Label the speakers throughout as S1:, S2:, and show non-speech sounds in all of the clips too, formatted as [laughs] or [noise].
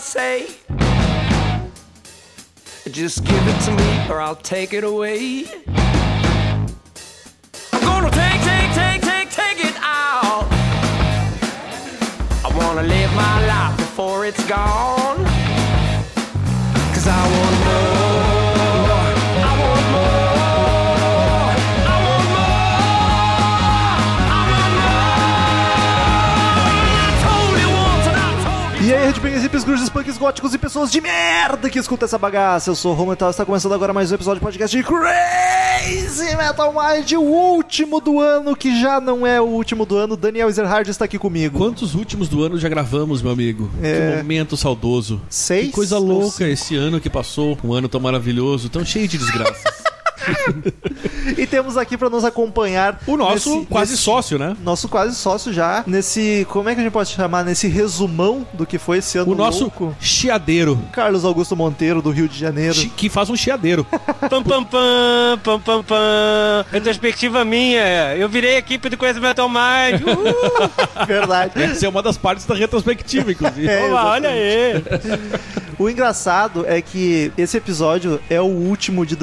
S1: say. Just give it to me or I'll take it away. I'm gonna take, take, take, take, take it out. I wanna live my life before it's gone. Cause I want more. I want more. I want more. I want more. I told you once and I told you
S2: E aí, Redbangers, hippies, grunges, punks, góticos e pessoas de merda que escuta essa bagaça. Eu sou o Romulo e está começando agora mais um episódio de podcast de Crazy Metal Mind, o último do ano, que já não é o último do ano. Daniel Ezerhard está aqui comigo.
S3: Quantos últimos do ano já gravamos, meu amigo?
S2: É.
S3: Que momento saudoso.
S2: Seis?
S3: Que coisa louca esse ano que passou. Um ano tão maravilhoso, tão cheio de desgraças.
S2: E temos aqui para nos acompanhar
S3: [laughs] O nosso
S2: nesse-
S3: quase
S2: nesse-
S3: sócio, né?
S2: Nosso quase sócio já, nesse. Como é que a gente pode chamar? Nesse resumão do que foi esse ano
S3: O nosso
S2: louco.
S3: chiadeiro.
S2: Carlos Augusto Monteiro, do Rio de Janeiro.
S3: Chi- Que faz um [laughs] chiadeiro.
S4: Pam, pam, pam, pam, pam, pam. Retrospectiva minha. Eu virei equipe do Crazy Metal Mind. Uhul.
S2: Verdade.
S3: [laughs] Essa é uma das partes da retrospectiva, [laughs] inclusive.
S2: É,
S3: Olá,
S4: olha aí.
S2: O engraçado é que esse episódio é o último de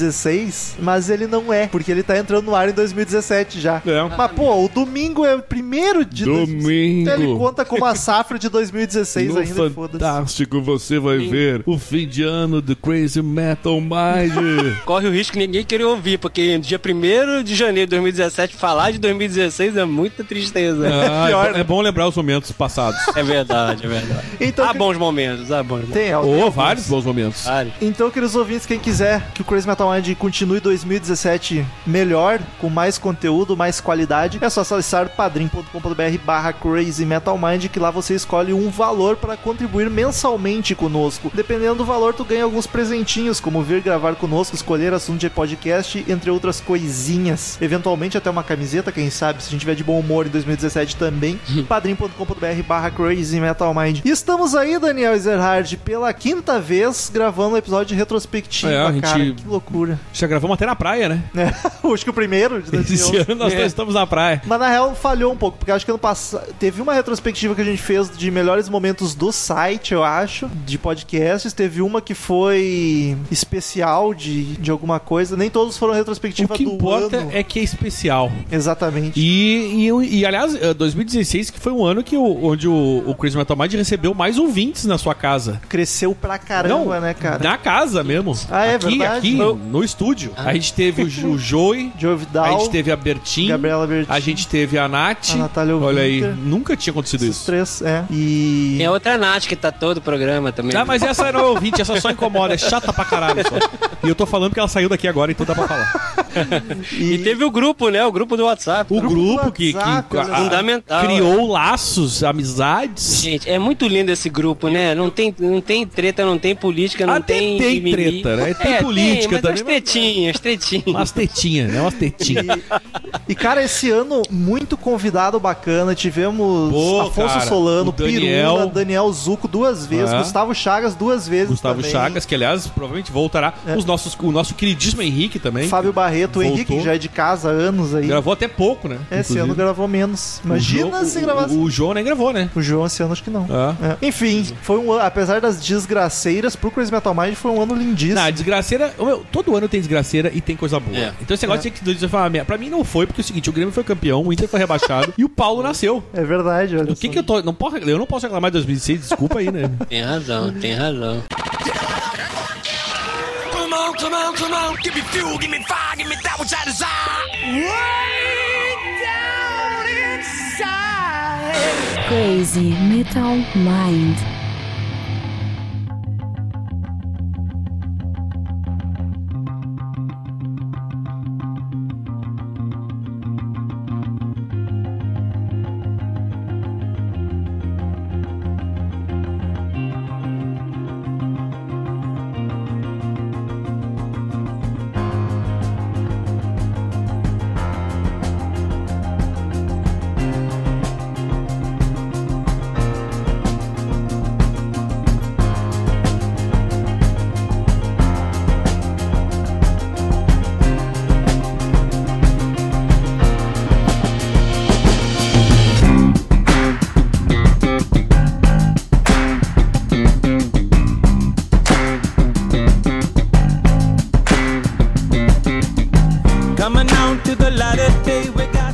S2: 2016, mas ele não é, porque ele tá entrando no ar em 2017 já.
S3: É.
S2: Mas, pô, o domingo é o primeiro de... dois-
S3: Domingo.
S2: Então ele conta como a safra de 2016
S3: No
S2: ainda, e foda-se.
S3: Fantástico, você vai ver o fim de ano do Crazy Metal [laughs] Mind.
S4: [laughs] Corre o risco que ninguém queria ouvir, porque dia 1 de janeiro de 2017, falar de 2016 é muita tristeza.
S3: Ah,
S2: Pior,
S3: é,
S2: né?
S3: bom, é bom lembrar os momentos passados. [laughs]
S4: É verdade, é verdade.
S2: Então,
S3: Tá
S4: há
S2: que-
S4: bons momentos, há bons momentos.
S2: Tem, ó.
S3: Ou Oh, vários bons momentos.
S4: Claro.
S2: Então, queridos ouvintes, quem quiser que o Crazy Metal Mind continue 2017 melhor, com mais conteúdo, mais qualidade, é só acessar padrim.com.br barra Crazy Metal Mind, que lá você escolhe um valor para contribuir mensalmente conosco. Dependendo do valor, tu ganha alguns presentinhos, como vir gravar conosco, escolher assunto de podcast, entre outras coisinhas. Eventualmente até uma camiseta, quem sabe, se a gente tiver de bom humor em 2017 também.
S3: Uhum.
S2: padrim.com.br barra Crazy Metal Mind. E estamos aí, Daniel Ezerhard, pela quinta vez gravando um episódio de retrospectiva,
S3: É, a gente-
S2: cara. Que loucura. [laughs]
S3: Já gravamos até na praia, né?
S2: Né? Acho que o primeiro de
S3: Esse
S2: 2011.
S3: ano nós
S4: É.
S3: estamos na praia.
S2: Mas na real falhou um pouco, porque acho que ano passado teve uma retrospectiva que a gente fez de melhores momentos do site, eu acho, de podcasts. Teve uma que foi especial de, de alguma coisa. Nem todos foram
S3: O
S2: retrospectiva
S3: que
S2: do
S3: importa
S2: ano.
S3: é que é especial.
S2: Exatamente.
S3: E, e, e, aliás, eh, 2016 que foi um ano que o, onde o, o Chris Metal Mind recebeu mais ouvintes na sua casa.
S2: Cresceu pra caramba,
S3: Não,
S2: né, cara?
S3: Na casa mesmo.
S2: Ah, é
S3: aqui,
S2: verdade? Ah.
S3: Aqui,
S2: Eu-
S3: no estúdio. A gente teve o, Jo- o Joey,
S2: Joe
S3: a
S2: Vidal,
S3: gente teve a Bertin,
S2: Gabriela Bertin,
S3: a gente teve a Nath.
S2: A Natália
S3: Olha aí,
S2: Winter.
S3: nunca tinha acontecido
S2: esses
S3: isso.
S2: três, é. E...
S4: Tem a outra Nath que tá todo o programa também.
S3: Ah, mas essa não é ouvinte, essa só incomoda, é chata pra caralho só. E eu tô falando que ela saiu daqui agora, então dá pra falar.
S2: e-
S4: E teve o grupo, né? O grupo do WhatsApp.
S3: O grupo que, que
S2: WhatsApp, né?
S3: a-
S4: Fundamental.
S3: criou laços, amizades.
S4: Gente, é muito lindo esse grupo, né? Não tem, não tem treta, não tem política, não
S3: Até
S4: tem.
S3: tem
S4: mimimi. É,
S3: treta, né? Tem política
S4: mas
S3: também,
S4: As
S3: mas-
S4: tretinhas, tretinhas.
S3: Umas tetinhas, né? Umas tetinhas.
S2: E, cara, esse ano, muito convidado bacana. Tivemos
S3: Pô,
S2: Afonso
S3: cara,
S2: Solano,
S3: o Daniel.
S2: Piruna, Daniel Zuco duas vezes,
S3: É.
S2: Gustavo Chagas duas vezes.
S3: [laughs] Gustavo
S2: também.
S3: Chagas, que aliás provavelmente voltará.
S2: É.
S3: Os nossos, o nosso queridíssimo Henrique também.
S2: Fábio Barreto,
S3: Voltou.
S2: Henrique, que já é de casa há anos aí.
S3: Gravou até pouco, né?
S2: É, Esse
S3: Inclusive.
S2: ano gravou menos.
S3: o
S2: Imagina
S3: João-
S2: se gravasse.
S3: O, o João nem gravou, né?
S2: O João esse ano acho que não.
S3: Ah.
S2: É. Enfim, foi um ano, apesar das desgraceiras, pro Crazy Metal Mind foi um ano lindíssimo.
S3: Na desgraceira, ô, meu, todo ano tem desgraceira e tem coisa boa.
S4: É.
S3: Então esse negócio de que dois falar, "Ah, pra mim não foi, porque é o seguinte, o Grêmio foi campeão, o Inter foi rebaixado [laughs] e o Paulo nasceu.
S2: É verdade, olha.
S3: O que
S2: só.
S3: que eu tô. Não posso, eu não posso reclamar de 2006, desculpa
S2: [laughs]
S3: aí, né?
S4: Tem razão, tem razão.
S1: Come on, come on, come on. Give me fuel, give me fire, give me that which I desire. Way down inside.
S5: Crazy Metal Mind.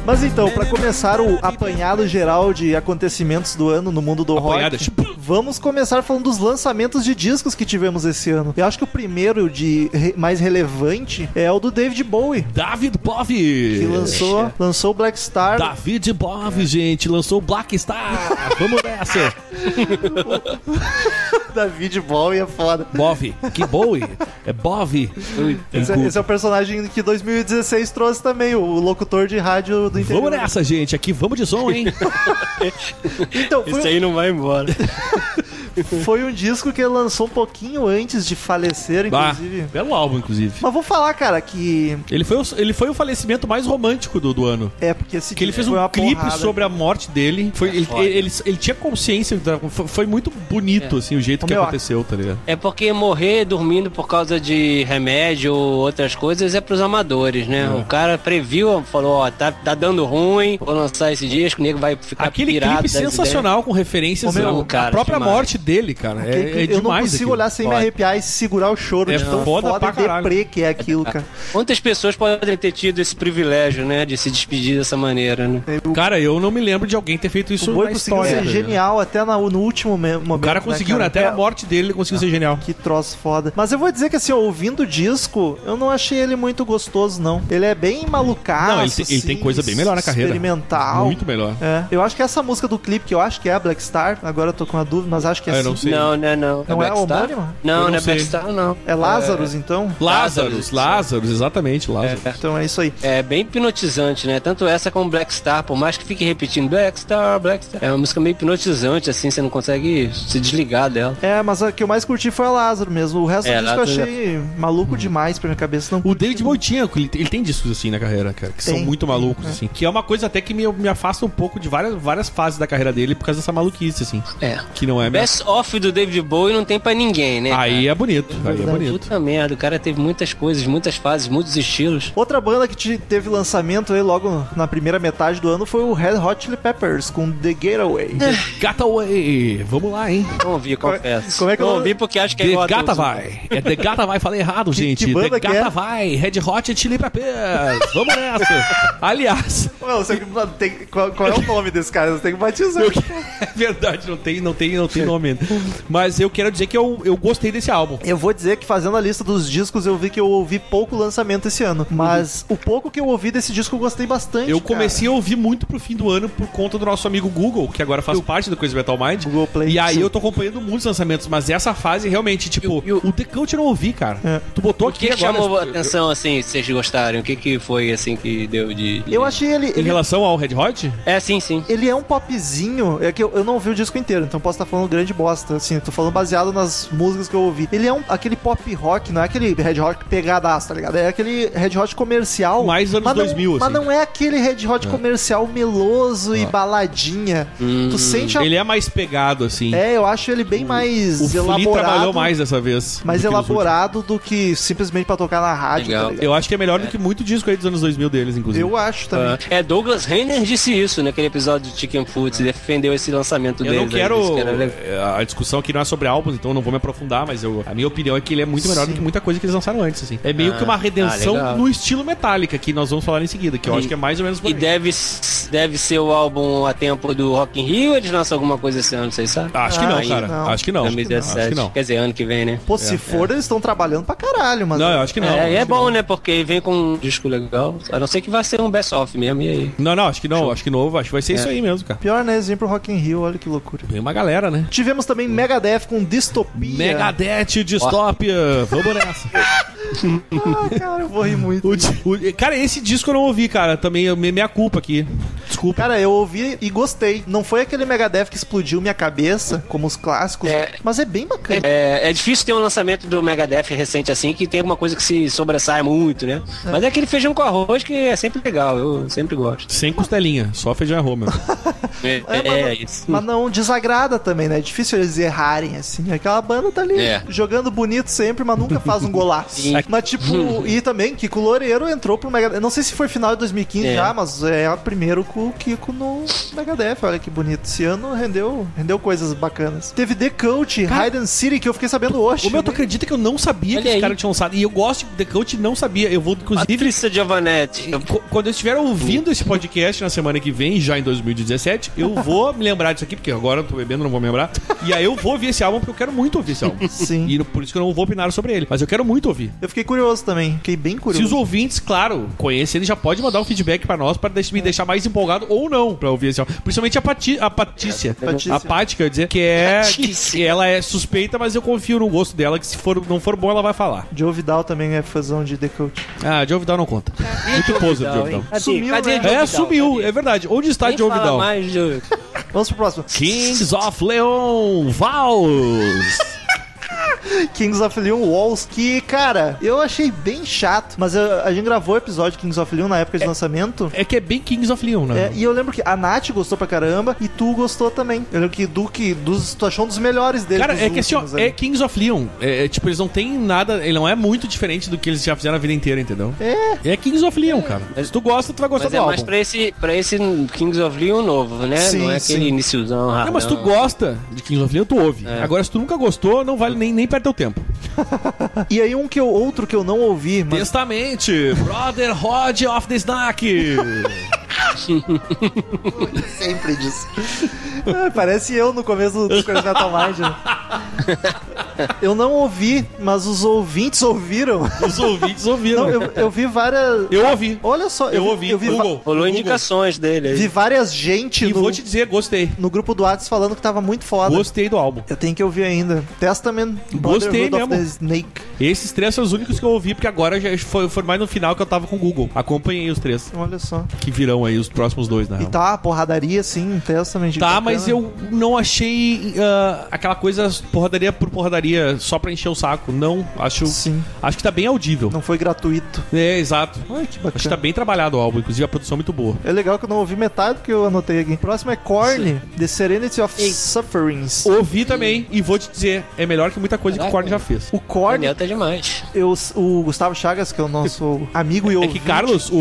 S2: Mas então, pra começar o apanhado geral de acontecimentos do ano no mundo do
S3: Apanhada,
S2: rock,
S3: tipo-
S2: vamos começar falando dos lançamentos de discos que tivemos esse ano. Eu acho que o primeiro de re- mais relevante é o do David Bowie,
S3: David
S2: que
S3: Bowie.
S2: lançou, lançou o Black Star.
S3: David Bowie, gente, lançou o Black Star. Vamos nessa.
S2: [laughs] David Bowie é foda.
S3: Bowie. Que Bowie. É Bowie.
S2: Esse, é- esse é o personagem que 2016 trouxe também, o locutor de rádio do interior.
S3: Vamos nessa, gente. Aqui vamos de som, hein?
S2: Então, foi,
S4: Isso aí não vai embora.
S2: foi um disco que ele lançou um pouquinho antes de falecer,
S3: [laughs] Bah,
S2: inclusive.
S3: belo álbum, inclusive.
S2: Mas vou falar, cara, que
S3: Ele foi, o, ele foi o falecimento mais romântico do, do ano.
S2: é porque esse
S3: Que ele
S2: disco
S3: fez
S2: foi
S3: um
S2: uma
S3: clipe
S2: porrada.
S3: sobre a morte dele. Foi, ele, ele, ele- ele tinha consciência. do que tava- Foi, foi muito bonito, assim, o jeito
S2: É. Ô,
S3: que
S2: meu,
S3: aconteceu, tá ligado?
S4: É porque morrer dormindo por causa de remédio ou outras coisas é pros amadores, né? O cara previu, falou, ó, tá, tá dando ruim, vou lançar esse disco, o nego vai ficar
S3: Aquele
S4: pirado
S3: clipe
S2: né?
S4: das ideias.
S3: sensacional com referências
S4: Ô, meu,
S3: à- à
S4: cara,
S3: própria
S4: demais.
S3: morte dele, cara.
S2: Aquele
S3: É, é
S2: clipe- eu não
S3: demais
S2: consigo
S3: aquilo.
S2: olhar sem me
S3: Olha.
S2: arrepiar e segurar o choro.
S3: É
S2: de tão
S3: foda pra
S2: e
S3: caralho.
S2: deprê que é
S3: [laughs]
S2: aquilo, cara.
S4: Quantas pessoas podem ter tido esse privilégio, né, de se despedir dessa maneira, né?
S3: Cara, eu não me lembro de alguém ter feito isso
S2: O Boi
S3: na
S2: conseguiu
S3: história.
S2: ser
S3: tá ligado?
S2: genial até na- no último me- momento.
S3: O cara
S2: né,
S3: conseguiu, né? até
S2: É,
S3: a morte dele, ele conseguiu ser genial.
S2: Que troço foda. Mas eu vou dizer que, assim, ó, ouvindo o disco, eu não achei ele muito gostoso, não. Ele é bem malucado.
S3: Não, ele tem- ele tem coisa bem melhor na carreira.
S2: Experimental.
S3: Muito melhor.
S2: É. Eu acho que essa música do clipe, que eu acho que é a Black Star, agora eu tô com uma dúvida, mas acho que é
S3: Ah, eu
S2: assim.
S3: não sei.
S4: Não, né, não.
S2: Não é
S4: Black Star?
S2: homônimo?
S3: Eu
S4: Não,
S3: não
S4: não é
S3: sei.
S4: Black Star, não.
S2: É Lázaros, então?
S3: Lázaros, Lázaros, exatamente, Lázaros.
S2: Então é isso aí.
S4: É bem hipnotizante, né? Tanto essa como Black Star, por mais que fique repetindo Black Star, Black Star. É uma música meio hipnotizante, assim, você não consegue se desligar dela.
S2: É, mas a que eu mais curti foi a Lázaro mesmo. O resto
S4: É,
S2: do disco eu
S4: Lázaro-
S2: achei
S3: Uhum.
S2: maluco demais pra minha cabeça. Não
S3: O David Bowie tinha, ele, ele tem discos assim na carreira, cara, que são
S2: Tem.
S3: muito malucos, assim. Que é uma coisa até que me, me afasta um pouco de várias, várias fases da carreira dele por causa dessa maluquice, assim.
S4: É.
S3: Que não é mesmo.
S4: Best off do David Bowie não tem pra ninguém, né?
S3: Aí é bonito, aí é
S4: cara?
S3: bonito.
S4: Puta merda, o cara teve muitas coisas, muitas fases, muitos estilos.
S2: Outra banda que te- teve lançamento aí logo na primeira metade do ano foi o Red Hot Chili Peppers com The Getaway.
S3: Gata Way, vamos lá, hein?
S4: Não ouvi, confesso.
S2: como é que eu-
S4: não ouvi porque acho que é
S3: The
S4: igual a
S3: Gata
S4: todos.
S3: Vai. É The Gata Vai, falei errado, gente.
S2: [laughs] que banda
S3: The
S2: que
S3: Gata
S2: é?
S3: Vai, Red Hot Chili Peppers. Vamos
S4: [laughs]
S3: nessa. Aliás, [laughs]
S2: Não, você tem- qual, qual é o nome desse cara? Você tem que batizar.
S3: Eu que- é verdade, não tem, não tem, não tem nome ainda. Mas eu quero dizer que eu, eu gostei desse álbum.
S2: Eu vou dizer que fazendo a lista dos discos, eu vi que eu ouvi pouco lançamento esse ano. Mas o pouco que eu ouvi desse disco, eu gostei bastante.
S3: Uhum. Eu
S2: cara.
S3: comecei a ouvir muito pro fim do ano por conta do nosso amigo Google, que agora faz parte do Crazy Metal Mind.
S2: Google Play.
S3: E aí eu tô acompanhando muitos lançamentos, mas essa fase realmente, tipo,
S4: E o-
S3: o The Cult eu não ouvi, cara.
S2: É.
S3: Tu botou
S4: O que,
S3: aqui
S4: que
S3: agora.
S4: chamou a
S3: eu-
S4: atenção, assim, se vocês gostaram? O que, que foi, assim, que deu de...
S2: Eu achei ele.
S3: Em
S2: ele...
S3: relação ao Red Hot?
S4: É, sim, sim.
S2: ele é um popzinho, é que eu, eu não ouvi o disco inteiro, então posso estar falando grande bosta, assim, tô falando baseado nas músicas que eu ouvi. Ele é um, aquele pop rock, não é aquele red rock pegadaço, tá ligado? É aquele red hot comercial.
S3: Mais anos
S2: mas não,
S3: 2000,
S2: Mas
S3: assim. É.
S2: não é aquele red hot comercial meloso e baladinha. tu sente a...
S3: Ele é mais pegado, assim.
S2: É, eu acho ele bem mais
S3: o Flea
S2: elaborado.
S3: trabalhou mais dessa vez.
S2: mais
S3: do que nos
S2: elaborado do que simplesmente pra tocar na rádio,
S4: Legal.
S2: tá
S3: últimos.
S2: ligado?
S3: Eu acho que é melhor do que muito disco aí dos anos 2000 deles, inclusive.
S2: Eu acho também.
S4: Ah, É, Douglas Renner disse isso naquele episódio de Chicken Foods, ele defendeu esse lançamento
S3: Eu
S4: dele.
S3: não quero.
S4: é legal.
S3: a discussão aqui não é sobre álbuns, então eu não vou me aprofundar, mas eu- a minha opinião é que ele é muito melhor do que muita coisa que eles lançaram antes, assim. É meio que uma redenção
S4: ah, legal.
S3: no estilo Metallica, que nós vamos falar em seguida, que eu
S4: E-
S3: acho que é mais ou menos por
S4: E
S3: aí.
S4: deve, deve ser o álbum a tempo do Rock in Rio, eles lançam alguma coisa esse ano, vocês sabem? Ah,
S3: Acho que não,
S4: Ainda.
S3: cara.
S2: não.
S3: Acho que não. Acho que não.
S4: 2017.
S3: Acho que não.
S4: é Quer dizer, ano que vem, né?
S2: Pô, se for, eles estão trabalhando pra caralho, mas.
S3: é, Não, eu acho que não.
S4: é, e é
S3: acho que
S4: bom,
S3: não.
S4: né? Porque vem com um disco legal. A não ser que vai ser um best-off mesmo, e aí?
S3: Não, não, acho que não. Acho que novo. Acho que vai ser
S4: É.
S3: isso aí mesmo, cara.
S2: Pior, né? Exemplo pro Rock in Rio, olha que loucura.
S3: Tem uma galera, né?
S2: Tivemos também Megadeth com Distopia.
S3: Megadeth Distopia. Vamos nessa.
S4: [laughs]
S2: Ah, cara, eu vou rir muito.
S3: O di- o- cara, esse disco eu não ouvi, cara. Também eu- me- minha culpa aqui. Desculpa.
S2: Cara, eu ouvi e gostei. Não foi aquele Megadeth que explodiu minha cabeça, como os clássicos,
S4: É.
S2: mas é bem bacana.
S4: É, é difícil ter um lançamento do Megadeth recente assim, que tem alguma coisa que se sobressai muito, né? Mas é aquele feijão com arroz que é sempre legal, eu sempre gosto.
S3: Sem costelinha, só feijão e arroz, meu.
S4: É,
S2: mas,
S4: é
S2: não-
S4: isso.
S2: mas não desagrada também, né? É difícil eles errarem, assim. Aquela banda tá ali
S4: É.
S2: jogando bonito sempre, mas nunca faz um golaço.
S4: Sim. Uhum.
S2: mas tipo, e também Kiko Loureiro entrou pro Megadeth. Não sei se foi final de 2015
S4: É.
S2: já, mas é o primeiro com o Kiko no Megadeth. Olha que bonito. Esse ano rendeu, rendeu coisas bacanas. Teve The Cult, Hidden City, que eu fiquei sabendo hoje.
S3: Ô, meu, tu acredita que eu não sabia
S4: Olha
S3: que os
S4: aí.
S3: caras tinham lançado? E eu gosto de The Cult e não sabia. Eu vou, inclusive,
S4: Patrícia Giovanetti. Eu-
S3: qu- quando eu estiver ouvindo esse podcast na semana que vem, já em 2017, eu vou me lembrar disso aqui, porque agora eu tô bebendo, não vou me lembrar. E aí eu vou ouvir esse álbum, porque eu quero muito ouvir esse álbum.
S2: Sim.
S3: E por isso que eu não vou opinar sobre ele. Mas eu quero muito ouvir.
S2: Eu fiquei curioso também. Fiquei bem
S3: Se
S2: curioso.
S3: os ouvintes, claro, conhecem ele, já pode mandar um feedback pra nós para me deixar mais empolgado ou não pra ouvir esse álbum. Principalmente a, Pati a Patícia.
S2: Patícia.
S3: A Paty, quer dizer, que é.
S4: Patícia.
S3: Que ela é suspeita, mas eu confio no gosto dela, que se for, não for bom, ela vai falar.
S2: Joe Vidal também é fãzão de The Cult.
S3: Ah, Joe Vidal não conta. Muito poser, É. Joe Vidal.
S4: Cadê?
S2: Sumiu, né?
S4: Joe
S3: É,
S4: Vidal?
S3: sumiu,
S4: Cadê?
S3: é verdade. Onde está
S4: Nem
S3: Joe
S4: fala
S3: Vidal? Tá
S4: mais, Joe.
S2: Vamos pro próximo.
S3: Kings of Leon Vals.
S2: Kings of Leon Walls, que, cara, eu achei bem chato. Mas eu- a gente gravou o episódio de Kings of Leon na época de lançamento.
S3: [laughs] É que é bem Kings of Leon, né?
S2: É, e eu lembro que a Nath gostou pra caramba e tu gostou também. Eu lembro que do que dos, tu achou um dos melhores dele.
S3: Cara,
S2: dos
S3: é que assim, ó,
S2: últimos ali.
S3: é Kings of Leon. É, é, tipo, eles não tem nada, ele não é muito diferente do que eles já fizeram a vida inteira, entendeu? É. É Kings of Leon, cara. Se tu gosta, tu vai gostar
S4: Mas
S3: do
S4: é
S3: álbum.
S4: mais pra esse, pra esse Kings of Leon novo, né?
S2: Sim,
S4: não é
S2: sim.
S4: aquele iniciozão
S3: Não,
S4: raro.
S3: mas tu gosta de Kings of Leon, tu ouve.
S4: É.
S3: Agora, se tu nunca gostou, não vale nem, nem perder o tempo.
S2: E aí um que eu, outro que eu não ouvi, mas
S3: Testamente, Brotherhood of the Snack.
S2: sempre [laughs] disso. Ah, Parece eu no começo do Crazy Metal Mind. né? Eu não ouvi, mas os ouvintes ouviram.
S3: [laughs] Os ouvintes ouviram.
S2: Não, eu,
S3: eu...
S2: eu vi várias.
S3: ouvi.
S2: Olha só,
S3: Eu
S2: vi-
S3: ouvi.
S2: Eu vi, va-
S3: Google.
S4: Rolou
S3: Google.
S4: indicações dele aí.
S2: vi várias gente
S3: E
S2: no,
S3: vou te dizer, gostei.
S2: no grupo do Whats falando que tava muito foda.
S3: Gostei do álbum.
S2: Eu tenho que ouvir ainda. Testament
S3: Gostei
S2: Brotherhood of
S3: mesmo.
S2: the Snake.
S3: Esses três são os únicos que eu ouvi, porque agora já foi, foi mais no final que eu tava com o Google. Acompanhei os três,
S2: Olha só.
S3: que virão aí os próximos dois, na
S2: E
S3: real.
S2: tá, uma porradaria, sim, intensamente.
S3: É. Tá,
S2: bacana.
S3: mas eu não achei ah, aquela coisa porradaria por porradaria só pra encher o saco. Não, acho,
S2: Sim,
S3: acho que tá bem audível.
S2: não foi gratuito.
S3: É, exato.
S2: Ai, que
S3: Acho que tá
S2: bacana.
S3: bem trabalhado o álbum, inclusive a produção é muito boa.
S2: É legal que eu não ouvi metade do que eu anotei aqui. Próximo é Korn, The Serenity of
S4: Ei.
S2: Sufferings.
S3: Ouvi também e vou te dizer, é melhor que muita coisa que o
S4: Caraca.
S3: Korn já fez.
S2: O
S4: O
S2: Korn,
S4: Daniel tá demais.
S2: eu, o Gustavo Chagas, que é o nosso amigo e
S3: É
S2: ouvinte.
S3: que, Carlos, o,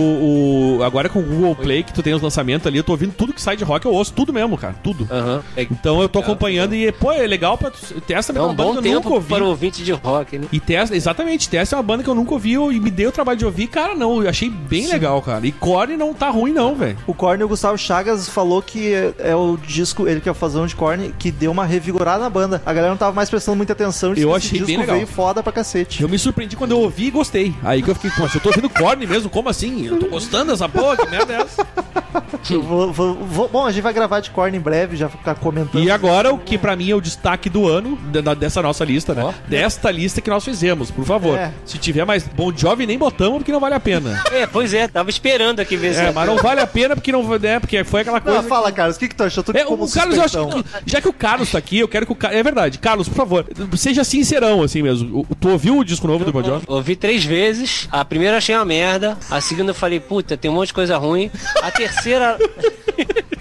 S3: o- agora com o Google Play, que tu tem os lançamentos ali, eu tô ouvindo tudo que sai de rock, eu ouço tudo mesmo, cara, tudo.
S4: Aham. É-
S3: Então eu tô acompanhando e, pô, é legal pra tu. Testa
S4: É
S3: mesmo
S4: um
S3: uma banda
S4: bom
S3: que eu nunca
S4: tempo
S3: ouvi.
S4: para o ouvinte de rock, né?
S3: E Testa, exatamente, Testa é uma banda que eu nunca ouvi eu- e me deu o trabalho de ouvir. Cara, não, eu achei bem legal, cara. E Core não tá ruim, não, velho.
S2: O Korn, o Gustavo Chagas falou que é, é o disco, ele que é o fazão de Korn, que deu uma revigorada na banda. A galera não tava mais prestando muita atenção. disse
S3: Eu
S2: que esse
S3: achei bem
S2: disco
S3: legal.
S2: veio foda pra cacete.
S3: Eu me surpreendi quando eu ouvi e gostei. Aí que eu fiquei, mas eu tô ouvindo Korn mesmo? Como assim? Eu tô gostando dessa porra, que merda é essa?
S2: Eu vou- vou- vou- bom, a gente vai gravar de Korn em breve, já ficar comentando.
S3: E agora, o que pra mim é o destaque do ano, da- da- dessa nossa lista, né? Desta lista que nós fizemos, por favor.
S2: É.
S3: Se tiver mais Bom Jovem, nem botamos, porque não vale a
S4: [laughs]
S3: pena.
S4: É, pois é, tava esperando aqui ver se.
S3: É, mas não vale a pena porque não né, porque foi aquela coisa.
S2: Não, fala, Carlos, o que, que tu achou? Tu
S3: É,
S2: ficou
S3: o
S2: um
S3: Carlos, eu acho
S2: suspeitão.
S3: que, já que o Carlos tá aqui, eu quero que o Carlos. É verdade, Carlos, por favor, seja sincerão, assim mesmo. O- tu ouviu o disco novo do Bon Jovi?
S4: Ouvi três vezes. A primeira eu achei uma merda. A segunda eu falei, puta, tem um monte de coisa ruim. A terceira. [laughs]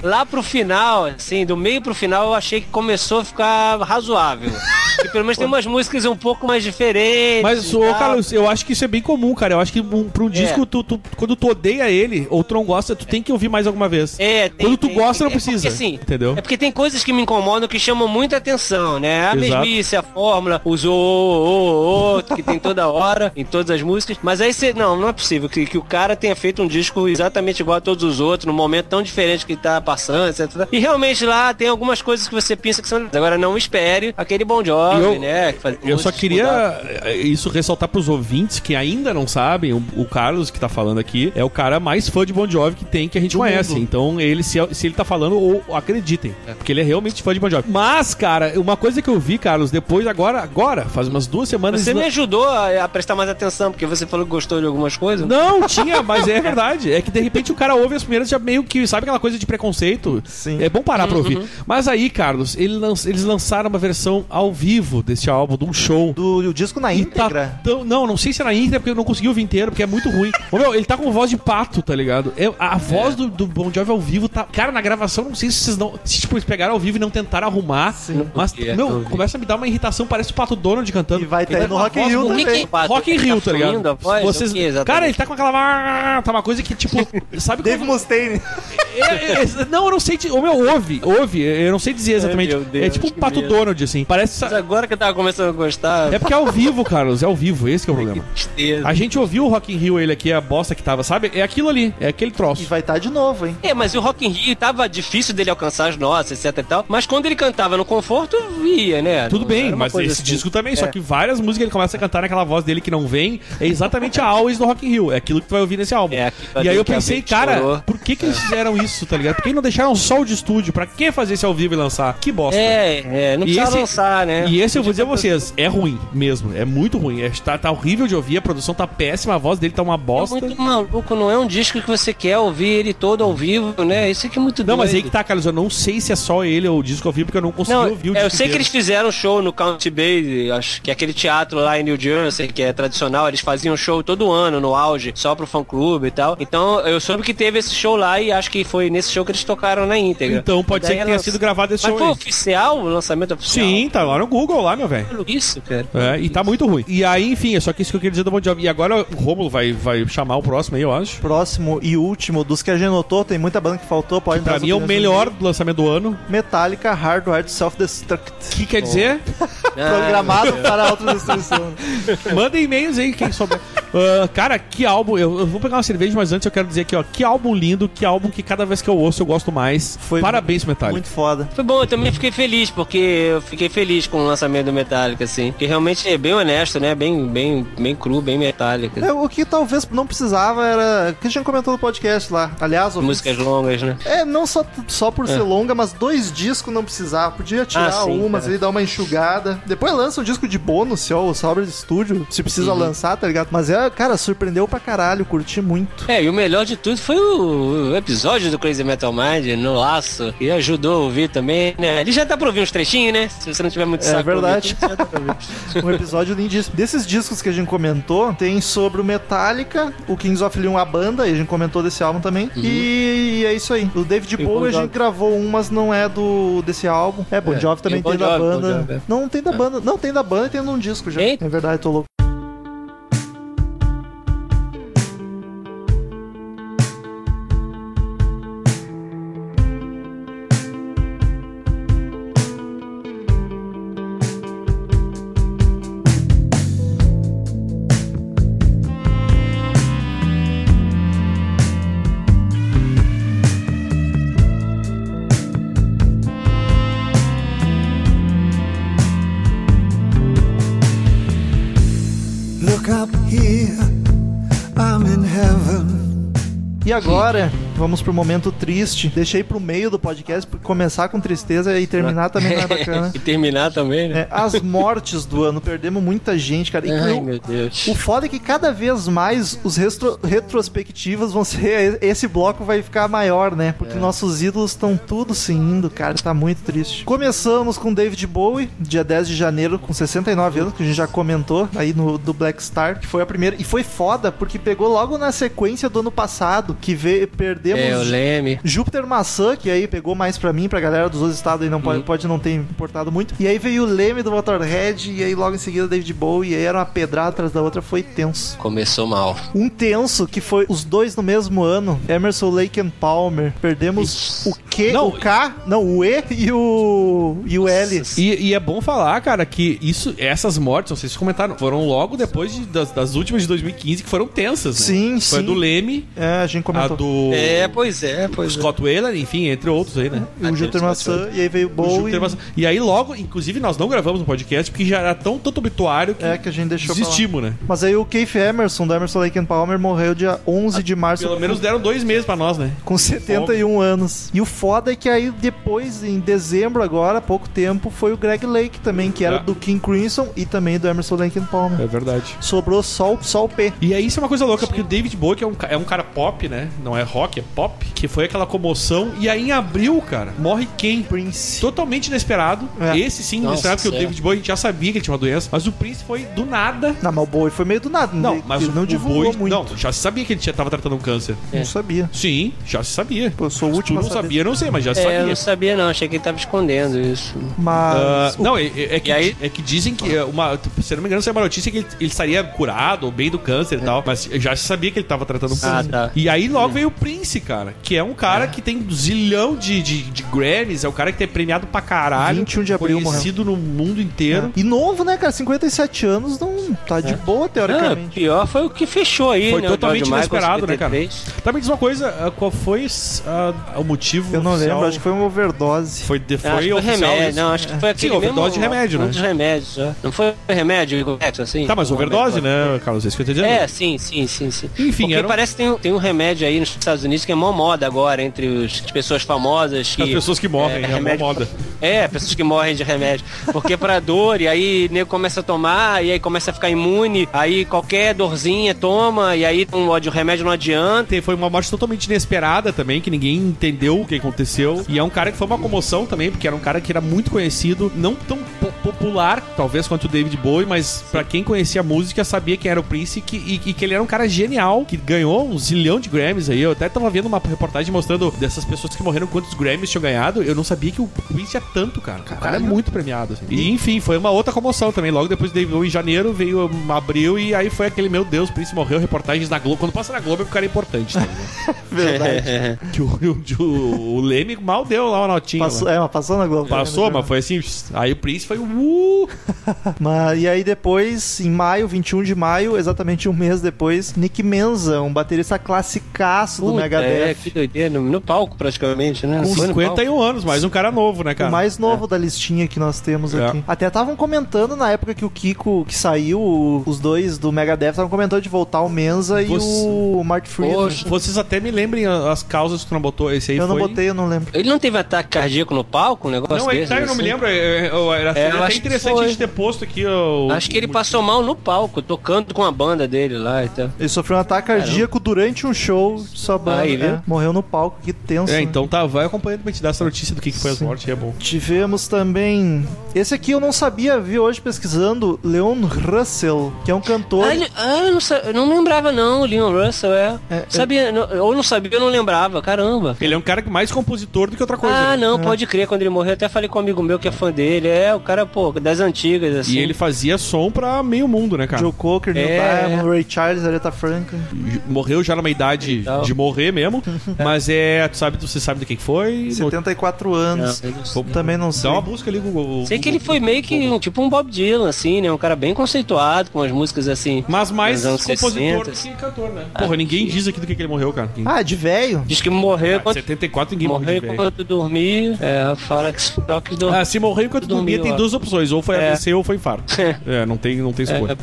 S4: Lá pro final, assim, do meio pro final, eu achei que começou a ficar razoável. E pelo menos tem umas músicas um pouco mais diferentes.
S3: Mas,
S4: e
S3: ô,
S4: tal.
S3: Carlos, eu acho que isso é bem comum, cara. Eu acho que um,
S4: É.
S3: pra um disco, tu, tu- quando tu odeia ele ou tu não gosta, tu tem que ouvir mais alguma vez.
S4: É, tem,
S3: Quando tu
S4: tem-
S3: gosta, não
S4: é
S3: precisa,
S4: Porque, assim,
S3: entendeu?
S4: É porque tem coisas que me incomodam que chamam muita atenção, né? A
S3: Exato.
S4: mesmice, a fórmula, os ô, ô, ô, ô, que
S3: [laughs]
S4: tem toda hora, em todas as músicas. Mas aí você. Não, não é possível que, que o cara tenha feito um disco exatamente igual a todos os outros, num momento tão diferente que tá passando, etc. E realmente lá tem algumas coisas que você pensa que são. Agora não espere aquele bom job,
S3: Eu-
S4: né? que faz-
S3: Eu só
S4: músicas mudadas.
S3: queria eh, isso ressaltar pros ouvintes que ainda não sabem, o, o Carlos que tá falando aqui é o cara mais fã de Bon Jovi que tem, que a gente conhece. Então, ele se, se ele tá falando, ou acreditem, porque ele é realmente fã de Bon Jovi. Mas, cara, uma coisa que eu vi, Carlos, depois, agora, agora, faz umas duas semanas...
S4: Você
S3: não-
S4: me ajudou a, a prestar mais atenção, porque você falou que gostou de algumas coisas.
S3: Não, tinha, mas é verdade. É que de repente o cara ouve as primeiras já meio que, sabe aquela coisa de conceito,
S2: Sim.
S3: é bom parar pra ouvir. Mas aí, Carlos, ele lan- eles lançaram uma versão ao vivo desse álbum, de um show.
S2: Do, do disco na
S3: E tá
S2: íntegra.
S3: tão- não, não sei se é na íntegra, porque eu não consegui ouvir inteiro, porque é muito ruim. Ô, meu, ele tá com voz de pato, tá ligado? É, a, a voz do, do Bon Jovi ao vivo tá... Cara, na gravação, não sei se vocês não... Se, tipo, eles pegaram ao vivo e não tentaram arrumar. Mas,
S4: podia,
S3: meu,
S4: não vi.
S3: começa a me dar uma irritação, parece o Pato Donald cantando.
S2: E vai
S3: Ele
S2: tá aí
S3: com
S2: no
S3: uma
S2: Rock in
S3: voz
S2: Rio
S3: muito-
S2: também.
S4: Rick- Pato,
S3: Rock in Rio,
S4: tá
S3: tá ligado?
S4: fluindo a voz?
S3: Vocês...
S4: O quê, exatamente?
S3: Cara, ele tá com aquela... Tá uma coisa que, tipo... Sabe
S2: Dave
S3: quando-
S2: Mustaine.
S3: é, é, é, não, eu não sei. di- Ô, meu, ouve, ouve. Eu não sei dizer exatamente.
S4: meu Deus,
S3: é tipo um
S4: que
S3: pato
S4: medo.
S3: Donald, assim. Parece.
S4: Mas agora que eu tava começando a gostar,
S3: É porque é ao vivo, Carlos. É ao vivo, esse que é o
S4: que
S3: problema.
S4: tristeza.
S3: A gente ouviu o Rock in Rio, ele aqui, a bosta que tava, sabe? É aquilo ali, é aquele
S2: E
S3: troço.
S2: vai estar de novo, hein?
S4: É, mas o Rock in Rio tava difícil dele alcançar as nossas, etc e tal. Mas quando ele cantava no conforto, via, né?
S3: Tudo
S4: Não
S3: bem,
S4: era uma
S3: mas
S4: coisa
S3: esse
S4: assim.
S3: disco também, só que várias músicas ele começa a cantar naquela voz dele que não vem, é exatamente a Always do Rock in Rio, é aquilo que tu vai ouvir nesse álbum.
S4: É, aquilo
S3: e aí
S4: ali
S3: eu
S4: que a
S3: pensei,
S4: gente
S3: cara,
S4: chorou.
S3: por que que eles fizeram isso, tá ligado? Por que não deixaram só o de estúdio? Pra que fazer isso ao vivo e lançar? Que bosta.
S4: É, é, não
S3: E
S4: precisa
S3: esse-
S4: lançar, né?
S3: E esse eu vou dizer a vocês, é ruim mesmo, é muito ruim, é, tá, tá horrível de ouvir, a produção tá péssima, a voz dele tá uma
S4: É
S3: bosta.
S4: muito maluco, não é um disco que você quer ouvir ele todo ao vivo, né? Isso aqui é muito
S3: Não, mas aí
S4: doido.
S3: que tá, Carlos, eu não sei se é só ele ou o disco ao vivo, porque eu não consegui
S4: Não,
S3: ouvir o
S4: é,
S3: disco
S4: eu sei que
S3: inteiro.
S4: eles fizeram show no County Bay, acho que é aquele teatro lá em New Jersey, que é tradicional, eles faziam show todo ano no auge, só pro fã clube e tal. Então eu soube que teve esse show lá e acho que foi nesse show que eles tocaram na íntegra.
S3: Então pode
S4: Daí
S3: ser que tenha
S4: lança-
S3: sido gravado esse
S4: Mas
S3: show
S4: foi
S3: aí.
S4: oficial o lançamento oficial?
S3: Sim, tá lá no Google, lá, meu velho.
S4: Isso, cara.
S3: É, e tá muito ruim. E aí, enfim, é só que isso que eu queria dizer do Bon Jovi. E agora o Rômulo vai, vai chamar o próximo aí, eu acho.
S2: Próximo e último dos que a gente notou, tem muita banda que faltou, pode dar
S3: Pra
S2: as
S3: mim é o
S2: opiniões
S3: melhor
S2: no
S3: do lançamento do ano.
S2: meio. Metallica Hardwired
S3: O
S2: Self-Destruct.
S3: que quer dizer?
S4: Ah,
S3: É. [laughs]
S2: Programado para a autodestruição.
S3: Manda e-mails aí, quem [laughs] souber. Ah, cara, que álbum. Eu, eu vou pegar uma cerveja, mas antes eu quero dizer aqui, ó. Que álbum lindo, que álbum que cada vez que eu ouço eu gosto mais.
S2: Foi
S3: Parabéns, Metallica.
S2: Muito foda.
S4: Foi bom, eu também fiquei feliz, porque eu fiquei feliz com o lançamento do Metallica, assim. Que realmente é bem honesto, né? Bem, bem, bem cru, bem Metallica.
S2: É, o que talvez não precisava era. O que a gente comentou no podcast lá. Aliás, o-
S4: Músicas longas, né?
S2: É, não só, só por ser longa, mas dois discos não precisava. Podia tirar
S4: É. Ah, sim,
S2: umas
S4: cara.
S2: ali, dar uma enxugada. Depois lança um disco de bônus, se ó, sobra de estúdio, se precisa
S4: Uhum.
S2: lançar, tá ligado? Mas é, cara, surpreendeu pra caralho, curti
S4: [laughs]
S2: muito.
S4: É, e o melhor de tudo foi o o episódio do Crazy Metal Mind no laço, que ajudou a ouvir também, né? Ele já dá pra ouvir uns trechinhos, né? Se você não tiver muito
S2: É
S4: saco. pra ouvir
S2: verdade. [laughs]
S4: tudo, já dá pra ouvir.
S2: Um episódio lindíssimo. Desses discos que a gente comentou, tem sobre o Metallica, o Kings of Leon, a banda, e a gente comentou desse álbum também. E, é isso aí. O David
S4: Uhum. o
S2: Bowie a
S4: Bon
S2: gente
S4: Jovi.
S2: gravou um, mas não é do desse álbum. É, Bon
S4: É,
S2: Jovi também
S4: e o Bon
S2: tem da
S4: Jovi, Bon
S2: banda.
S4: Jovi, é.
S2: Não, tem da banda. Não, tem da banda e tem num disco já.
S4: Eita.
S2: É verdade, tô louco.
S6: Look up here, I'm in heaven.
S2: E agora, vamos pro momento triste. Deixei pro meio do podcast, pra começar com tristeza e terminar também não é bacana.
S4: [laughs] E terminar também, né?
S2: É, as mortes do ano, perdemos muita gente, cara. É, E
S4: Ai,
S2: o-
S4: meu Deus.
S2: o foda é que cada vez mais os restro- retrospectivas vão ser. [laughs] Esse bloco vai ficar maior, né? Porque nossos ídolos estão tudo se indo, cara. Tá muito triste. Começamos com David Bowie, dia 10 de janeiro, com 69 anos, que a gente já comentou aí no do Black Star, que foi a primeira. E foi foda, porque pegou logo na sequência do ano passado, que vê, perdemos.
S4: É, o Leme.
S2: Júpiter Maçã, que aí pegou mais pra mim, pra galera dos outros estados aí não
S3: Uhum.
S2: pode, pode não ter importado muito. E aí veio o Leme do Motorhead, e aí logo em seguida David Bowie, e aí era uma pedrada atrás da outra, foi tenso.
S4: Começou mal.
S2: Um tenso que foi os dois no mesmo ano, Emerson Lake and Palmer. Perdemos o Q,
S3: Não,
S2: o K, não, o E e o, e o L.
S3: E, e é bom falar, cara, que isso, essas mortes, não sei se vocês comentaram, foram logo depois de- das, das últimas de 2015 que foram tensas, né?
S2: Sim,
S3: Foi a
S2: sim.
S3: do Leme,
S2: É, a gente
S3: a
S2: comentou.
S3: do
S4: É, pois é, pois
S3: Scott Wheeler, enfim, entre outros aí, né?
S2: O Júpiter Maçã, e aí veio o
S3: O
S2: Bowie.
S3: Júpiter Maçã. E aí logo, inclusive nós não gravamos no podcast porque já era tão tanto obituário que
S2: É, que a gente deixou pra lá.
S3: desistimos, né?
S2: Mas aí o Keith Emerson, do Emerson Lake and Palmer, morreu dia 11 de março.
S3: Ah, Pelo menos deram dois meses pra nós, né?
S2: Com 71 anos. E o foda é que aí depois, em dezembro agora, há pouco tempo, foi o Greg Lake também, que era
S3: É.
S2: do King Crimson e também do Emerson Lake and Palmer.
S3: verdade.
S2: Sobrou só o, só o P.
S3: E aí isso é uma coisa louca, porque o David Bowie que é um, ca- é um cara pop, né? Não é rock, é K-pop, que foi aquela comoção. E aí em abril, cara, morre quem?
S2: Prince.
S3: Totalmente inesperado.
S2: É.
S3: Esse sim,
S4: Nossa,
S3: inesperado, porque o
S4: sério?
S3: David Bowie a gente já sabia que ele tinha uma doença. Mas o Prince foi do nada.
S2: Não, mas o Bowie foi meio do nada.
S3: Não,
S2: ele,
S3: mas
S2: ele
S3: o,
S2: não
S3: o
S2: divulgou
S3: Bowie-
S2: muito. Não,
S3: Não, já se sabia que ele tinha, tava tratando um câncer.
S2: sabia.
S3: Sim, já se sabia.
S2: Pô, eu sou o
S3: Se
S2: último
S3: Tu
S2: a
S3: não
S2: saber.
S3: sabia, eu não sei, mas já se
S4: É, eu
S3: sabia.
S4: não sabia não, achei que ele tava escondendo isso.
S3: Ah,
S2: Mas.
S3: não, é, é- é que,
S4: E aí-
S3: é que dizem que é uma. Se eu não me engano, saiu uma notícia que ele, ele estaria curado, ou bem do câncer e tal. Mas já se sabia que ele tava tratando um
S4: Ah,
S3: câncer.
S4: tá.
S3: E aí logo veio o Prince, cara. Que é um cara que tem um zilhão de, de, de Grammys, é um cara que tem premiado pra caralho.
S2: 21 de abril
S3: Conhecido no mundo inteiro.
S2: E novo, né, cara? 57 anos não tá
S3: É.
S2: de boa,
S4: Ah,
S2: teoricamente.
S4: pior foi o que fechou aí,
S3: Foi
S4: né?
S3: totalmente
S4: o George Michael,
S3: inesperado, né, cara?
S4: 73.
S3: Tá, me diz uma coisa, ah, qual foi ah, o motivo
S2: eu não
S3: oficial?
S2: lembro, acho que foi uma
S3: [laughs]
S2: overdose.
S3: foi, de- foi,
S4: Acho que foi
S3: oficial
S4: remédio,
S3: isso?
S4: não, acho que foi aquele
S3: Sim, overdose de
S4: mesmo-
S3: remédio,
S4: um
S3: né?
S4: dos remédios, né? Não foi remédio, correto, assim?
S3: Tá, mas
S4: Não,
S3: overdose, né, Carlos? É isso que eu tô dizendo.
S4: É, sim, sim, sim, sim.
S3: Enfim,
S4: Porque
S3: era um-
S4: parece que tem, um- tem um remédio aí nos Estados Unidos que é mó moda agora entre os- as pessoas famosas. Que,
S3: As pessoas que morrem, é, uma
S4: remédio-
S3: moda.
S4: É, pessoas que morrem de remédio. Porque pra dor, e aí o nego começa a tomar, e aí começa a ficar imune, aí qualquer dorzinha toma, e aí um, o remédio não adianta.
S3: Te- Foi uma morte totalmente inesperada também, que ninguém entendeu o que aconteceu. E é um cara que foi uma comoção também, porque era um cara que era muito conhecido, não tão po- popular, talvez, quanto o David Bowie, mas pra quem conhecia a música, sabia quem era o Prince e que, e- e que ele era um cara genial, que ganhou um zilhão de Grammys aí. Eu até tava vendo uma reportagem mostrando dessas pessoas que morreram, quantos Grammys tinham ganhado. Eu não sabia que o Prince tinha tanto, cara. O cara é muito premiado. assim. E enfim, foi uma outra comoção também. Logo depois do David Bowie, em janeiro, veio um, abril e aí foi aquele, meu Deus, o Prince morreu, reportagens na Globo. Quando passa na Globo é porque o cara é importante, tá ligado? [laughs] Que o, o, o- o Leme mal deu lá uma notinha.
S2: Passou,
S3: lá.
S2: é, mas passou na Globo.
S3: Passou, mas foi assim. Aí o Prince foi. Uh,
S2: Mas, e aí depois, em maio, 21 de maio, exatamente um mês depois, Nick Menza, um baterista classicaço do
S4: Puta,
S2: Megadeth.
S4: é, que doideira, no, no palco praticamente, né?
S3: com
S4: Foi no palco.
S3: 51 anos, mas um cara novo, né, cara?
S2: O mais novo da listinha que nós temos
S3: É.
S2: aqui. Até estavam comentando na época que o Kiko, que saiu, o- os dois do Megadeth, estavam comentando de voltar o Menza e
S3: Você-
S2: o Mark Freeman.
S4: Poxa.
S3: Vocês até me lembrem a- as causas que tu não botou. Esse aí
S2: eu não
S3: foi-
S2: botei, eu não lembro.
S4: Ele não teve ataque cardíaco no palco, um negócio
S3: Não, aí
S4: desse,
S3: tá, eu não me
S4: assim?
S3: lembro. é, é, eu- Era
S4: É, eu
S3: era até
S4: acho que
S3: interessante a
S4: foi.
S3: gente ter posto aqui o.
S4: Acho que ele
S3: o-
S4: passou mal no palco, tocando com a banda dele lá e tal.
S2: Ele sofreu um ataque cardíaco durante um show, sua banda.
S4: Aí, viu?
S2: é. Morreu no palco, que tenso.
S3: Ah, É,
S2: né?
S3: então tá, vai acompanhando pra te dar essa notícia do que, que foi as
S2: Sim.
S3: mortes, é bom.
S2: Tivemos também. Esse aqui eu não sabia, vi hoje pesquisando. Leon Russell, que é um cantor.
S4: Ah, ele- ah, eu, não, sa- eu não lembrava não, o Leon Russell, é.
S2: É,
S4: sabia, não- ou não sabia, eu não lembrava, caramba.
S3: Ele é um cara que mais compositor do que outra coisa.
S4: ah,
S3: né?
S4: não, pode crer, quando ele morreu, eu até falei com um amigo meu que é fã dele, é, o cara, pô, das antigas, assim.
S3: E ele fazia som pra meio mundo, né, cara?
S2: Joe Cocker, Neil
S4: É.
S2: Diamond, Ray Charles, Aretha Franklin.
S3: morreu já numa idade
S4: Legal.
S3: de morrer
S4: [laughs]
S3: mesmo, mas é, tu sabe, você sabe do que que foi?
S2: 74 anos.
S4: Não, eu não sei.
S3: Pô,
S2: Também não
S3: Dá
S2: sei.
S3: uma busca ali, Google.
S4: Sei que ele foi meio que um, tipo um Bob Dylan, assim, né? Um cara bem conceituado, com as músicas assim.
S3: Mas mais
S4: Nos anos Ah,
S3: compositor
S4: 60.
S3: do que cantor, né? Porra, ninguém diz aqui do que, que ele morreu, cara.
S2: Ah, de velho?
S4: Diz que morreu
S3: Ah,
S4: quando
S3: 74 ninguém morreu.
S4: morreu
S3: de velho.
S4: enquanto dormia. É, fala que só que dormia.
S3: Ah, se morreu enquanto dormia,
S4: Dormiu,
S3: tem
S4: ó.
S3: duas opções: ou foi
S4: É.
S3: AVC ou foi infarto. É, não tem, não tem
S4: É,
S3: escolha.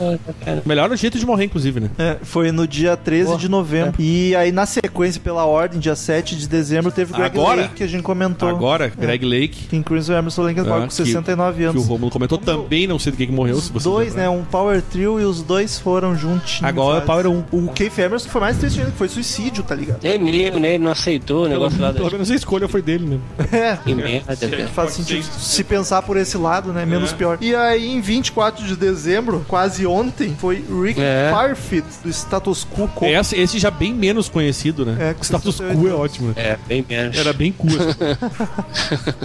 S4: é,
S3: Melhor o jeito de morrer, inclusive, né?
S2: É, foi no dia 13 de novembro.
S3: é.
S2: E aí, na sequência, pela ordem, dia 7 de dezembro, teve o Greg
S3: Agora?
S2: Lake, que a gente comentou.
S3: Agora, Greg Lake,
S2: King Crimson e Emerson Lincoln Park
S3: Ah,
S2: com
S3: que-
S2: 69
S3: que o
S2: anos.
S3: Romulo comentou, também não sei do que, que morreu.
S2: Os
S3: se você
S2: dois,
S3: lembrar.
S2: né? Um power trio e os dois foram juntinhos.
S3: Agora, é
S2: sabe?
S3: Power 1.
S2: O Keith Emerson foi mais triste ainda, que foi suicídio, tá ligado?
S4: é mesmo, né? Ele não aceitou o negócio lá da
S3: Pelo menos a escolha foi dele, né?
S2: É,
S4: Que merda, velho.
S2: Faz
S3: Pode
S2: sentido
S3: ser. É.
S2: se pensar por esse lado, né? Menos pior. E aí, em 24 de dezembro, quase ontem, foi Rick
S4: É.
S2: Parfitt, do Status Quo. Co-
S3: É, Esse, esse já bem menos conhecido, né?
S2: É, com
S3: status
S2: 68
S3: quo é ótimo, né?
S4: É, bem menos.
S3: Era bem assim. cool.
S2: [laughs]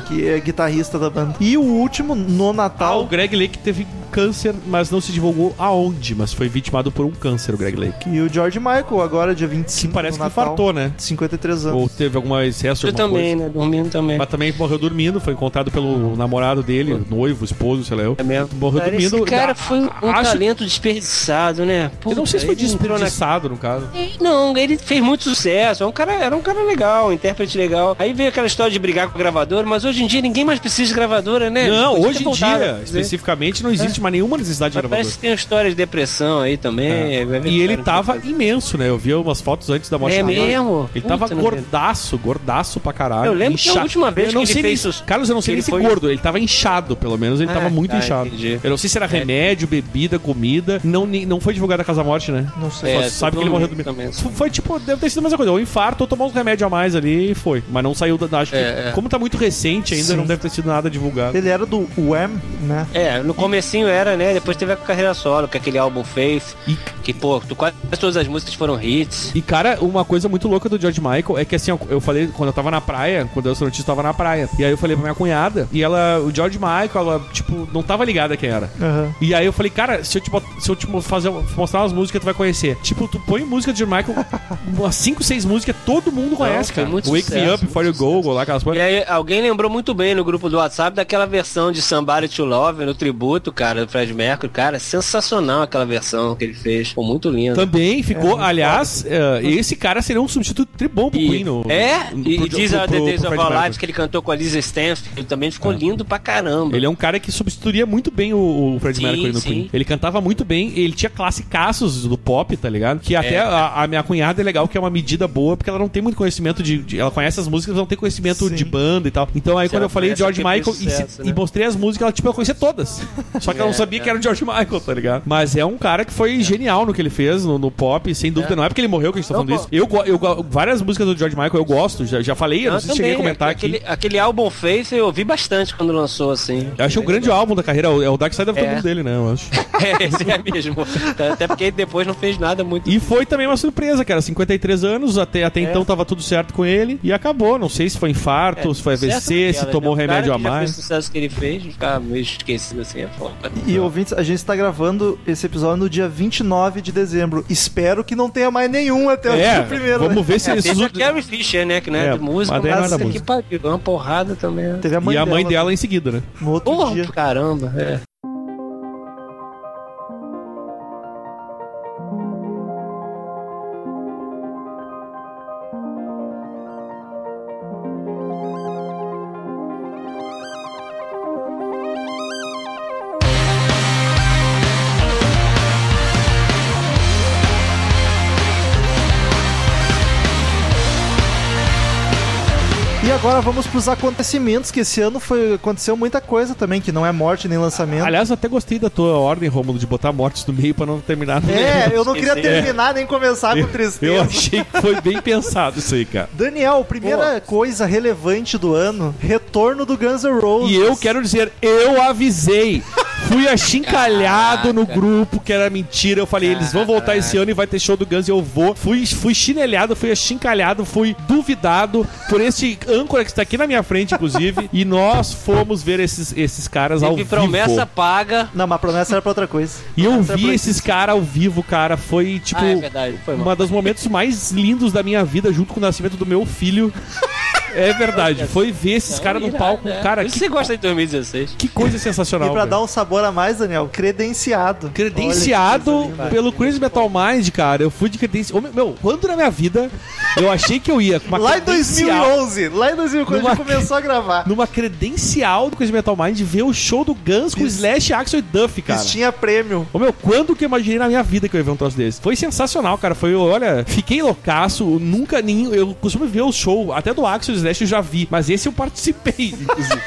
S2: que é guitarrista da banda. E o último, no
S3: Ah, o
S2: Natal,
S3: Greg Lake teve câncer, mas não se divulgou aonde, mas foi vitimado por um câncer, o Greg Lake.
S2: e o George Michael, agora dia
S3: Que
S2: 25
S3: parece
S2: no
S3: que
S2: Natal,
S3: infartou, né?
S2: 53 anos.
S3: Ou teve algum excesso,
S4: Eu
S3: alguma
S4: também,
S3: coisa.
S4: né? Dormindo também.
S3: Mas também morreu dormindo, foi encontrado pelo namorado dele, noivo, esposo, sei lá eu.
S4: É mesmo.
S3: Morreu
S4: Cara,
S3: dormindo.
S4: esse cara
S3: Ah,
S4: foi um
S3: acho-
S4: talento desperdiçado, né?
S3: Eu não sei se foi
S4: Puta, ele não entrou na
S3: desperdiçado, no caso.
S4: E Não, ele fez muito sucesso. É um cara, era um cara legal, um intérprete legal. Aí veio aquela história de brigar com a gravadora, mas hoje em dia ninguém mais precisa de gravadora, né?
S3: Não,
S4: Podia ter
S3: hoje em
S4: voltado a
S3: dia,
S4: fazer.
S3: especificamente, não existe mais nenhuma necessidade de
S4: Mas
S3: gravador.
S4: parece que tem uma história de depressão aí também.
S3: É.
S4: vai ver
S3: E ele
S4: cara,
S3: tava imenso, né? Eu vi umas fotos antes da morte
S4: É
S3: dele.
S4: mesmo, mesmo?
S3: Ele tava
S4: Puta, não lembro.
S3: gordaço, gordaço pra caralho.
S4: Eu lembro que a
S3: Incha-
S4: última vez
S3: Eu não
S4: que ele
S3: sei
S4: fez
S3: nem-
S4: os-
S3: Carlos, eu não
S4: que
S3: sei
S4: ele
S3: nem se
S4: foi-
S3: gordo. Ele tava inchado, pelo menos. Ele
S4: Ah,
S3: tava muito
S4: tá,
S3: inchado.
S4: entendi. É.
S3: Eu não sei se era remédio, bebida, comida. Não, ni- não foi divulgada a casa morte, né?
S2: Não sei.
S3: Só
S4: É,
S3: sabe que ele
S4: não
S3: morreu
S4: lembro
S3: do
S4: também. assim.
S3: F- Foi tipo, deve ter sido a mesma coisa. Ou infarto, ou tomar uns remédios a mais ali e foi. Mas não saiu da. Acho que,
S4: É, é.
S3: como tá muito recente ainda,
S2: Sim.
S3: não deve ter sido nada divulgado.
S2: Ele era do Wham, né?
S4: É, no comecinho era, né? Depois teve a carreira solo, com aquele álbum Faith,
S3: E-
S4: que, pô, tu- quase todas as músicas foram hits.
S3: E, cara, uma coisa muito louca do George Michael é que, assim, ó, eu falei quando eu tava na praia, quando eu sou notícia, eu tava na praia. E aí eu falei pra minha cunhada, e ela, o George Michael, ela, tipo, não tava ligada quem era.
S2: Aham.
S3: E aí eu falei, cara, se eu te, bot- se eu te mo- fazer, um, mostrar umas músicas, tu vai conhecer. Tipo, tu põe música de George Michael, [laughs] umas 5, 6 músicas, todo mundo conhece,
S4: tem
S3: cara.
S4: muito
S3: Wake Me
S4: sucesso,
S3: Up, Before You
S4: muito
S3: Go, Go, lá aquelas
S4: E
S3: coisas.
S4: aí, alguém lembrou muito bem no grupo do WhatsApp daquela versão de Somebody to Love no tributo, cara, do Fred Mercury. Cara, sensacional aquela versão que ele fez. Ficou muito lindo.
S3: Também ficou, aliás, eh, esse cara seria um substituto tribom pro Queen. no-
S4: é,
S3: no-
S4: e,
S3: pro-
S4: e diz
S3: pro-
S4: a
S3: pro- pro
S4: The Days of
S3: Freddie
S4: Our
S3: Mercury. É.
S4: Lives que ele cantou com a Lisa Stanfield, também ficou lindo pra caramba.
S3: Ele é um cara que substituiria muito bem o, o Fred
S4: Sim,
S3: Mercury no
S4: sim.
S3: Queen. Ele cantava muito bem, ele tinha classicaços do pop, tá ligado? Que até a, a minha cunhada é legal, que é uma medida boa, porque ela não tem muito conhecimento de. de- ela conhece as músicas, mas não tem conhecimento
S2: Sim.
S3: de banda e tal. Então aí
S4: Se
S3: quando
S4: ela
S3: eu falei
S4: conhece,
S3: George
S4: porque
S3: Michael
S4: fez
S3: e, se-
S4: sucesso,
S3: e
S4: né?
S3: mostrei as músicas, ela tipo, ela conhecia
S4: [laughs]
S3: todas. Só que ela não
S4: É,
S3: sabia
S4: é.
S3: que era o George Michael, tá ligado? Mas é um cara que foi genial no que ele fez no, no pop, sem dúvida. Não é porque ele morreu que a gente tá
S4: Não,
S3: falando isso. Eu, go- eu go- várias músicas do George Michael eu gosto, já, já falei, eu não,
S4: Não,
S3: sei se cheguei a
S4: também, é
S3: comentar aqui.
S4: aquele, Aquele álbum Faith eu ouvi bastante quando lançou, assim. [laughs]
S3: Eu acho o grande álbum da carreira, é o Dark Side of the
S4: É.
S3: Moon dele, né? Eu acho.
S4: É, esse é mesmo. Até porque depois não fez nada muito.
S3: E foi também uma surpresa, cara. 53 anos, até, até então tava tudo certo com ele. E acabou. Não sei se foi infarto, se foi AVC, se
S4: É, Certo,
S3: tomou
S4: né? O
S3: remédio a
S4: cara que já fez
S3: mais.
S4: O sucesso que ele fez, ficar meio esquecido assim é foda.
S2: E ouvintes, a gente tá gravando esse episódio no dia 29 de dezembro. Espero que não tenha mais nenhum até o dia
S3: É,
S2: primeiro. né?
S3: vamos ver se esses
S4: Teve a
S3: outros-
S4: Carrie Fisher, né? Que não é,
S3: É,
S4: de música,
S3: mas daí
S2: não
S4: mas
S2: era
S4: que
S2: música.
S4: pariu, uma porrada também. né?
S2: Teve a mãe
S3: E a mãe
S2: dela
S3: dela em seguida, né?
S2: no outro
S4: Porra,
S2: dia.
S4: caramba. É.
S2: E agora vamos pros acontecimentos, que esse ano foi, aconteceu muita coisa também, que não é morte nem lançamento.
S3: Aliás, eu até gostei da tua ordem, Romulo, de botar mortes no meio pra não terminar no meio.
S2: é, eu não queria
S4: Esqueci.
S2: terminar nem começar com tristeza.
S3: Eu achei que foi bem pensado isso aí, cara.
S2: Daniel, primeira coisa relevante do ano, retorno do Guns N' Roses.
S3: E eu quero dizer, eu avisei. Fui achincalhado no grupo que era mentira. Eu falei, eles vão voltar esse ano e vai ter show do Guns e eu vou. Fui, fui chinelhado, fui achincalhado, fui duvidado por esse âncora que está aqui na minha frente, inclusive. e nós fomos ver esses, esses caras ao
S4: Teve
S3: vivo.
S4: promessa paga.
S2: Não, mas a promessa era pra outra coisa.
S3: [laughs] E eu
S2: Promessa era
S3: vi
S2: pra-
S3: esses caras ao vivo, cara. Foi tipo.
S4: Ah, é verdade, foi mal.
S3: Uma dos momentos mais lindos da minha vida, junto com o nascimento do meu filho. É verdade. Foi ver esses caras no
S4: Irado,
S3: palco.
S4: é.
S3: Cara,
S4: Por isso
S3: que,
S4: você gosta de 2016?
S3: que coisa sensacional.
S2: E pra
S3: velho.
S2: dar um sabor a mais, Daniel, credenciado.
S3: Credenciado
S2: Olha que coisa linda.
S3: pelo Crazy Metal Mind, cara. Eu fui de credenciado. Meu, quando na minha vida eu achei que eu ia com uma
S2: Lá em
S3: credencial-
S2: 2011, lá em 2011, quando a gente
S3: Numa-
S2: começou a gravar.
S3: Numa credencial do Crazy Metal Mind ver o show do Guns com o
S2: Isso.
S3: Slash, Axel e Duff, cara.
S2: Tinha prêmio.
S3: Ô meu, quando que eu imaginei na minha vida que eu ia ver um troço desse? Foi sensacional, cara. Foi, olha, fiquei loucaço, nunca nem. Eu costumo ver o show, até do Axel e Slash eu já vi, mas esse eu participei,
S2: [laughs]
S3: inclusive.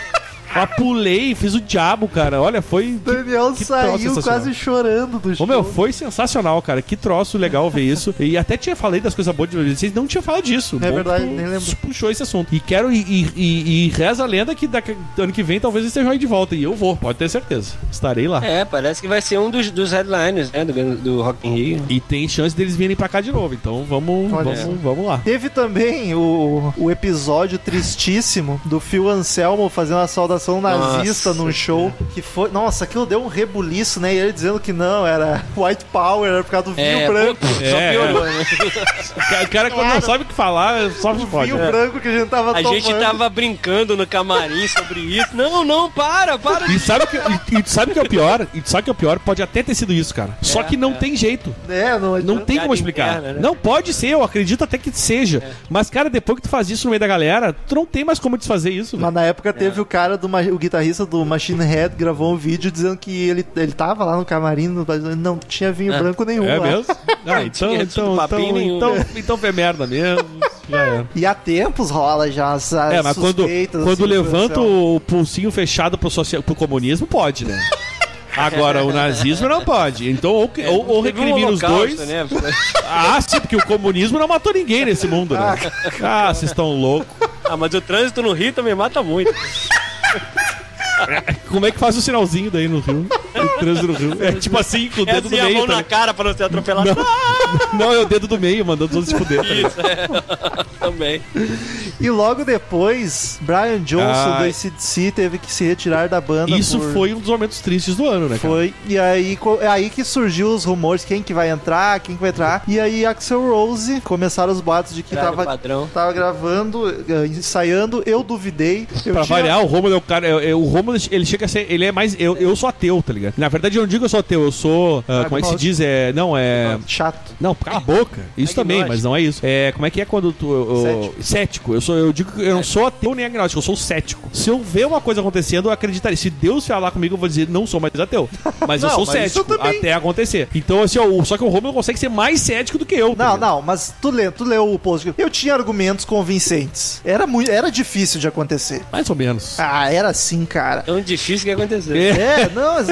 S3: Lá pulei, fiz o diabo, cara. Olha, foi.
S2: Daniel
S3: que troço
S2: saiu
S3: sensacional.
S2: quase chorando do show.
S3: Ô meu, foi sensacional, cara. Que troço legal ver isso. E até tinha falei das coisas boas de 2016, não tinha falado disso.
S2: É
S3: Bom
S2: verdade,
S3: que tu
S2: nem lembro.
S3: Puxou esse assunto. E quero. E, e- e- e reza a lenda que daqui, ano que vem talvez eu esteja aí de volta. E eu vou, pode ter certeza. Estarei lá.
S4: É, parece que vai ser um dos, dos headliners, né? Do, do Rock in Rio.
S3: E tem chance deles virem pra cá de novo. Então vamos,
S2: Olha
S3: vamos, vamos lá.
S2: Teve também o, o episódio tristíssimo do Phil Anselmo fazendo a saudação nazista
S4: Nossa,
S2: num show. Que foi. Nossa, aquilo deu um rebuliço, né? E ele dizendo que não, era white power, era por causa do vinho branco.
S4: pô, só
S3: É,
S4: piorou, né?
S3: O cara, quando não sabe o que falar, só de
S2: O
S3: pode. é. né?
S2: vinho branco que a gente tava
S4: A
S2: tomando.
S4: gente tava brincando no camarim sobre isso. Não, não, para, para.
S3: E sabe o que, e, e tu sabe o que é o pior? E tu sabe o que é o pior? Pode até ter sido isso, cara. Só que não tem jeito.
S2: É, não,
S3: Não tem como
S4: Piada
S3: explicar.
S4: interna, né? É.
S3: Não pode ser, eu acredito até que seja. Mas, cara, depois que tu faz isso no meio da galera, tu não tem mais como desfazer isso. velho. É.
S2: Mas na época teve o cara do Ma- o guitarrista do Machine Head gravou um vídeo dizendo que ele, ele tava lá no camarim, no- não tinha vinho branco nenhum
S3: É
S2: lá.
S3: mesmo? Ah, então,
S4: tinha
S3: então, então,
S4: papinho nenhum. né?
S3: então, então foi merda mesmo. Já era.
S2: E há tempos rola já essas
S3: É, mas quando,
S2: suspeitas,
S3: quando
S2: assim,
S3: levanta
S2: assim,
S3: o pulsinho fechado pro, social, pro comunismo, pode,
S4: [laughs]
S3: né? Agora, o nazismo não pode. Então, ou, que- ou, ou
S4: Teve um
S3: recrimina os
S4: holocausto,
S3: dois.
S4: Né? [laughs]
S3: Ah, sim, porque o comunismo não matou ninguém nesse mundo, né? Ah, vocês estão loucos.
S4: Ah, mas o trânsito no Rio também mata muito.
S3: Como é que faz o sinalzinho daí no rio? O trânsito no rio. É tipo assim, com o
S4: É
S3: dedo
S4: assim,
S3: do
S4: a
S3: meio.
S4: mão
S3: tá
S4: na
S3: ligado?
S4: cara pra não ser atropelado
S3: Não, é o dedo do meio, mandando os outros se fuder. tá ligado?
S4: também.
S2: E logo depois, Brian Johnson
S3: Ah.
S2: do ACDC teve que se retirar da banda.
S3: Isso
S2: por-
S3: foi um dos momentos tristes do ano, né? cara?
S2: Foi. E aí, co- é aí que surgiu os rumores, quem que vai entrar, quem que vai entrar. E aí Axel Rose começaram os boatos de que
S4: Caralho,
S2: tava,
S4: padrão.
S2: tava gravando, eh, ensaiando, eu duvidei. Eu
S3: pra
S2: tinha-
S3: variar, o Romulo é o cara. é- é- o Romulo, ele chega a ser. Ele é mais. Eu, eu sou ateu, tá ligado? Na verdade, eu não digo que eu sou ateu, eu sou. ah, como é que se diz? É. Não, é.
S2: Chato.
S3: Não, cala a [laughs] boca. Isso também, mas não é isso. É, como é que é quando tu. eu- eu- cético. Eu, sou, eu digo que eu não sou ateu nem agnóstico, eu sou cético. Se eu ver uma coisa acontecendo, eu acreditaria. Se Deus falar comigo, eu vou dizer, não sou mais ateu. Mas eu
S2: Não,
S3: sou
S2: mas isso
S3: cético
S2: também.
S3: até acontecer. Então, assim, ó, o- só que o Romulo consegue ser mais cético do que eu. tá
S2: Não,
S3: ligado?
S2: não, mas tu leu, tu leu o post. Eu tinha argumentos convincentes. Era, muito, era difícil de acontecer.
S3: Mais ou menos.
S2: Ah, era sim, cara.
S4: Tão difícil que aconteceu.
S3: É.
S2: É, não, mas-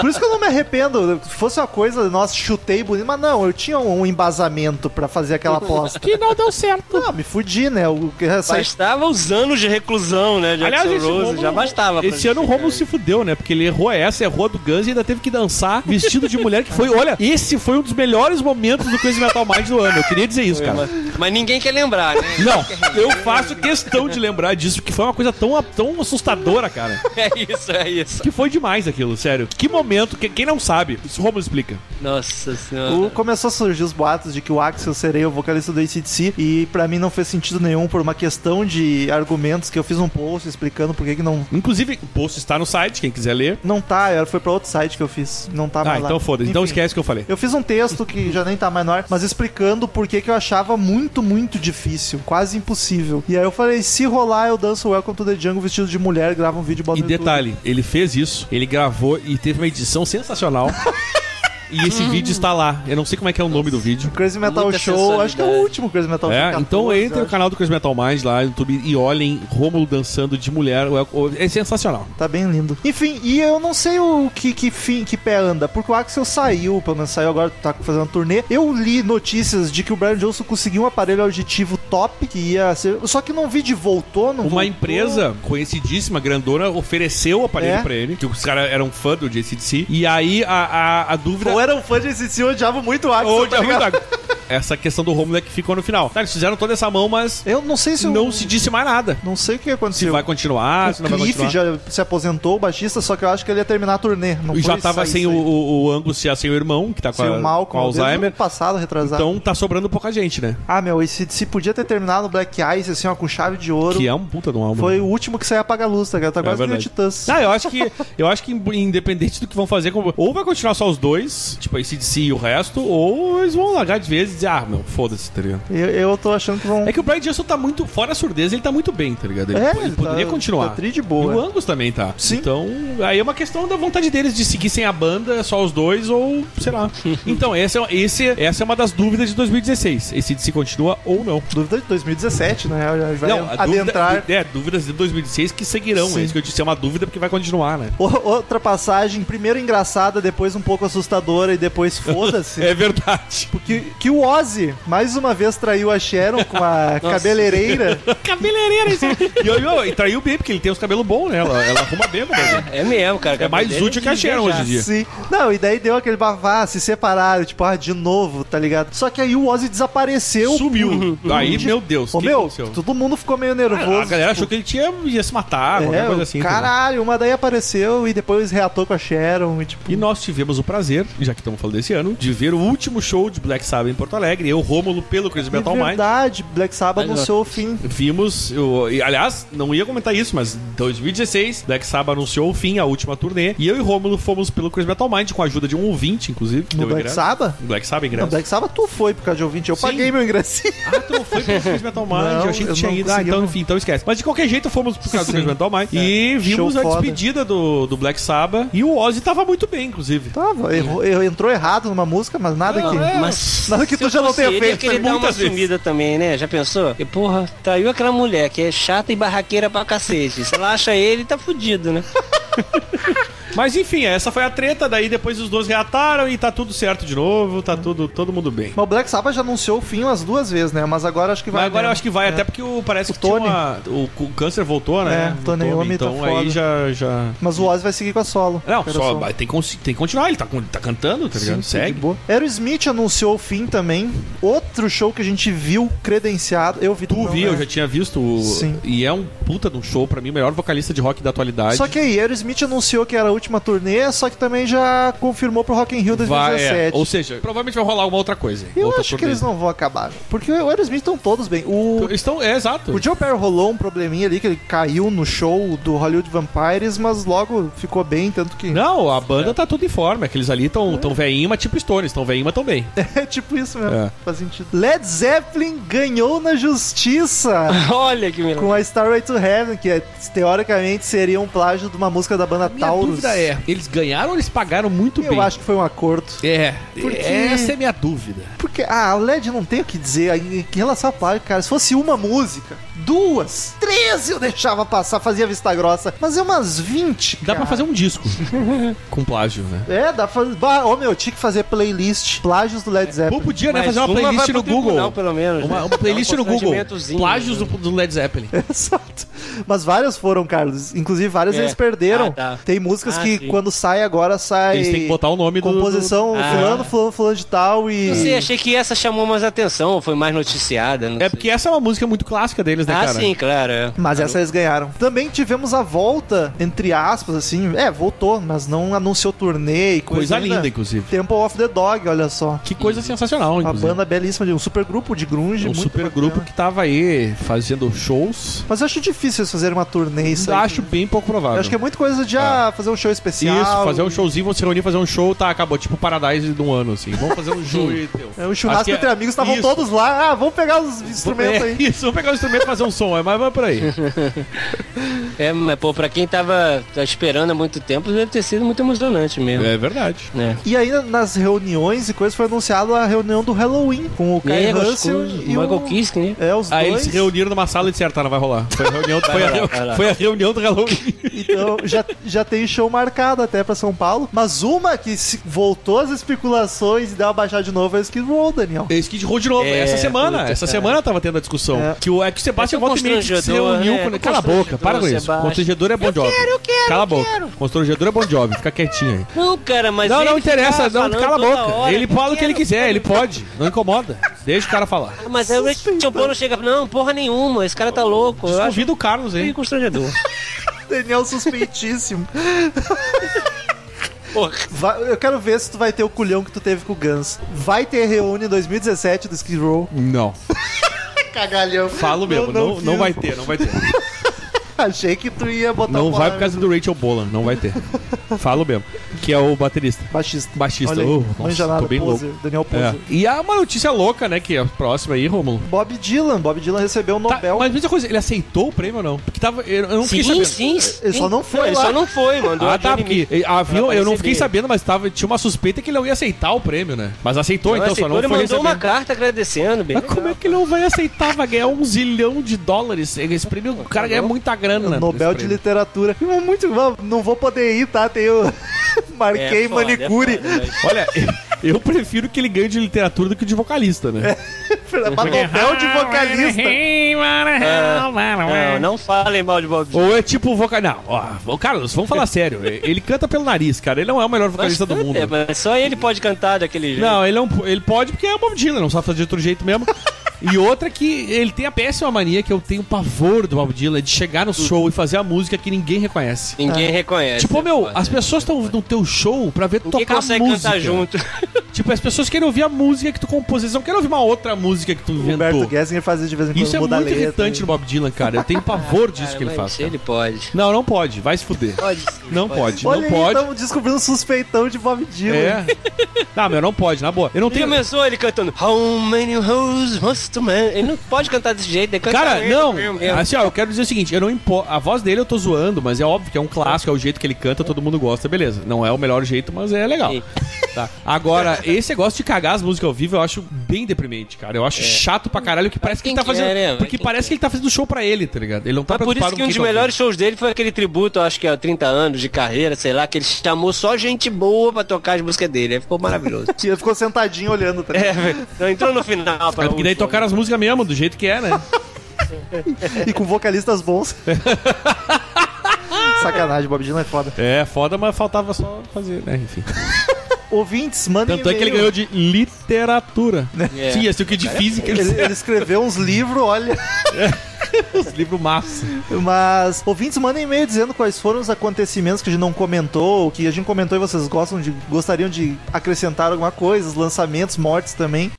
S2: por isso que eu não me arrependo. Se fosse uma coisa, nossa, chutei bonito, mas não, eu tinha um embasamento pra fazer aquela aposta.
S3: Que não deu certo.
S2: Não, me fudi, né? O que essa-
S4: Bastava os anos de reclusão, né? De
S3: Aliás,
S4: Axl
S3: esse
S4: Rose,
S3: Romulo-
S4: já bastava. pra
S3: Esse ano o
S4: justificar
S3: Romulo
S4: isso.
S3: se fudeu, né? Porque ele errou essa, errou a do Guns e ainda teve que dançar vestido de mulher, que foi, olha, esse foi um dos melhores momentos do Crazy Metal Mind do ano. Eu queria dizer isso, cara.
S4: Mas, mas ninguém quer lembrar, né? [laughs]
S2: [laughs]
S3: Não, eu faço questão de lembrar disso, que foi uma coisa tão, tão assustadora, cara.
S4: É isso, é isso.
S3: Que foi demais aquilo, sério. Que momento, que, quem não sabe, isso o Romulo explica.
S4: Nossa senhora.
S2: O- começou a surgir os boatos de que o Axel seria o vocalista do ACDC e pra mim não fez sentido nenhum por uma questão de argumentos que eu fiz um post explicando por que que não
S3: Inclusive, o post está no site, quem quiser ler.
S2: não tá, era- foi pra outro site que eu fiz, não tá
S3: Ah,
S2: mais lá.
S3: então foda-se. Então
S2: Enfim.
S3: esquece o que eu falei.
S2: Eu fiz um texto que já nem tá mais no ar, mas explicando por que que eu achava muito, muito difícil, quase impossível. E aí eu falei, se rolar, eu danço Welcome to the Jungle vestido de mulher, gravo um vídeo e boto
S3: E
S2: no YouTube.
S3: detalhe, ele fez isso, ele gravou e teve uma edição sensacional. e esse
S2: Hum.
S3: vídeo está lá. Eu não sei como é que é o nome do vídeo.
S2: Crazy Metal
S4: Muita
S2: Show, acho que é o
S4: sensualidade.
S2: último Crazy Metal Show. assim,
S3: É,
S2: 14,
S3: então entre
S2: eu
S3: no canal do Crazy Metal Mind lá no YouTube e olhem Rômulo dançando de mulher. o- o- É sensacional.
S2: Tá bem lindo. Enfim, e eu não sei o que, que fim, que pé anda, porque o Axel saiu, pelo menos saiu agora, tá fazendo turnê. Eu li notícias de que o Brian Johnson conseguiu um aparelho auditivo top, que ia ser. Só que não vi de voltou, não voltou.
S3: Uma empresa conhecidíssima, grandona, ofereceu o aparelho
S2: É.
S3: pra ele, que os caras eram fã do JCDC. E aí a, a, a dúvida.
S2: Ou era um fã de ACDC, eu odiava muito o Axel.
S3: Ou
S2: tá
S3: de
S2: ligado?
S3: algum- Essa questão do Rômulo é que ficou no final. Tá, eles fizeram toda essa mão, mas
S2: Eu não sei se eu-
S3: não se disse mais nada.
S2: Não sei o que
S3: Se
S2: aconteceu.
S3: vai continuar, se não vai
S2: o Cliff
S3: continuar.
S2: já se aposentou, o baixista, só que eu acho que ele ia terminar a turnê. Não
S3: E já
S2: foi
S3: tava
S2: sair,
S3: sem o,
S2: sair.
S3: o, o Angus, já sem o irmão, que tá com,
S2: Sem
S3: a-
S2: o Malcolm,
S3: com Alzheimer.
S2: Ano passado, retrasado.
S3: Então tá sobrando pouca gente, né?
S2: Ah, meu, esse se podia ter terminado o Black Eyes, assim, ó, com chave de ouro.
S3: Que é um puta de um álbum.
S2: Foi o último que saiu apaga a luz, tá ligado? Tá
S3: É
S2: quase é
S3: verdade.
S2: Titãs.
S3: Ah, eu acho que eu acho que independente do que vão fazer, como- ou vai continuar só os dois, tipo a ACDC e o resto, ou eles vão largar de vez e dizer, ah, meu, foda-se, tá ligado?
S2: Eu, eu tô achando que vão.
S3: É que o Brian Johnson tá muito, fora a surdez, ele tá muito bem, tá ligado? Ele,
S2: É,
S3: ele
S2: ele
S3: poderia
S2: tá-
S3: continuar.
S2: tá tri de boa.
S3: E o Angus também tá.
S2: Sim.
S3: Então, aí é uma questão da vontade deles de seguir sem a banda, só os dois, ou
S2: [laughs]
S3: sei lá. então, esse é, esse, essa é uma das dúvidas de 2016. Esse se continua ou não.
S2: Dúvida de 2017, né? Já Vai
S3: não, a
S2: adentrar.
S3: dúvida, é, dúvidas de 2016 que seguirão.
S2: Sim.
S3: É isso que eu disse, é uma dúvida porque vai continuar, né?
S2: O- Outra passagem, primeiro engraçada, depois um pouco assustadora e depois foda-se.
S3: [laughs] É verdade.
S2: Porque que o Ozzy mais uma vez traiu a Sharon com
S3: [laughs]
S2: a cabeleireira.
S3: Cabeleireira, isso E, eu- eu- e traiu bem, porque ele tem os cabelos bons, né? Ela, ela arruma bem, mano.
S4: É mesmo, cara.
S3: É mais
S4: cabelo
S3: útil que a Sharon hoje em dia.
S2: Sim. Não, e daí deu aquele bavá, se separaram, tipo, ah, de novo, tá ligado? Só que aí o Ozzy desapareceu.
S3: Sumiu. Aí,
S2: Onde-
S3: meu Deus,
S2: Ô,
S3: que
S2: meu,
S3: aconteceu? Ah,
S2: todo mundo ficou meio nervoso.
S3: A galera
S2: tipo,
S3: achou que ele tinha, ia se matar,
S2: é,
S3: qualquer coisa assim. entendeu?
S2: Caralho, uma daí apareceu e depois reatou com a Sharon e tipo.
S3: E nós tivemos o prazer, já que estamos falando desse ano, de ver o último show de Black Sabbath em Porto Alegre. Eu, Rômulo, pelo Crazy Metal
S2: é
S3: Mind.
S2: verdade, Black Sabbath
S4: Mas, ó,
S2: anunciou o fim.
S3: Vimos, eu, e, aliás, não ia comentar isso, mas 2016, Black Sabbath anunciou o fim, a última turnê, e eu e Rômulo fomos pelo Crazy Metal Mind, com a ajuda de um ouvinte, inclusive, que
S2: No
S3: deu
S2: Black
S3: ingresso.
S2: Sabbath?
S3: Black Sabbath ingresso.
S2: Não, Black Sabbath tu foi por causa de ouvinte. Eu
S3: Sim.
S2: paguei meu [laughs] ingressinho.
S3: Ah, tu não foi pro Crazy Metal Mind,
S2: Não,
S3: eu achei que
S2: eu
S3: tinha
S2: não
S3: ido. Ah,
S2: consegui,
S3: então,
S2: não.
S3: enfim, então esquece. Mas de qualquer jeito, fomos pro caso do
S2: Sim.
S3: Crazy Metal Mind e vimos
S2: É, Show
S3: a
S2: foda.
S3: despedida do, do Black Sabbath, e o Ozzy tava muito bem, inclusive.
S2: Tava, errou, errou- entrou errado numa música, mas nada
S3: Não,
S2: que.
S3: é.
S4: Mas
S2: Nada que
S4: se
S2: tu
S4: eu
S2: já não
S4: fosse
S2: tenha
S4: ele, é
S2: feito
S4: Eu queria dar uma
S3: muitas vezes.
S4: sumida também, né? Já pensou? E, porra, traiu aquela mulher que é chata e barraqueira pra cacete. Se ela acha ele, tá fudido, né? [laughs]
S3: Mas enfim, essa foi a treta, daí depois os dois reataram e tá tudo certo de novo, tá tudo, todo mundo bem.
S2: Mas o Black Sabbath já anunciou o fim umas duas vezes, né? Mas agora acho que vai.
S3: Mas agora
S2: né?
S3: eu acho que vai, até porque o, parece
S2: O
S3: que tinha
S2: Tony.
S3: uma- o, o câncer voltou, né?
S2: É,
S3: O
S2: Tony Iommi tá
S3: Então
S2: foda.
S3: aí já. já...
S2: Mas o Ozzy vai seguir com a solo.
S3: Não,
S2: Cara,
S3: só
S2: solo.
S3: vai- tem, que, cons- tem que continuar, ele tá, com- tá cantando, tá ligado?
S2: Sim,
S3: Segue.
S2: de boa. Aerosmith anunciou o fim também. Outro show que a gente viu credenciado. Eu vi
S3: Tu
S2: não,
S3: vi,
S2: né?
S3: eu já tinha visto. o-
S2: Sim.
S3: E é um puta de um show, pra mim, o melhor vocalista de rock da atualidade.
S2: Só que aí, Aerosmith anunciou que era a última turnê, só que também já confirmou pro Rock in Rio
S3: vai,
S2: 2017.
S3: é, Ou seja, provavelmente vai rolar alguma outra coisa.
S2: Eu
S3: outra
S2: acho que
S3: turnê.
S2: eles não vão acabar. né? Porque o Aerosmith estão todos bem. O,
S3: Estão, é exato.
S2: o Joe Perry rolou um probleminha ali, que ele caiu no show do Hollywood Vampires, mas logo ficou bem, tanto que...
S3: Não, a banda tá tudo em forma. Aqueles ali tão, tão veinho, mas tipo Stones, tão veinho, mas tão bem.
S2: [laughs] É tipo isso mesmo.
S3: É.
S2: Faz sentido. Led Zeppelin ganhou na justiça
S4: Olha que milagre.
S2: com a Starway to Heaven, que é, teoricamente seria um plágio de uma música da banda Taurus.
S4: é,
S3: é, eles ganharam ou eles pagaram muito
S2: Eu acho que foi um acordo.
S3: É,
S2: Porque-
S3: essa é minha dúvida.
S2: Porque, ah, a LED não tem o que dizer aí em relação a plágio, cara. Se fosse uma música, duas, três eu deixava passar, fazia vista grossa. Mas é umas 20,
S3: Dá pra
S2: cara.
S3: fazer um [laughs] disco com plágio, né?
S2: É, dá pra fazer. Bah, Ô meu, eu tinha que fazer playlist plágios do
S4: É,
S2: Led Zeppelin.
S3: Pô, podia, né?
S4: Mas
S3: Fazer uma
S4: vai
S3: playlist
S4: pro
S3: no Google.
S4: tribunal, pelo menos.
S3: Uma,
S4: né?
S3: uma playlist
S4: Dá um
S3: no Google.
S4: constrangimentozinho,
S3: Plágios do,
S4: né?
S3: do Led Zeppelin.
S2: [laughs] Exato. Mas várias foram, Carlos. Inclusive, várias
S4: É.
S2: eles perderam.
S4: Ah, tá.
S2: Tem músicas
S4: Ah,
S2: que
S4: sim.
S2: quando sai agora sai.
S3: Eles têm que botar o nome do-
S2: Composição
S4: do-
S2: fulano,
S4: Ah.
S2: fulano, fulano de tal e.
S4: Não sei, achei que essa chamou mais atenção, foi mais noticiada. não
S3: É
S4: sei.
S3: porque essa é uma música muito clássica deles, né,
S4: Ah,
S3: cara?
S4: sim, claro. é.
S2: Mas essa eles ganharam. Também tivemos a volta, entre aspas, assim. É, voltou, mas não anunciou turnê e coisa,
S3: Coisa linda,
S2: ainda.
S3: inclusive.
S2: Temple of the Dog, olha só.
S3: Que coisa sensacional,
S2: Uma
S3: inclusive.
S2: banda belíssima, de um super grupo de
S4: É
S2: grunge.
S3: um
S2: muito
S3: super
S2: bacana.
S3: grupo que tava aí fazendo shows.
S2: Mas eu acho difícil eles fazerem uma turnê isso aí.
S3: acho bem pouco
S2: Eu
S3: provável.
S2: acho que é muita coisa de ah, fazer um show especial.
S3: Isso, fazer um showzinho, vão se reunir, fazer um show, tá, acabou. Tipo Paradise de um ano, assim. Vamos fazer
S4: [laughs]
S3: um show e deu.
S2: É um churrasco
S3: Acho que é-
S2: entre amigos, estavam
S3: Isso.
S2: todos lá. Ah, vamos pegar os instrumentos
S3: É,
S2: aí.
S3: Isso, vamos pegar [laughs] o instrumento e fazer um som, é mais vai por
S4: [laughs]
S3: aí.
S4: É, mas pô, pra quem tava tá esperando há muito tempo, deve ter sido muito emocionante mesmo.
S3: É verdade.
S4: É.
S2: E ainda nas reuniões e coisas foi anunciado a reunião do Halloween com o Kai
S4: É,
S2: Russell
S4: gostoso.
S2: e o
S4: Michael Kiske, né?
S2: É, os
S3: Aí eles
S2: dois.
S3: se reuniram numa sala e disseram, tá, não vai rolar. Foi a reunião, foi a,
S4: lá, vai lá.
S3: foi a reunião do
S4: [laughs]
S3: Halloween.
S2: Então já, já tem show marcado até pra São Paulo. Mas uma que se- voltou as especulações e deu uma baixada de novo é o Skid Row,
S4: [laughs]
S2: Daniel.
S3: É Skid Row de novo.
S4: É,
S3: essa semana,
S4: puta,
S3: essa
S4: cara.
S3: semana tava tendo a discussão.
S2: É.
S3: Que o, é que o Sebastião
S4: É tão
S3: volta e meia se
S4: constrangedor,
S3: reuniu
S4: né?
S3: com...
S4: É
S3: Cala a boca, para com isso.
S4: Sebastião.
S3: Constrangedor é bom job.
S4: quero, eu quero,
S3: Cala a
S4: eu
S3: boca.
S4: quero.
S3: Constrangedor é bom job. Fica quietinho
S2: É.
S3: aí.
S4: Não, cara, mas.
S3: não,
S4: ele
S3: não
S4: fica
S3: interessa, não,
S4: falando
S3: cala a
S4: toda
S3: boca.
S4: hora,
S3: ele fala o que ele
S4: quero,
S3: quiser,
S4: quero.
S3: ele pode. Não incomoda. Deixa o cara falar.
S4: Mas aí o Richard Bono chega não, porra nenhuma, esse cara tá louco. Eu acho
S3: Convida o Carlos
S4: meio
S3: aí.
S4: constrangedor.
S2: Daniel [laughs] suspeitíssimo.
S4: Porra.
S2: Vai- eu quero ver se tu vai ter o culhão que tu teve com o Guns. Vai ter reúne em 2017 do Skid Row.
S4: [laughs]
S3: Não.
S2: Cagalhão.
S3: Falo mesmo, não, não,
S2: fiz.
S3: vai ter, não vai ter.
S2: Achei que tu ia botar
S3: Não
S4: Tá
S2: uma-
S3: vai por causa do Rachel Bolan, não vai ter. Falo mesmo. Que é o baterista.
S2: Baixista.
S3: Baixista.
S2: Olha aí,
S3: Oh,
S2: manja
S3: nossa,
S2: nada,
S3: tô bem
S2: poser, Daniel
S3: É.
S2: Poser.
S3: E há uma notícia louca, né? Que é a próxima aí, Romulo.
S2: Bob Dylan. Bob Dylan recebeu o
S3: Tá,
S2: Nobel.
S3: mas mesma coisa, ele aceitou o prêmio ou não? Porque tava. Eu, eu não fiquei
S4: Sim,
S3: sabendo.
S4: sim,
S2: Ele só não foi
S4: Ele
S2: lá.
S4: só não foi, mandou
S3: Ah,
S4: a
S3: tá,
S4: Johnny
S3: porque
S4: Mitchell.
S3: eh, havia,
S4: Pra
S3: eu não fiquei
S4: receber.
S3: sabendo, mas tava, tinha uma suspeita que ele não ia aceitar o prêmio, né? Mas aceitou,
S4: Não,
S3: então só
S4: aceitou,
S3: não
S4: ele
S3: foi
S4: mandou
S3: recebendo.
S4: uma carta
S2: [laughs]
S4: agradecendo, bem.
S3: Mas como é que ele não vai aceitar? Vai ganhar um zilhão de dólares. Esse prêmio, o cara ganha muita grana.
S2: É um Nobel de
S3: nesse prêmio.
S2: Literatura. E é Muito bom. Não vou poder ir, tá? Tenho. [laughs] Marquei
S4: É foda,
S2: manicure.
S4: é foda, mas-
S3: Olha, eu eu prefiro que ele ganhe de literatura do que de vocalista, né?
S2: É. Mas Nobel de vocalista.
S4: É. Não, não falem mal de Bob Dylan.
S3: Ou é tipo o vocal. Não, ó, Carlos, vamos falar sério. Ele canta pelo nariz, cara. Ele não é o melhor vocalista do mundo.
S4: É, mas só ele pode cantar daquele jeito.
S3: Não, ele, é um- ele pode porque é o Bob Dylan, não sabe fazer de outro jeito [laughs] mesmo. E outra que ele tem a péssima mania que eu tenho pavor do Bob Dylan é de chegar no show e fazer a música que ninguém reconhece.
S4: Ninguém reconhece.
S3: É. Tipo, meu,
S4: Foda.
S3: as pessoas estão no teu show pra ver
S4: Ninguém
S3: tocar
S4: consegue
S3: música.
S4: cantar junto.
S3: Tipo, as pessoas querem ouvir a música que tu compôs, eles não querem ouvir uma outra música que tu inventou.
S2: Humberto Gessinger faz isso de vez em quando,
S3: Isso é
S2: muda a
S3: muito
S2: letra.
S3: irritante no Bob Dylan, cara. Eu
S2: [laughs]
S3: tenho pavor disso que ele faz.
S4: Ele pode.
S3: cara. Não, não pode. Vai se fuder.
S4: Pode sim,
S3: Não pode,
S2: é Olha
S3: não
S2: aí,
S3: pode.
S2: estamos descobrindo um suspeitão de Bob Dylan.
S3: É. Não, meu, não pode, na boa. Eu não
S4: Ele
S3: tenho.
S4: começou ele cantando How many hoes must a man... Ele não pode cantar desse jeito, ele canta
S3: Cara,
S4: mesmo,
S3: não.
S4: mesmo, mesmo.
S3: Assim, ó, eu quero dizer o seguinte, eu não impo... a voz dele eu tô zoando, mas é óbvio que é um clássico, é o jeito que ele canta, todo mundo gosta, beleza. Não é o melhor jeito, mas é legal.
S4: Sim.
S3: Tá. Agora, esse negócio de cagar as músicas ao vivo, eu acho bem deprimente, cara. Eu acho chato pra caralho, que parece que
S4: É. quem
S3: ele tá
S4: quer,
S3: fazendo,
S4: né? Vai
S3: porque
S4: quem
S3: parece que ele tá fazendo show pra ele, tá ligado? Ele não tá
S4: Mas por isso
S3: preocupado
S4: que
S3: com quem
S4: um dos
S3: tá ouvindo.
S4: melhores shows dele foi aquele tributo, acho que há 30 anos de carreira, sei lá, que ele chamou só gente boa pra tocar as músicas dele. Aí
S3: [laughs]
S4: ficou maravilhoso.
S2: Que ele ficou sentadinho olhando. Tá?
S4: é, velho. Então entrou no final. pra um
S3: É porque daí
S4: última.
S3: tocaram as músicas mesmo, do jeito que é,
S4: [laughs]
S3: né?
S2: E com vocalistas
S3: [laughs]
S2: bons. Sacanagem, Bob Dylan é foda.
S3: É, foda, mas faltava só fazer, né? Enfim.
S2: Ouvintes, mandem
S3: Tanto é que ele ganhou
S2: e-mail.
S3: de literatura.
S4: É.
S3: Sim, assim, o que de física [laughs] ele
S2: Ele, ele escreveu uns livros, olha.
S3: os livros massa.
S2: Mas, ouvintes, mandem e-mail dizendo quais foram os acontecimentos que a gente não comentou, ou que a gente comentou e vocês gostam de, gostariam de acrescentar alguma coisa, os lançamentos, mortes também.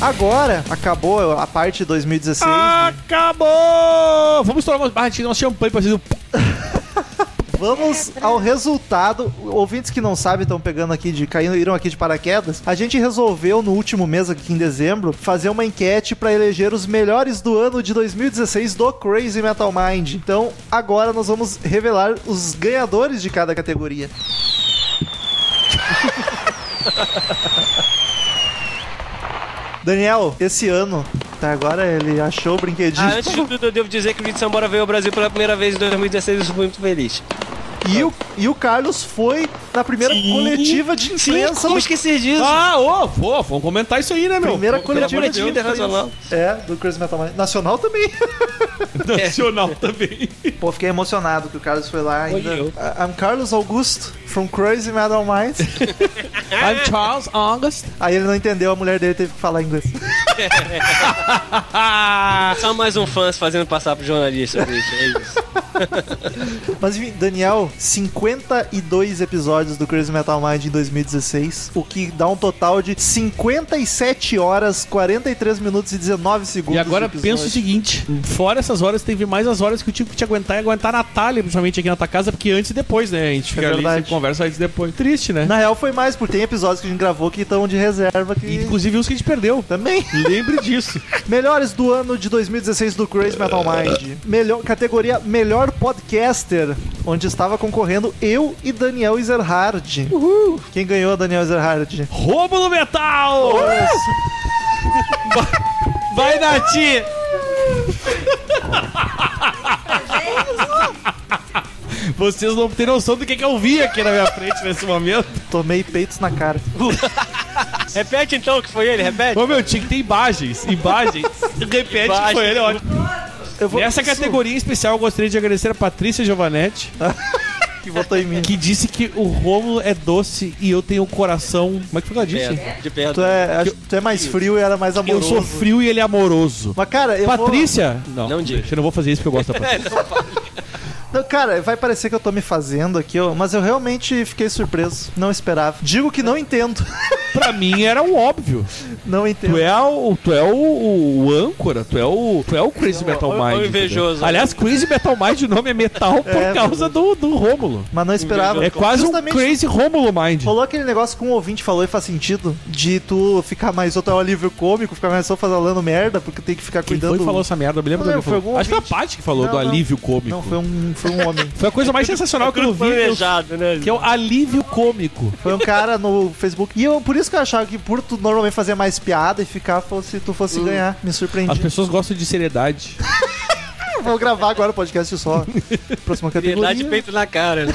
S2: Agora acabou a parte 2016.
S3: Acabou! Vamos estourar umas barras de nosso champanhe pra vocês. um-
S2: Vamos ao resultado. Ouvintes que não sabem estão pegando aqui de caindo, iram aqui de paraquedas. A gente resolveu no último mês aqui em dezembro fazer uma enquete para eleger os melhores do ano de 2016 do Crazy Metal Mind. Então, agora nós vamos revelar os ganhadores de cada categoria. [laughs] Daniel, esse ano, tá agora ele achou o brinquedinho.
S4: Ah, antes de tudo, eu devo dizer que o Vito Sambora veio ao Brasil pela primeira vez em 2016 eu sou muito feliz.
S2: E o, e o Carlos foi na primeira coletiva de imprensa
S4: como
S2: do
S4: esquecer disso?
S3: Ah, ô, pô, vamos comentar isso aí, né, meu?
S2: Primeira
S4: Pela
S2: coletiva de
S4: coletiva internacional.
S2: É, do Crazy Metal Mind. Nacional também.
S3: [laughs] Nacional também.
S2: [laughs] Pô, fiquei emocionado que o Carlos foi lá ainda.
S4: eu.
S2: I- I'm Carlos Augusto, from Crazy Metal Mind.
S3: I'm Charles August.
S2: Aí ele não entendeu, a mulher dele teve que falar inglês.
S4: Só mais um fã se fazendo passar pro jornalista, bicho. É isso.
S2: Mas enfim, Daniel, 52 episódios do Crazy Metal Mind em 2016, o que dá um total de 57 horas, 43 minutos e 19 segundos.
S3: E agora
S2: de
S3: pensa o
S2: episódio.
S3: seguinte: fora essas horas, teve mais as horas que eu tive que te aguentar e aguentar a Natália, principalmente aqui na tua casa, porque antes e depois, né? A gente fica ali,
S2: É verdade.
S3: sempre conversa antes e depois. Triste, né?
S2: Na real foi mais, porque tem episódios que a gente gravou que estão de reserva que
S3: E, inclusive os que a gente perdeu.
S2: também.
S3: Lembre disso. [laughs]
S2: Melhores do ano de 2016 do Crazy Metal Mind. Melhor, categoria Melhor Podcaster, onde estava concorrendo eu e Daniel Ezerhard. Uhul. Quem ganhou, Daniel Ezerhard?
S3: Rômulo Metal! Vai- Vai, Nati! Vocês não têm noção do que, que eu vi aqui na minha frente nesse momento.
S2: Tomei peitos na cara.
S4: [laughs] Repete então o que foi ele, repete.
S3: Ô meu, tinha que ter imagens. Imagens. Repete que foi ele, é ótimo.
S2: Eu vou-
S3: Nessa categoria em especial, eu gostaria de agradecer a Patrícia Giovanetti,
S2: que votou em mim.
S3: que disse que o Rômulo é doce e eu tenho um coração. Como é que foi que ela disse?
S4: De perto.
S2: Tu é, acho que tu é mais frio e era mais
S3: Eu
S2: amoroso.
S3: sou frio e ele é amoroso.
S2: Mas, cara, eu vou-
S3: Patrícia! Não,
S4: Não diga.
S3: deixa, eu não vou fazer isso porque eu gosto da Patrícia.
S2: Não, cara, vai parecer que eu tô me fazendo aqui, ó, mas eu realmente fiquei surpreso. Não esperava. Digo que não entendo. [laughs]
S3: pra mim era um óbvio.
S2: Não
S3: Tu
S2: entendo.
S3: é o, tu é o, o, o âncora, tu é o, tu é o Crazy Metal
S4: eu- eu
S3: Mind.
S4: invejoso.
S3: entendeu? Aliás, Crazy Metal Mind, o nome é metal por
S2: né? [laughs] É,
S3: causa do, do Rômulo.
S2: Mas não esperava.
S3: É quase
S2: Justamente
S3: um Crazy Rômulo Mind.
S2: Rolou aquele negócio que um ouvinte falou e faz sentido de tu ficar mais outro é um alívio cômico, ficar mais só falando merda, porque tem que ficar
S3: Quem
S2: cuidando.
S3: foi que falou essa merda? Eu me lembro
S2: Não,
S3: dele.
S2: foi algum
S3: Acho que foi a
S2: ouvinte.
S3: Paty que falou
S2: Não,
S3: do
S2: não.
S3: alívio cômico.
S2: Não, foi
S3: foi...
S2: um, foi um homem.
S3: a coisa mais sensacional que eu vi, que
S4: Planejado, né?
S3: é o alívio cômico.
S2: Foi um cara no Facebook. E eu, por isso que eu achava que por tu normalmente fazer mais piada e ficar, fosse, tu fosse
S7: Uh.
S2: ganhar. Me
S3: As
S2: surpreendi. Ah,
S3: pessoas gostam
S2: [laughs]
S3: de seriedade.
S2: Vou gravar
S3: [laughs]
S2: agora o podcast só. Próxima
S4: Verdade,
S2: categoria.
S4: peito na cara. né?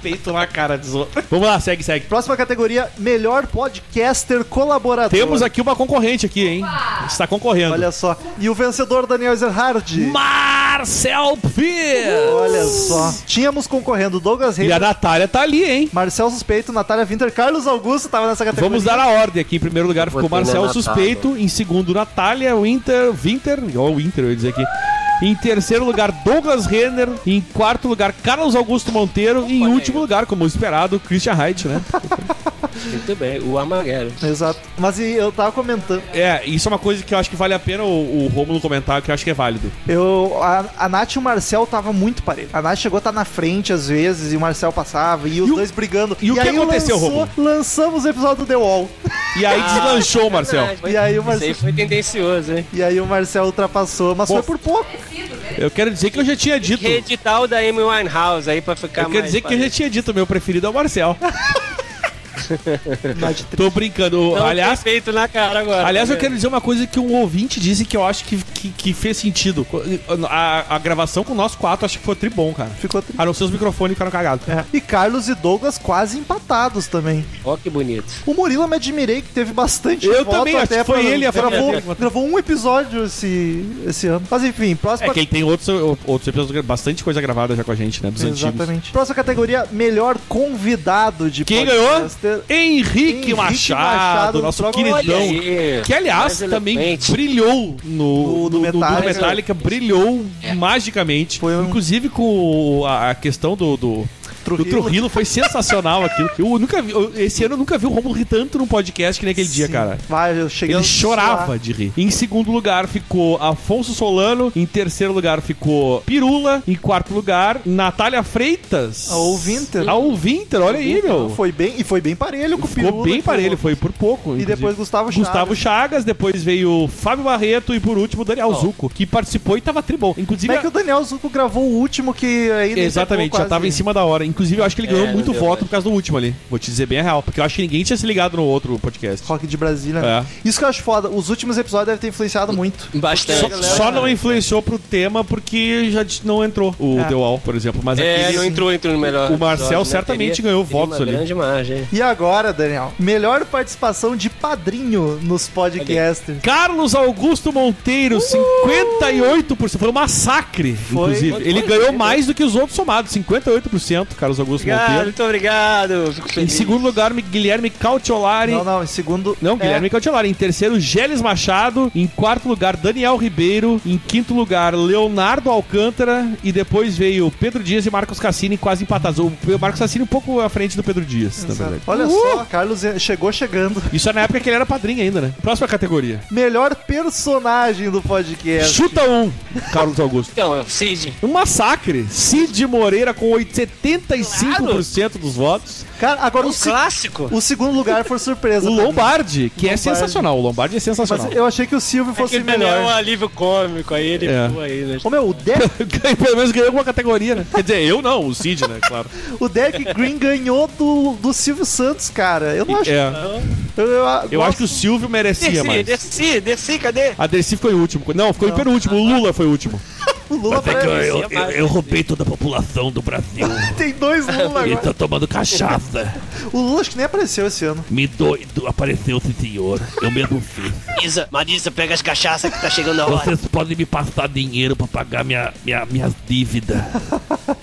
S7: peito na cara dos outros.
S3: Vamos lá, segue, segue.
S2: Próxima categoria, melhor podcaster colaborador.
S3: Temos aqui uma concorrente aqui, hein? Está concorrendo.
S2: Olha só. E o vencedor, Daniel Ezerhard.
S3: Marcel Pia!
S2: Olha só. Tínhamos concorrendo Douglas
S3: E a
S2: Reis,
S3: Natália tá ali, hein?
S2: Marcel Suspeito, Natália Winter, Carlos Augusto tava nessa categoria.
S3: Vamos dar a ordem aqui. Em primeiro lugar ficou
S4: Botei na
S3: Marcel
S4: Natália.
S3: Suspeito. Em segundo, Natália Winter. Winter. Ó, o Winter, eu ia dizer aqui. Em terceiro lugar, Douglas Renner. Em quarto lugar, Carlos Augusto Monteiro. E em último lugar, como esperado, Christian Heidt, né?
S4: [laughs] Muito bem, o Armageddon.
S2: Exato. Mas e eu tava comentando.
S3: É, isso é uma coisa que eu acho que vale a pena o, o Romulo comentar, que eu acho que é válido.
S2: Eu, a, a Nath e o Marcel tava muito parelho. A Nath chegou a estar na frente às vezes e o Marcel passava e os
S3: E o-
S2: dois brigando.
S3: e o que
S2: aí
S3: aconteceu,
S2: lançou,
S3: Romulo?
S2: Lançamos o episódio do The Wall.
S3: E aí deslanchou, Marcel.
S4: Sacanagem, foi-
S2: E aí o
S4: Isso aí
S2: Marcel,
S4: foi tendencioso, hein?
S2: e aí o Marcel ultrapassou, mas
S3: Pô.
S2: foi por pouco.
S3: Eu quero dizer que eu já tinha dito.
S4: Reedital da Amy Winehouse aí pra ficar
S3: Eu quero
S4: mais
S3: dizer que eu já tinha dito, meu preferido é o Marcel.
S2: Nath,
S3: Tô brincando.
S4: Não,
S3: Aliás,
S4: feito na cara agora.
S3: Aliás, eu
S4: Tá
S3: quero
S4: vendo?
S3: dizer uma coisa que um ouvinte disse que eu acho que, que, que fez sentido. A, a gravação com nós quatro acho que foi tribom, cara.
S2: ficou tri...
S3: A não ser os microfones ficaram cagados.
S2: É. E Carlos e Douglas quase empatados também.
S4: Ó, que bonito.
S2: O Murilo eu me admirei que teve bastante
S3: Eu
S2: voto
S3: também, acho
S2: até
S3: que foi
S2: pra-
S3: ele a
S2: gravou,
S3: fazer.
S2: gravou um episódio esse, esse ano. Mas enfim, próxima
S3: É que ele tem outros, outros episódios, bastante coisa gravada já com a gente, né? Dos antigos.
S2: Exatamente. Próxima categoria, melhor convidado de
S3: Quem
S2: podcaster.
S3: Henrique,
S2: Henrique
S3: Machado,
S2: Machado,
S3: nosso
S2: troca-
S3: queridão.
S4: aí.
S3: Que, aliás,
S4: Mais
S3: também
S4: eloquente.
S3: brilhou no,
S2: No- no Metallica.
S3: brilhou
S4: É.
S3: magicamente.
S2: Foi um-
S3: Inclusive com a, a questão do, do, do Trujillo, foi sensacional aquilo. Eu nunca vi, eu- esse ano eu nunca vi o Romulo rir tanto num podcast que naquele dia,
S2: Sim.
S3: cara.
S2: Vai, eu cheguei
S3: Ele
S2: a
S3: chorava de rir. Em segundo lugar ficou Afonso Solano. Em terceiro lugar ficou Pirula. Em quarto lugar, Natália Freitas.
S2: A Winter.
S3: A Winter, olha aí, meu.
S2: Foi bem, e foi bem parelho com o então. É
S3: Ficou
S2: Pirula,
S3: bem
S2: com o-
S3: parelho, foi por pouco.
S2: E
S3: inclusive.
S2: depois Gustavo Chagas.
S3: Gustavo Chagas, depois veio Fábio Barreto e por último Daniel Zucco, que participou e tava tribom. Inclusive,
S2: Como é que o Daniel Zucco gravou o último que ainda
S3: Exatamente, já tava em cima da hora. Inclusive, eu acho que ele
S4: É,
S3: ganhou
S4: não
S3: muito
S4: deu,
S3: voto
S4: né?
S3: por causa do último ali. Vou te dizer bem a real, porque eu acho que ninguém tinha se ligado no outro podcast.
S2: Rock de Brasília.
S3: É.
S2: né? Isso que eu acho foda. Os últimos episódios devem ter influenciado muito.
S4: Bastante.
S3: Só, só não influenciou pro tema porque já d- não entrou o
S2: É.
S3: The Wall, por exemplo. Mas
S4: É,
S3: aquele-
S4: não entrou, entrou no melhor.
S3: o Marcel
S4: episódio, né?
S3: certamente
S4: Teria-
S3: ganhou
S4: teria
S3: votos
S4: uma
S3: ali.
S4: grande margem.
S2: E agora, Daniel? Melhor participação de padrinho nos podcasters.
S3: Carlos Augusto
S2: Uh!
S3: Monteiro, 58%. Foi um massacre, inclusive. Ele ganhou mais do que os outros somados, 58%, Carlos Augusto
S4: Obrigado,
S3: Monteiro.
S4: muito obrigado. Fico
S3: Em
S4: feliz.
S3: segundo lugar, Guilherme Cautiolari.
S2: Não, não, em segundo.
S3: Não,
S2: É,
S3: Guilherme Cautelar. Em terceiro, Gélis Machado. Em quarto lugar, Daniel Ribeiro. Em quinto lugar, Leonardo Alcântara. E depois veio Pedro Dias e Marcos Cassini, quase empatados. O o Marcos Cassini um pouco à frente do Pedro Dias, na verdade. Uh!
S2: Olha só, Carlos eh, chegou chegando.
S3: Isso é na época que ele era padrinho ainda, né? Próxima categoria.
S2: Melhor personagem do podcast.
S3: Chuta um, Carlos Augusto.
S4: Então, o Cid.
S3: Um massacre. Cid Moreira com 75% dos votos.
S2: Cara, agora
S4: Um
S2: o, se-
S4: clássico.
S2: o segundo lugar foi surpresa.
S3: [laughs] O
S2: pra mim.
S3: Lombardi, que é
S2: Lombardi.
S3: sensacional. O Lombardi é sensacional.
S2: Mas eu achei que o Silvio fosse
S4: Aquele também é um
S2: melhor.
S4: alívio cômico, aí ele
S3: É.
S4: ficou aí, né?
S2: Ô meu, o
S3: [laughs]
S2: Derek,
S3: Ganhei- Pelo menos ganhou uma categoria, né? Quer dizer, eu não, o Cid, né? [laughs] Claro.
S2: o Derek Green ganhou do, do Silvio Santos, cara. Eu não acho.
S3: É.
S2: Eu, eu-
S3: Eu acho que o Silvio merecia
S4: Desci,
S3: mais.
S4: desci, desci, cadê?
S3: A Dercy foi o último. Não, ficou em penúltimo. O Lula foi o último.
S2: o Lula parece-
S4: eu- eu-
S3: roubei toda a população do
S2: [laughs]
S3: Brasil. tá
S2: tem dois Lula agora.
S3: tomando cachaça.
S2: O Lula acho que nem apareceu esse ano.
S3: Me doido. Apareceu esse senhor. Eu mesmo fiz.
S4: Marisa, Marisa, pega as cachaças que tá chegando a hora.
S3: podem me passar dinheiro pra pagar minha, minha, minha dívida.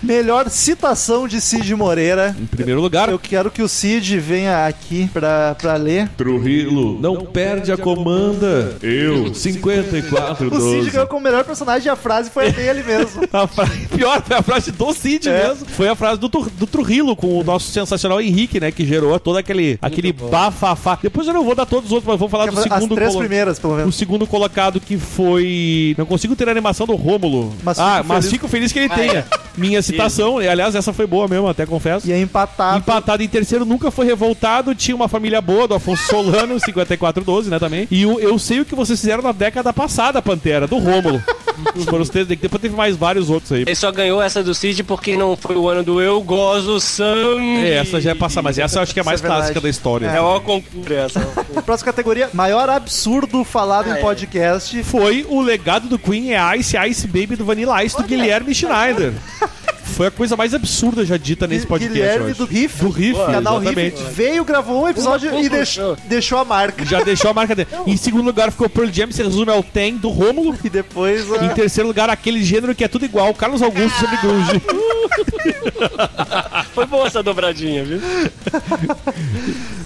S2: Melhor citação de Cid Moreira.
S3: Em primeiro lugar,
S2: Eu quero que o Cid venha aqui pra, pra ler.
S3: Trujillo não perde a comanda. Eu, 54,
S2: O Cid ganhou como melhor personagem e a frase foi dele
S3: [laughs]
S2: mesmo.
S3: A fra- Pior, foi a frase do Cid
S2: É.
S3: mesmo. Foi a frase do, Tur- do Trujillo com o nosso sensacional Henrique, né? Que gerou todo aquele, aquele bafafá. Depois eu não vou dar todos os outros, mas vou falar do
S2: As
S3: segundo
S2: três
S3: colo-
S2: primeiras, pelo
S3: O
S2: menos.
S3: segundo colocado que foi. Não consigo ter a animação do Rômulo.
S2: Mas fico
S3: ah, mas
S2: feliz. Ah, é.
S3: fico feliz que ele tenha. Minha citação, aliás, essa foi boa mesmo, até confesso.
S2: E é empatado.
S3: Empatado em terceiro, nunca foi revoltado. Tinha uma família boa do Afonso Solano, [laughs] 5412, né, também. E o Eu Sei O Que Vocês Fizeram na década passada, Pantera,
S2: [laughs]
S3: do Rômulo. Foram os três, depois teve mais vários outros aí.
S4: Ele só ganhou essa do Cid porque não foi o ano do Eu Gozo Sangue.
S3: É, essa já é passar, mas essa eu acho que é a mais
S2: Isso é verdade.
S3: clássica da história.
S4: É uma concura essa.
S2: Próxima categoria, maior absurdo falado em podcast.
S3: Foi o legado do Queen é Ice Ice Baby do Vanilla Ice do Guilherme Schneider. Foi a coisa mais absurda já dita nesse podcast. eu
S2: Guilherme do
S3: acho.
S2: Riff,
S3: Do Riff,
S2: canal Riff,
S3: exatamente.
S2: veio, gravou um episódio e deix- deixou a marca.
S3: Já deixou a marca dele. Em segundo lugar ficou Pearl Jam, se resume ao Ten do Rômulo.
S2: E depois. ah,
S3: Em terceiro lugar, aquele gênero que é tudo igual, Carlos Augusto sobre Grunge.
S4: Foi boa essa dobradinha, viu?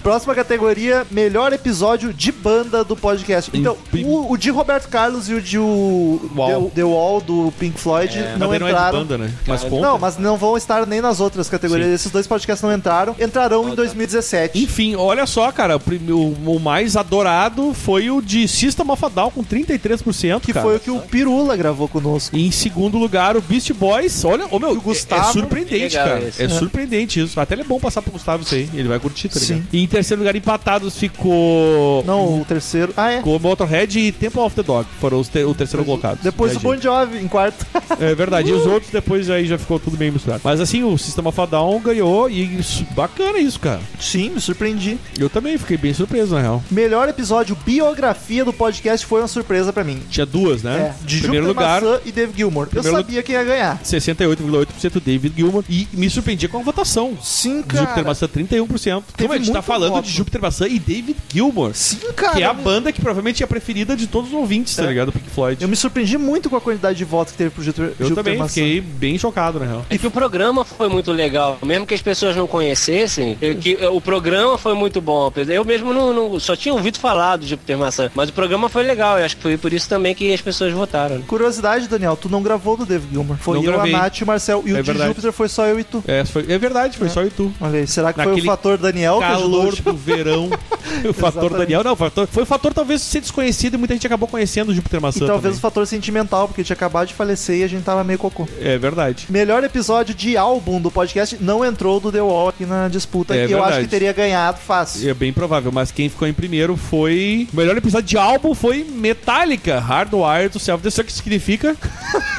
S2: Próxima categoria: melhor episódio de banda do podcast. Então,
S3: Em-
S2: o, o de Roberto Carlos e o de o,
S3: Wall.
S2: The, The Wall do Pink Floyd não
S3: Também
S2: entraram.
S3: não é de banda, né? Mas conta.
S2: Não, mas não vão estar nem nas outras categorias.
S3: Sim.
S2: Esses dois podcasts não entraram. Entrarão em 2017.
S3: Enfim, olha só, cara, o, prime- o- o mais adorado foi o de System of a Down com 33%,
S2: que
S3: cara.
S2: foi o que o Pirula gravou conosco.
S3: Em segundo lugar, o Beast Boys. Olha, ô meu,
S2: O Gustavo.
S3: é surpreendente,
S4: Legal
S3: cara.
S4: esse.
S3: É surpreendente isso. Até é bom passar pro Gustavo isso aí. Ele vai curtir, tá ligado?
S2: Sim.
S3: E em terceiro lugar, empatados ficou.
S2: Não, o terceiro. Ah, é.
S3: Ficou Motorhead e Temple of the Dog. Foram os te- o terceiro colocado.
S2: Depois o tá-
S3: Entendi.
S2: Bon Jovi, em quarto. [laughs]
S3: É verdade. E os outros depois aí já ficou tudo meio misturado. Mas assim, o Sistema Fadão ganhou e isso- bacana isso, cara.
S2: Sim, me surpreendi.
S3: Eu também fiquei bem surpreso, na real.
S2: Melhor episódio biografia do podcast foi uma surpresa pra mim.
S3: Tinha duas, né?
S2: É,
S3: De primeiro
S2: Júpiter
S3: lugar,
S2: Maçã e Dave Gilmore. Eu
S3: Primeiro lu-
S2: sabia quem ia ganhar.
S3: 68,8% David Gilmour. E me surpreendi com a votação.
S2: Sim,
S3: De Júpiter
S2: cara.
S3: Maçã, 31%. Como a gente tá
S2: muito
S3: falando
S2: voto.
S3: de Júpiter Maçã e David Gilmour,
S2: Sim, cara.
S3: que é a banda que provavelmente é a preferida de todos os ouvintes, tá
S2: É.
S3: ligado? Pink Floyd.
S2: Eu me surpreendi muito com a quantidade de votos que teve pro Júpiter,
S3: Eu
S2: Júpiter
S3: também
S2: Maçã.
S3: fiquei bem chocado, na real.
S4: É que o programa foi muito legal, mesmo que as pessoas não conhecessem, é que é, o programa foi muito bom. Eu mesmo não, não- só tinha ouvido falar do Júpiter Maçã, mas o programa foi legal, eu acho que foi por isso também que as pessoas votaram. né?
S2: Curiosidade, Daniel, tu não gravou do Dave Gilmore. Foi
S3: Não
S2: eu,
S3: gravei.
S2: a Nath e o Marcel. E
S3: É
S2: o de
S3: verdade.
S2: Júpiter foi só eu e tu.
S3: É, foi- é verdade, foi só eu e tu.
S2: Olha aí, será que foi
S3: Naquele
S2: o fator Daniel que ajudou?
S3: calor do verão. [laughs] o fator
S2: Exatamente.
S3: Daniel, não, o fator, foi o fator talvez ser desconhecido e muita gente acabou conhecendo o Júpiter Maçã.
S2: E talvez o
S3: também.
S2: fator sentimental, porque tinha acabado de falecer e a gente tava meio cocô.
S3: É verdade.
S2: Melhor episódio de álbum do podcast não entrou do The Wall aqui na disputa.
S3: É
S2: que eu acho
S3: verdade.
S2: que teria ganhado fácil.
S3: É bem provável, mas quem ficou em primeiro foi. O melhor episódio de álbum foi Metallica, Hardwire do Self Destruct, que significa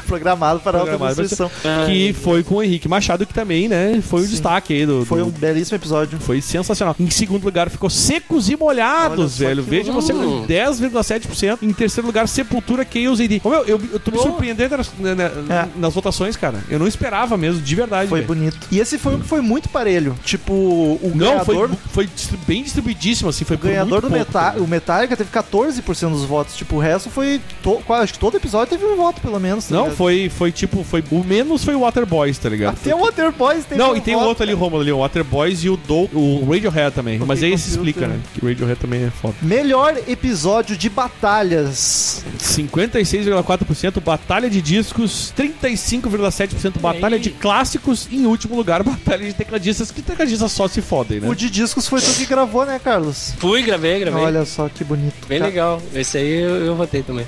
S2: Programado para a
S3: Programado,
S2: autodestruição.
S3: que foi com o Henrique Machado, que também, né, foi o
S2: Sim.
S3: destaque aí do.
S2: Foi
S3: do-
S2: um belíssimo episódio.
S3: Foi sensacional. Em segundo lugar ficou Secos e Molhados,
S2: Olha só
S3: velho.
S2: que
S3: Veja você com 10,7%. Em terceiro lugar, Sepultura, Chaos AD. Ô, meu, eu, eu tô me surpreendendo nas, na- na-
S2: É.
S3: nas votações, cara. Eu não esperava mesmo, de verdade.
S2: Foi
S3: velho.
S2: bonito. E esse foi um que foi muito parelho. Tipo, o
S3: Não, foi,
S2: ganhador,
S3: foi distri- bem distribuidíssimo, assim. Foi né?
S2: o ganhador do Meta
S3: metal.
S2: o Metallica teve 14% dos votos. Tipo, o resto foi. to- quase- acho que todo episódio teve um voto, pelo menos. tá
S3: Não,
S2: ligado?
S3: foi, foi tipo, foi. O menos foi o Waterboys, tá ligado?
S2: Até o Waterboys teve
S3: Não,
S2: um
S3: e tem o
S2: voto,
S3: outro ali,
S2: cara.
S3: Romulo, ali, o Waterboys e o, do, o Radiohead também.
S2: Eu
S3: Mas
S2: fiquei
S3: aí se
S2: confuso
S3: explica,
S2: também.
S3: né? Que Radiohead também é foda.
S2: Melhor episódio de batalhas.
S3: 56,4% Batalha de Discos, 35,7% Batalha de Clássicos e, em último lugar, [laughs] Batalha de Tecladistas, que tecladistas só se fodem, né?
S2: O de discos foi tu que gravou, né, Carlos?
S4: Fui, gravei, gravei.
S2: Olha tá. só que bonito.
S4: Bem
S2: cara.
S4: legal, esse aí eu, eu votei também.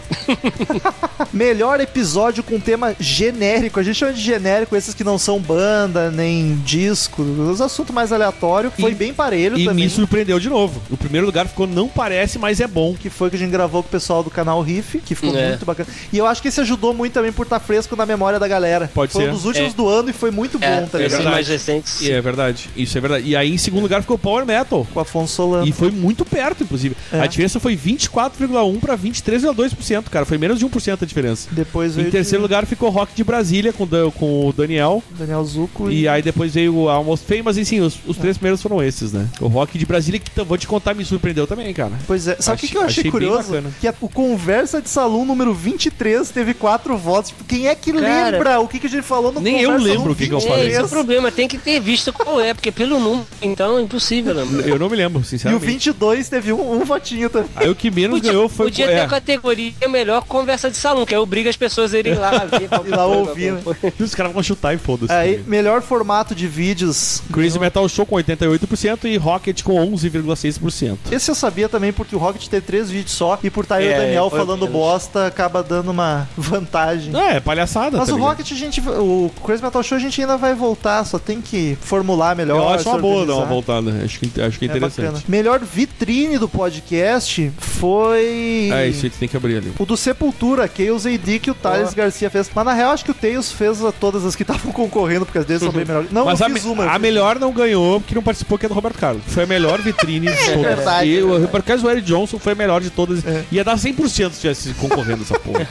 S2: Melhor episódio com tema genérico. A gente chama de genérico esses que não são banda, nem disco, os assuntos mais aleatórios. Foi
S3: E-
S2: bem parelho
S3: E
S2: também.
S3: me surpreendeu de novo. O primeiro lugar ficou Não Parece, mas é bom.
S2: Que foi que a gente gravou com o pessoal do canal Riff, que ficou
S4: É.
S2: muito bacana. E eu acho que esse ajudou muito também por estar fresco na memória da galera.
S3: Pode
S2: foi
S3: ser.
S2: um dos últimos do ano e foi muito bom, tá
S4: é, esses
S2: ligado?
S3: verdade.
S4: mais recentes.
S3: E é verdade. Isso é verdade. E aí, em segundo lugar, ficou Power Metal.
S2: Com o Afonso Solano.
S3: E foi muito perto, inclusive.
S2: É.
S3: A diferença foi 24,1 para 23,2%, cara. Foi menos de 1% a diferença.
S2: Depois veio
S3: Em terceiro lugar ficou Rock de Brasília com, Dan- com o Daniel.
S2: lugar, Daniel Zuco
S3: E aí depois veio o Almost Famous, e sim, os, os três primeiros foram esses, né? O Rock de Brasília, que t- vou te contar, me surpreendeu também, cara.
S2: Pois é, sabe o que,
S3: Achei-
S2: que eu achei,
S3: achei bem
S2: curioso?
S3: bacana.
S2: Que a- o Conversa de Salão número 23 teve quatro votos. Tipo, quem é que
S4: Cara,
S2: lembra o que, que a gente falou no
S3: nem eu
S2: Conversa
S3: lembro o que que eu
S4: É,
S3: falei.
S4: esse é o
S2: 23?
S4: problema, tem que ter visto qual é, porque pelo número, então é impossível, né?
S3: Eu não me lembro,
S2: E o
S3: sinceramente.
S2: 22 teve um, um votinho também.
S3: Aí o que menos ganhou foi
S4: podia ter
S3: é,
S4: a categoria melhor conversa de salão, que aí obriga as pessoas a irem lá ver. qual
S3: Ah, [laughs] tá
S4: é
S2: E lá
S4: foi,
S2: ouvir, né?
S4: qual foi.
S3: Os caras vão chutar e foda-se.
S2: Aí, melhor formato de vídeos.
S3: Crazy Metal Show com 88% e Rocket com 11,6%.
S2: Esse eu sabia também, porque o Rocket tem três vídeos só, e por estar eu e
S4: É,
S2: o Daniel
S4: foi
S2: falando
S4: menos.
S2: bosta, acaba dando uma [laughs] vantagem.
S3: Não, é palhaçada.
S2: Mas
S3: tá
S2: o
S3: ligado?
S2: Rocket, a gente. O Crazy Metal Show a gente ainda vai voltar, só tem que formular melhor.
S3: Eu acho uma
S2: se
S3: boa dar uma
S2: organizar.
S3: voltada. Acho que, acho que é
S2: É bacana.
S3: interessante.
S2: Melhor vitrine do podcast foi.
S3: É, isso aí que tem que abrir ali.
S2: O do Sepultura, Chaos AD, que o Thales Garcia fez. Mas na real, acho que o Tails fez a todas as que [laughs] estavam concorrendo, porque as deles são bem melhores. Não,
S3: Mas
S2: eu
S3: a,
S2: fiz
S3: me-
S2: uma. eu
S3: a
S2: fiz- [laughs]
S3: melhor não ganhou porque não participou, que é do Roberto Carlos. Foi a melhor vitrine todo.
S2: verdade,
S3: e
S2: é
S3: o
S2: verdade. É.
S3: Repercast do Eric Johnson foi a melhor de todas. Ia dar 100% se estivesse concorrendo
S2: [laughs]
S3: essa porra.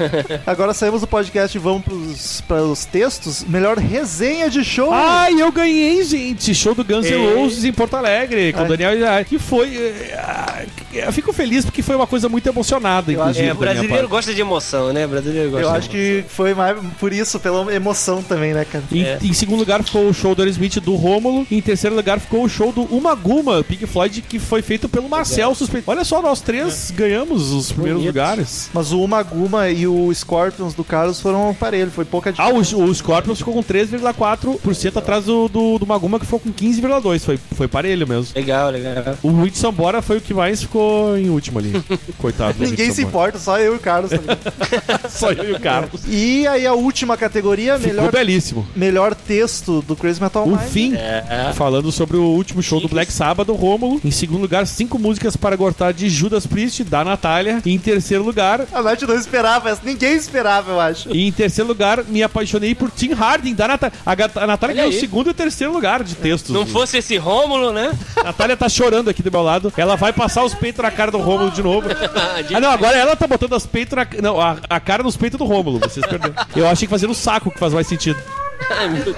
S2: Agora saímos do podcast e vamos pros, pros textos. Melhor resenha de show.
S3: Ai, eu ganhei, gente! Show do Guns N'
S2: É.
S4: Ei.
S3: Roses em Porto Alegre, com o
S2: Ai.
S3: Daniel Israel. Que foi. eh, ah, Eu fico feliz porque foi uma coisa muito emocionada,
S2: Eu acho-
S3: inclusive.
S4: É,
S3: da
S4: o
S3: minha
S4: brasileiro
S3: parte.
S4: gosta de emoção, né? O brasileiro gosta
S2: Eu
S4: de
S2: acho que foi mais por isso, pela emoção também, né, cara?
S3: Em,
S4: É.
S3: em segundo lugar ficou o show do Aerosmith do Rômulo. Em terceiro lugar ficou o show do Uma Guma, Pink Floyd, que foi feito pelo Marcel Suspeito. Olha só, nós
S2: É.
S3: três ganhamos os primeiros
S4: Bonito.
S3: lugares.
S2: Mas o Uma Guma e o Scorpions do Carlos foram ao parelho, foi pouca
S3: Ah, o,
S2: diferença.
S3: o Scorpions ficou com 3,4% atrás do, do, do Maguma, que ficou com 15,2%. Foi, foi parelho mesmo.
S4: Legal, legal.
S3: O Rich Sambora foi o que mais ficou em último ali. Coitado do
S2: Ninguém
S3: Whit
S2: se
S3: Sambora.
S2: importa, só eu e o Carlos. tá
S3: [laughs]
S2: ligado?
S3: Só eu e o Carlos.
S2: e aí a última categoria,
S3: Ficou
S2: melhor,
S3: belíssimo.
S2: melhor texto do Crazy Metal
S3: O
S2: Mind.
S3: fim, falando sobre o último show do Black Sabbath, Rômulo. Em segundo lugar, cinco músicas para gostar de Judas Priest, da Natália. E em terceiro lugar,
S2: Ah, A Nath não esperava, essa- ninguém esperava, eu acho.
S3: e em terceiro lugar, me apaixonei por Tim Harding, da Natália. A, gata- a Natália
S4: Olha
S3: ganhou o
S4: aí.
S3: segundo e o terceiro lugar de textos.
S4: Não fosse esse Rômulo, né?
S3: A Natália tá chorando aqui do meu lado. Ela vai passar os peitos na cara do Rômulo de
S4: [laughs]
S3: novo. Ah, não, agora ela tá botando as peitos na. Não, a, a cara nos peitos do Rômulo. Vocês perderam. Eu achei que fazendo o saco que faz mais sentido.
S4: Ai, meu Deus.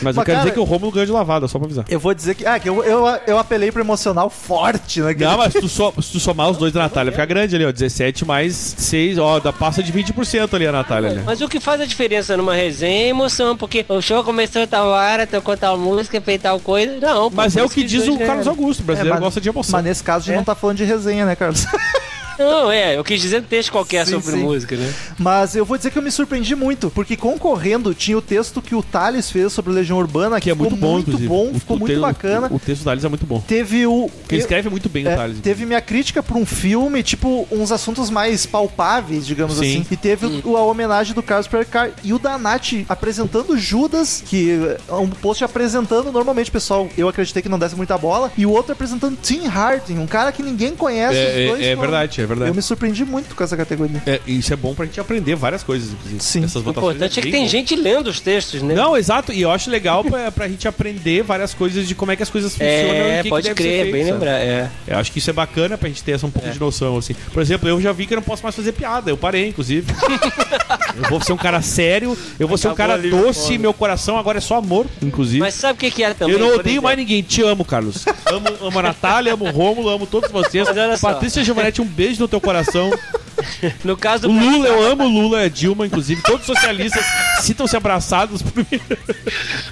S3: Mas eu
S2: Mas,
S3: quero
S2: cara-
S3: dizer que o Rômulo ganhou de lavada, só pra avisar.
S2: Eu vou dizer que. Ah, que eu, eu, eu apelei pro emocional forte, né?
S3: Não, mas se tu, so- se tu somar os dois da Natália, fica grande ali, ó. 17 mais 6, ó, dá, passa de 20% ali a Natália, né?
S4: Mas o que faz a diferença numa resenha é a emoção, porque o show começou tal hora, tocou tal música, fez tal coisa. Não, pô,
S3: Mas é
S4: por
S3: o
S4: isso
S3: que diz
S4: os
S3: o
S4: dois
S3: Carlos
S4: ganharam.
S3: Augusto, o brasileiro
S2: é, mas-
S3: gosta de emoção. É.
S2: Mas nesse caso a gente não tá falando de resenha, né, Carlos?
S4: Não, é, eu quis dizer um texto qualquer
S2: Sim,
S4: sobre
S2: sim.
S4: música, né?
S2: Mas eu vou dizer que eu me surpreendi muito, porque concorrendo tinha o texto que o Thales fez sobre Legião Urbana,
S3: Que é muito bom,
S2: muito
S3: inclusive.
S2: bom,
S3: O-
S2: ficou
S3: o
S2: muito
S3: te- o-
S2: bacana.
S3: O, texto da Alice é muito bom.
S2: Teve o.
S3: Porque ele
S2: eu-
S3: escreve muito bem o
S2: é,
S3: Thales.
S2: teve minha crítica pra um filme, tipo, uns assuntos mais palpáveis, digamos
S3: Sim.
S2: assim. E teve o- a homenagem do Carlos Percar e o da Nath apresentando Judas, que é um post apresentando normalmente, pessoal, eu acreditei que não desse muita bola, e o outro apresentando Tim Harting, um cara que ninguém
S3: É,
S2: conhece.
S3: é,
S2: os dois
S3: é
S2: foram-
S3: verdade, é
S2: Eu
S3: verdade.
S2: me surpreendi muito com essa categoria.
S3: É, isso é bom pra gente aprender várias coisas, inclusive.
S2: Sim.
S3: Essas
S4: O
S3: votações
S4: importante é que
S3: bem
S4: tem
S3: boas.
S4: gente lendo os textos, né?
S3: Não, exato, e eu acho legal pra, pra gente aprender várias coisas de como é que as coisas funcionam e o
S4: é,
S3: que que
S4: pode
S3: deve ser
S4: crer,
S3: feito,
S4: bem É.
S3: sabe?
S4: lembrar. É.
S3: Eu acho que isso é bacana pra gente ter essa um pouco de noção, assim. Por exemplo, eu já vi que eu não posso mais fazer piada, eu parei, inclusive.
S4: [laughs]
S3: eu vou ser um cara sério, eu vou ser um cara doce, meu coração agora é só amor, inclusive.
S4: Mas sabe o que, que é também?
S3: eu não
S4: por
S3: odeio
S4: exemplo?
S3: mais ninguém, te amo, Carlos. Amo, amo a Natália, amo o Rômulo, amo todos vocês.
S4: Mas olha só.
S3: Patrícia Giovanetti, um beijo no teu coração.
S4: No caso
S3: O
S4: do
S3: Lula, eu amo o Lula, é Dilma, inclusive. Todos os [laughs] socialistas sintam-se abraçados por mim.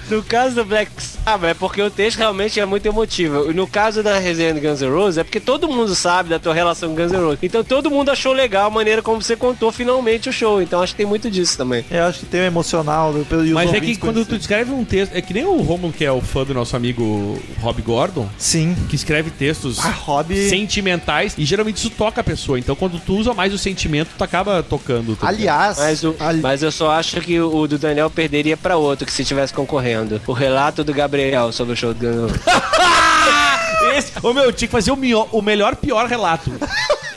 S4: No caso do Black Sabbath, é porque o texto realmente é muito emotivo. E No caso da resenha do Guns N' Roses, é porque todo mundo sabe da tua relação com Guns N' Roses. Então todo mundo achou legal a maneira como você contou finalmente o show. Então acho que tem muito disso também.
S2: É, Eu acho que tem o emocional. do- pelo- e os
S3: Mas é que
S2: ouvintes
S3: quando
S2: conhecem.
S3: tu escreve um texto, é que nem o Rômulo, que é o fã do nosso amigo Rob Gordon,
S2: Sim.
S3: que escreve textos
S2: A assim. Ah, hobby.
S3: sentimentais e geralmente isso toca a pessoa. Então quando tu usa mais o sentimento, tu acaba tocando. tá ligado?
S2: Aliás.
S4: Mas, o-
S2: ali-
S4: mas eu só acho que o do Daniel perderia pra outro que se estivesse concorrendo. O relato do Gabriel sobre o show do Guns N' Roses.
S3: Esse, ô meu, eu tinha que fazer o, mio- o melhor pior [laughs] relato.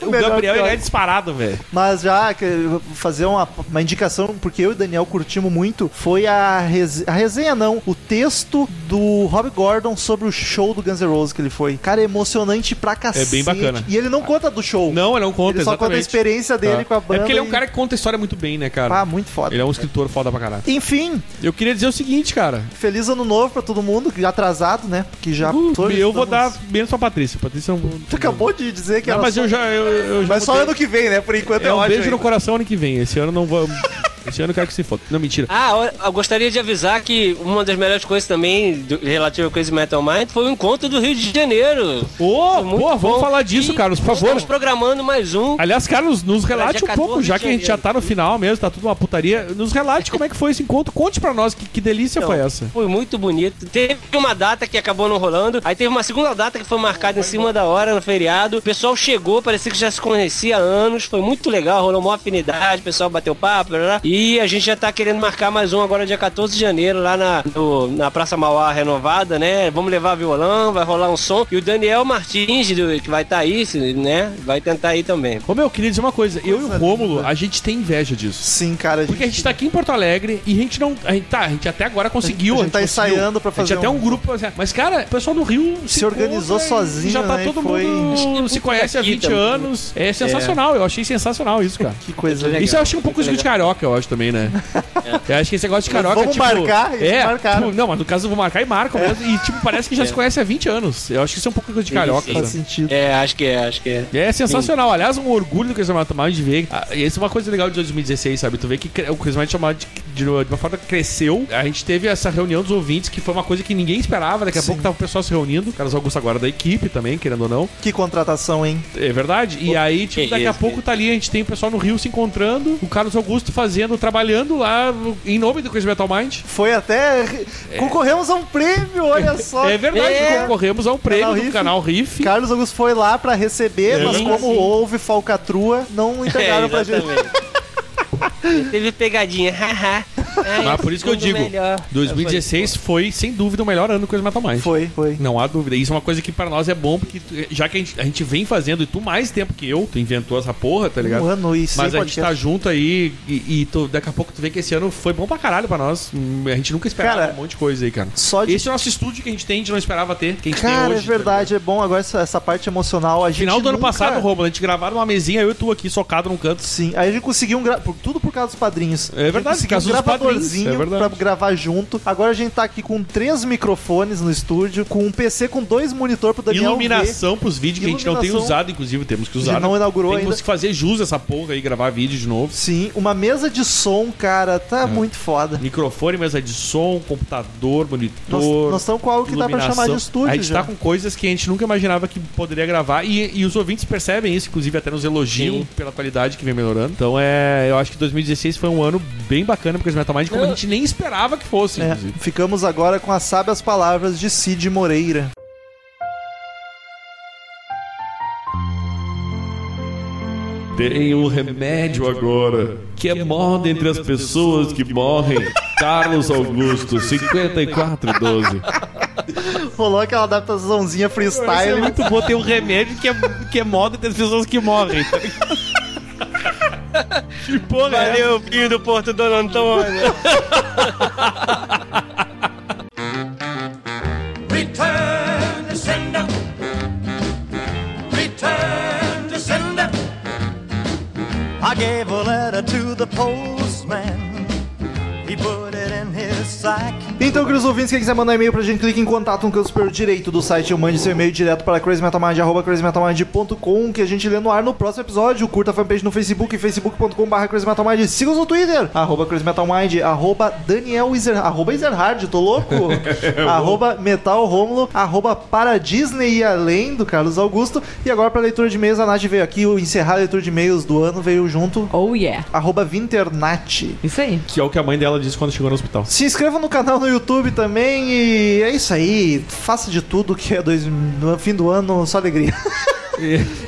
S3: O,
S2: melhor
S3: Gabriel
S2: pior.
S3: ele é disparado, velho.
S2: Mas já que eu vou fazer uma, uma indicação, porque eu e o Daniel curtimos muito, foi a, rese- a resenha, não, o texto do Rob Gordon sobre o show do Guns N' Roses que ele foi. Cara, é emocionante pra cacete.
S3: bacana.
S2: E ele não conta do show.
S3: Não, ele não conta,
S2: Ele só conta a
S3: exatamente.
S2: experiência dele
S3: Tá.
S2: com a banda.
S3: É porque ele é um
S2: e-
S3: cara que conta a história muito bem, né, cara?
S2: Pá, muito foda.
S3: Ele é um escritor foda pra caralho.
S2: Enfim,
S3: Eu queria dizer o seguinte, cara.
S2: feliz ano novo pra todo mundo, que atrasado, né? Que já.
S3: Uh,
S2: todos
S3: eu vou dar
S2: estamos-
S3: menos pra Patrícia. Patrícia é um.
S2: Tu acabou de dizer que
S3: Não,
S2: era
S3: mas
S2: só-
S3: eu já. Eu, eu já
S2: Mas só
S3: botei-
S2: ano que vem, né? Por enquanto é,
S3: É um
S2: ótimo.
S3: beijo no
S2: ainda.
S3: coração ano que vem. Esse ano não vou. Esse ano eu quero que se foda. Não, mentira.
S4: Ah, eu, eu gostaria de avisar que uma das melhores coisas também do, relativa ao Crazy Metal Mind foi o encontro do Rio de Janeiro.
S3: Ô,
S4: Muito
S3: pô, vamos
S4: bom.
S3: falar disso,
S4: E
S3: Carlos, por favor.
S4: Estamos programando mais um.
S3: Aliás, Carlos, nos relate
S4: Cara,
S3: um
S4: dia
S3: pouco,
S4: 14
S3: já
S4: de
S3: que a gente já
S4: janeiro.
S3: tá no final mesmo, tá tudo uma putaria. Nos relate como é que foi esse encontro. Conte pra nós que, que delícia
S4: Então,
S3: foi essa.
S4: Foi muito bonito. Teve uma data que acabou não rolando. Aí teve uma segunda data que foi marcada em cima da hora, no feriado. O pessoal chegou, parecia que já se conhecia há anos. Foi muito legal, rolou uma afinidade, o pessoal bateu papo. blá, blá. E E a gente já tá querendo marcar mais um agora dia 14 de janeiro, lá na, no- na Praça Mauá renovada, né? Vamos levar violão, vai rolar um som. E o Daniel Martins, do- que vai estar aí, se- né? Vai tentar aí também.
S3: Ô meu, eu queria dizer uma coisa. eu e o Rômulo, a gente tem inveja disso.
S2: Sim, cara.
S3: Porque a gente tá aqui em Porto Alegre e a gente não. A gente, tá, a gente até agora conseguiu.
S2: A gente tá
S3: conseguiu.
S2: ensaiando pra
S3: A gente
S2: fazer
S3: até um
S2: um-
S3: grupo. assim, Mas, cara, o pessoal do Rio
S2: Se organizou
S3: encontra e
S2: sozinho,
S3: Já tá
S2: né, e
S3: todo
S2: foi-
S3: mundo. Se conhece há
S4: aqui
S3: 20
S4: também.
S3: anos. É sensacional. Eu achei sensacional isso, cara.
S2: Que coisa
S4: Legal.
S3: Isso eu acho um pouco escudo de carioca, eu acho também, né? Eu acho que esse negócio de carioca.
S2: Vamos
S3: tipo,
S2: marcar, eles
S3: é,
S2: marcaram.
S3: tipo, não, mas no caso eu vou marcar e marco mesmo. E, tipo, parece que já se conhece há 20 anos. Eu acho que isso é um pouco coisa de carioca.
S4: sim.
S2: faz
S3: sabe?
S2: sentido.
S4: É, acho que é, acho que é.
S3: É sensacional. Aliás, um orgulho do Chris Mato mais de ver. Ah, e Essa é uma coisa legal de 2016, sabe? Tu vê que cre- o Chris Mato chamado de, de uma forma cresceu. A gente teve essa reunião dos ouvintes, que foi uma coisa que ninguém esperava. Daqui a pouco tava o pessoal se reunindo. Carlos Augusto agora é da equipe também, querendo ou não.
S2: Que contratação, hein?
S3: É verdade. E aí, tipo,
S4: que
S3: daqui a
S4: isso,
S3: pouco tá ali, a gente tem o pessoal no Rio se encontrando. O Carlos Augusto fazendo, trabalhando lá em nome do Chris Metal Mind.
S2: Foi até. Concorremos a um prêmio, olha só.
S3: [laughs] É verdade,
S2: É.
S3: concorremos a um prêmio
S2: Canal
S3: do
S2: Riff.
S3: canal Riff.
S2: Carlos Augusto foi lá pra receber,
S3: É,
S2: mas
S3: sim,
S2: como houve falcatrua,
S3: [laughs]
S2: não entregaram pra gente.
S4: exatamente. É, [laughs] Teve pegadinha, [laughs] haha. Ai,
S3: Mas Ah, por isso que eu
S4: tudo
S3: digo,
S4: melhor.
S3: 2016 foi, sem dúvida, o melhor ano do Coisa Metal Mind.
S2: Foi, foi.
S3: Não há dúvida. Isso é uma coisa que pra nós é bom, porque tu- já que a gente, a gente vem fazendo, e tu mais tempo que eu, tu inventou essa porra, tá ligado?
S2: Um ano e
S3: Mas
S2: sem
S3: a gente
S2: podcast.
S3: tá junto aí e, e tu- daqui a pouco tu vê que esse ano foi bom pra caralho pra nós. Hum, A gente nunca esperava
S2: Cara,
S3: um monte de coisa aí, cara.
S2: Só de.
S3: Esse é o nosso estúdio que a gente tem, a gente não esperava ter. Que a gente tem
S2: Cara,
S3: hoje,
S2: é
S3: tá
S2: verdade, é bom agora essa, essa parte emocional. A gente
S3: Final do ano
S2: nunca-
S3: passado, Romulo, a gente gravaram uma mesinha, eu e tu aqui, socado num canto.
S2: Sim, aí a gente conseguiu um gra... por- tudo por causa dos padrinhos.
S3: É verdade,
S2: a gente
S3: por causa
S2: conseguiu um
S3: dos padrinhos,
S2: gravadorzinho
S3: é verdade.
S2: pra gravar junto. Agora a gente tá aqui com três microfones no estúdio, com um PC com dois monitor pro Daniel ver.
S3: Iluminação pros vídeos que a gente não tem
S2: Iluminação.
S3: usado, inclusive, temos que
S2: A
S3: usar.
S2: gente
S3: né?
S2: não inaugurou
S3: Temos
S2: ainda.
S3: que fazer jus a essa porra aí, gravar vídeo de novo.
S2: Sim, uma mesa de som, cara,
S3: É.
S2: tá muito foda.
S3: Microfone, mesa de som, computador, monitor.
S2: Nós nós estamos com algo que dá pra chamar de
S3: iluminação.
S2: estúdio
S3: A gente
S2: já. É,
S3: tá com coisas que a gente nunca imaginava que poderia gravar. E, e os ouvintes percebem isso, inclusive até nos elogiam
S4: Sim.
S3: pela qualidade que vem melhorando. Então é. Eu acho que 2016 foi um ano bem bacana porque as Metamind, como a gente nem esperava que fosse,
S2: É,
S3: inclusive.
S2: ficamos agora com as sábias palavras de Cid Moreira.
S3: Tem um remédio agora que é moda entre as pessoas que morrem. Carlos Augusto, 5412.
S2: Rolou aquela adaptaçãozinha
S3: Isso é
S2: freestyle.
S3: muito bom ter um remédio que é, que é moda das pessoas que morrem. tá ligado? que porra é essa?
S4: Valeu, filho do Porto Dono Antônio.
S1: Return to sender. Return to sender.
S7: I gave a letter to the postman. He put it in his sack.
S2: Então, queridos ouvintes, quem quiser mandar e-mail pra gente, clique em contato no canto superior direito do site. Eu mande seu e-mail direto para crazymetalmind, arroba crazymetalmind.com, que a gente lê no ar no próximo episódio. Curta a fanpage no Facebook, facebook.com.br crazymetalmind. Siga-nos no Twitter, arroba crazymetalmind, arroba Daniel Izer, arroba Izerhard, tô louco? arroba metalromulo, arroba para Disney e além do Carlos Augusto. E agora pra leitura de e-mails, a Nath veio aqui, o encerrar a leitura de e-mails do ano veio junto,
S8: Oh yeah.
S2: arroba Vinternat.
S8: Isso aí.
S3: Que é o que a mãe dela disse quando chegou no hospital.
S2: Se inscreva no canal no YouTube também e é isso aí. Faça de tudo que é dois, no fim do ano, só
S3: [laughs]
S2: alegria.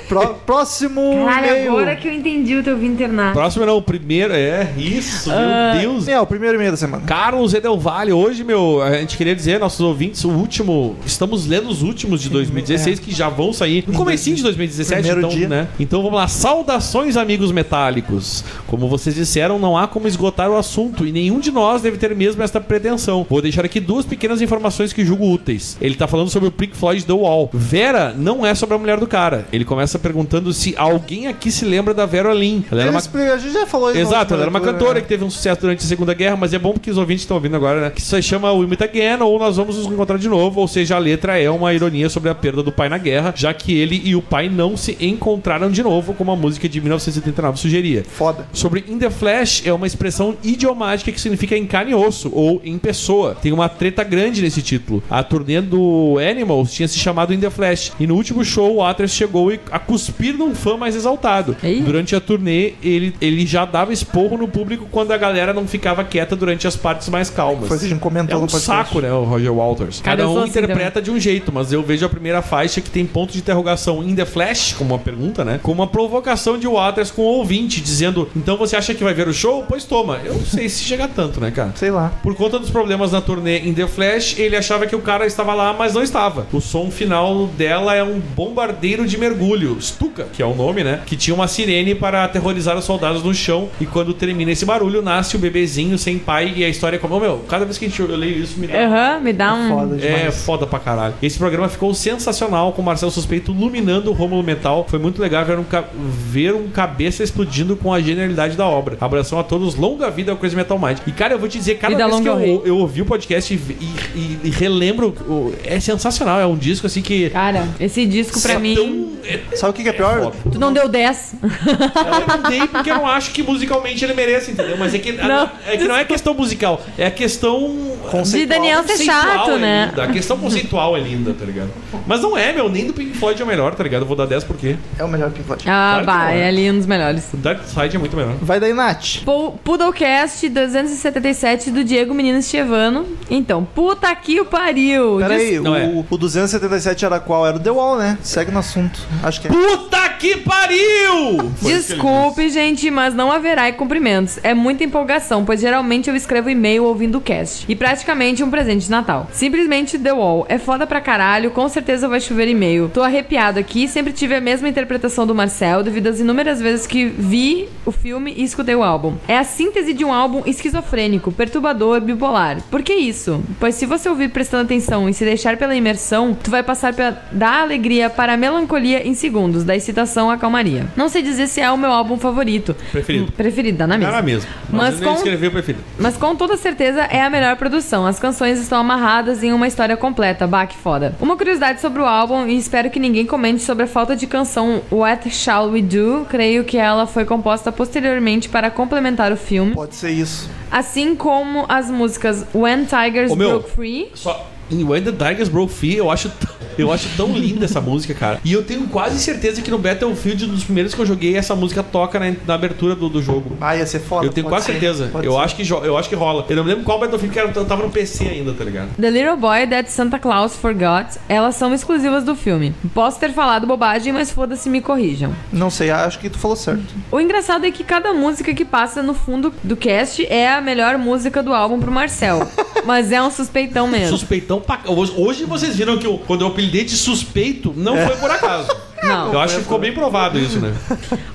S2: Pró- próximo
S8: Cara, agora
S2: e-mail.
S8: que eu entendi o teu vim internar.
S3: Próximo não, o primeiro. É, isso, meu Deus.
S2: É, o primeiro e-mail da semana.
S3: Carlos Edelvalle, hoje, meu, a gente queria dizer, nossos ouvintes, o último. Estamos lendo os últimos de 2016 que já vão sair. No comecinho de 2017,
S2: é. Primeiro
S3: então,
S2: dia.
S3: né? Então vamos lá. Saudações, amigos metálicos. Como vocês disseram, não há como esgotar o assunto e nenhum de nós deve ter mesmo esta pretensão. Vou deixar aqui duas pequenas informações que julgo úteis. Ele tá falando sobre o Pink Floyd The Wall. Vera não é sobre a mulher do cara. Ele começa perguntando se alguém aqui se lembra da Vera Lynn. Ela era
S2: Ele
S3: uma
S2: explica- A gente já falou isso na
S3: Exato,
S2: última
S3: ela era uma
S2: leitura,
S3: cantora
S2: né?
S3: que teve um sucesso durante a Segunda Guerra, mas é bom porque os ouvintes estão ouvindo agora, né? Que se chama We Meet Again ou Nós Vamos Nos Encontrar de Novo, ou seja, a letra é uma ironia sobre a perda do pai na guerra, já que ele e o pai não se encontraram de novo, como a música de 1979 sugeria.
S2: Foda.
S3: Sobre In The Flash é uma expressão idiomática que significa em carne e osso ou em pessoa. Tem uma treta grande nesse título. A turnê do Animals tinha se chamado In The Flash e no último show o Atlas chegou a cuspir num fã mais exaltado.
S8: Ei.
S3: Durante a turnê, ele, ele já dava esporro no público quando a galera não ficava quieta durante as partes mais calmas.
S2: Foi o que a gente comentou
S3: É um
S2: no podcast.
S3: saco, né, o Roger Walters.
S8: Cara,
S3: Cada
S8: eu sou
S3: um
S8: assim
S3: interpreta de um jeito, mas eu vejo a primeira faixa que tem ponto de interrogação in the flash, como uma pergunta, né? Com uma provocação de Waters com o ouvinte, dizendo: Então você acha que vai ver o show? Pois toma. Eu não sei se chega tanto, né, cara?
S2: Sei lá.
S3: Por conta dos problemas na turnê em The Flash, ele achava que o cara estava lá, mas não estava. O som final dela é um bombardeiro de mergulho, Stuka, que é o nome, né? Que tinha uma sirene para aterrorizar os soldados no chão. E quando termina esse barulho, nasce o bebezinho sem pai e a história é como. Meu, cada vez que a gente- eu leio isso, me dá.
S8: Aham, me dá um.
S2: Foda
S3: É
S2: demais.
S3: foda pra caralho. Esse programa ficou sensacional com o Marcelo Suspeito iluminando o Rômulo Metal. Foi muito legal ver um, ca- ver um cabeça explodindo com a genialidade da obra. Abração a todos, longa vida ao Crazy Metal Mind. E cara, eu vou te dizer, cada
S8: Vida
S3: vez que
S8: longa ao
S3: eu,
S8: rei.
S3: eu ouvi o podcast e, e- e relembro, o- é sensacional. É um disco assim que.
S8: Cara, esse disco pra
S3: Só
S8: mim.
S3: tão- é-
S2: Sabe o que, que é pior?
S3: foda.
S8: Tu não deu 10.
S3: Eu não dei porque eu não acho que musicalmente ele merece, entendeu? Mas é que, a-
S8: Não,
S3: é que não é questão musical, é a questão
S8: De
S2: Conceitual.
S8: Daniel ser
S3: Conceitual
S8: chato,
S3: é
S8: né?
S3: linda, A questão conceitual é linda, tá ligado? Mas não é, meu. Nem do Pink Floyd é o melhor, tá ligado? Eu vou dar 10 porque
S2: É o melhor pivot.
S8: Ah,
S3: Claro que não
S8: vai,
S3: é.
S8: é ali um dos melhores.
S3: o Dark Side é muito melhor.
S2: Vai daí, Nath.
S8: Po- Poodlecast 277 do Diego Menino Estevano. Então, puta que o pariu.
S2: Pera
S8: Diz-
S2: aí,
S3: Não
S2: o,
S3: é.
S2: o 277 era qual? Era o The Wall, né? Segue no assunto. Acho que é.
S3: Puta que pariu!
S8: Desculpe, gente, mas não haverá cumprimentos. É muita empolgação, pois geralmente eu escrevo e-mail ouvindo o cast. E praticamente um presente de Natal. Simplesmente The Wall. É foda pra caralho, com certeza vai chover e-mail. Tô arrepiado aqui, sempre tive a mesma interpretação do Marcel, devido às inúmeras vezes que vi o filme e escutei o álbum. É a síntese de um álbum esquizofrênico, perturbador, bipolar. Por que isso? Pois se você ouvir prestando atenção e se deixar pela imersão, tu vai passar pela, da alegria para a melancolia em segundos, da excitação à calmaria. Não sei dizer se é o meu álbum favorito.
S3: Preferido.
S8: Hum, Preferido, dá na
S3: Cara
S8: mesma.
S3: mesmo.
S8: Mas
S3: Mas, eu
S8: com-
S3: escrevi o preferido.
S8: Mas com toda certeza é a melhor produção. As canções estão amarradas em uma história completa. Bah, que foda. Uma curiosidade sobre o álbum, e espero que ninguém comente sobre a falta de canção What Shall We Do. Creio que ela foi composta posteriormente para complementar o filme.
S2: Pode ser isso.
S8: Assim como as músicas When Tigers
S3: Ô, meu.
S8: Broke Free.
S3: Só em When the Tigers Broke Free, eu acho, t- eu acho tão linda essa música, cara. E eu tenho quase certeza que no Battlefield, um dos primeiros que eu joguei, essa música toca na, na abertura do, do jogo.
S2: Ah, ia ser foda.
S3: Eu tenho
S2: pode
S3: quase
S2: ser,
S3: certeza.
S2: pode
S3: Eu
S2: ser.
S3: acho, que jo- eu acho que rola. Eu não me lembro qual Battlefield que era, eu tava no PC ainda, tá ligado?
S8: The Little Boy That Santa Claus Forgot, elas são exclusivas do filme. Posso ter falado bobagem, mas foda-se, me corrijam.
S2: Não sei, acho que tu falou certo.
S8: O engraçado é que cada música que passa no fundo do cast é a melhor música do álbum
S3: [laughs]
S8: pro Marcel. Mas é um suspeitão mesmo.
S3: Suspeitão pra... Hoje vocês viram que eu- quando eu apelidei de suspeito, não foi por acaso.
S8: Não.
S3: Eu acho que ficou bem provado isso, né?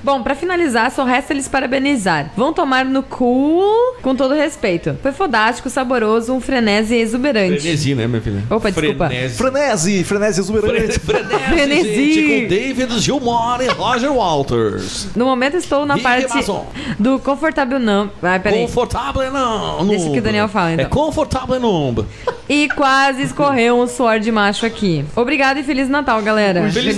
S8: Bom, pra finalizar, só resta eles parabenizar. Vão tomar no cu com todo respeito. Foi fodástico, saboroso, um frenesi exuberante.
S3: Frenesi, né, minha filha?
S8: Opa, desculpa.
S3: [laughs] Frenesi.
S2: Frenesi, Frenesi exuberante.
S8: [laughs] Frenesi.
S3: gente, com David Gilmore e Roger Walters.
S8: No momento estou na
S3: Vive
S8: parte
S3: Amazon.
S8: do confortável não. Vai, peraí.
S3: Confortável não.
S8: Deixa que o Daniel fala, então.
S3: É confortável não.
S8: E quase escorreu um suor de macho aqui. Obrigado e Feliz Natal, galera.
S3: E feliz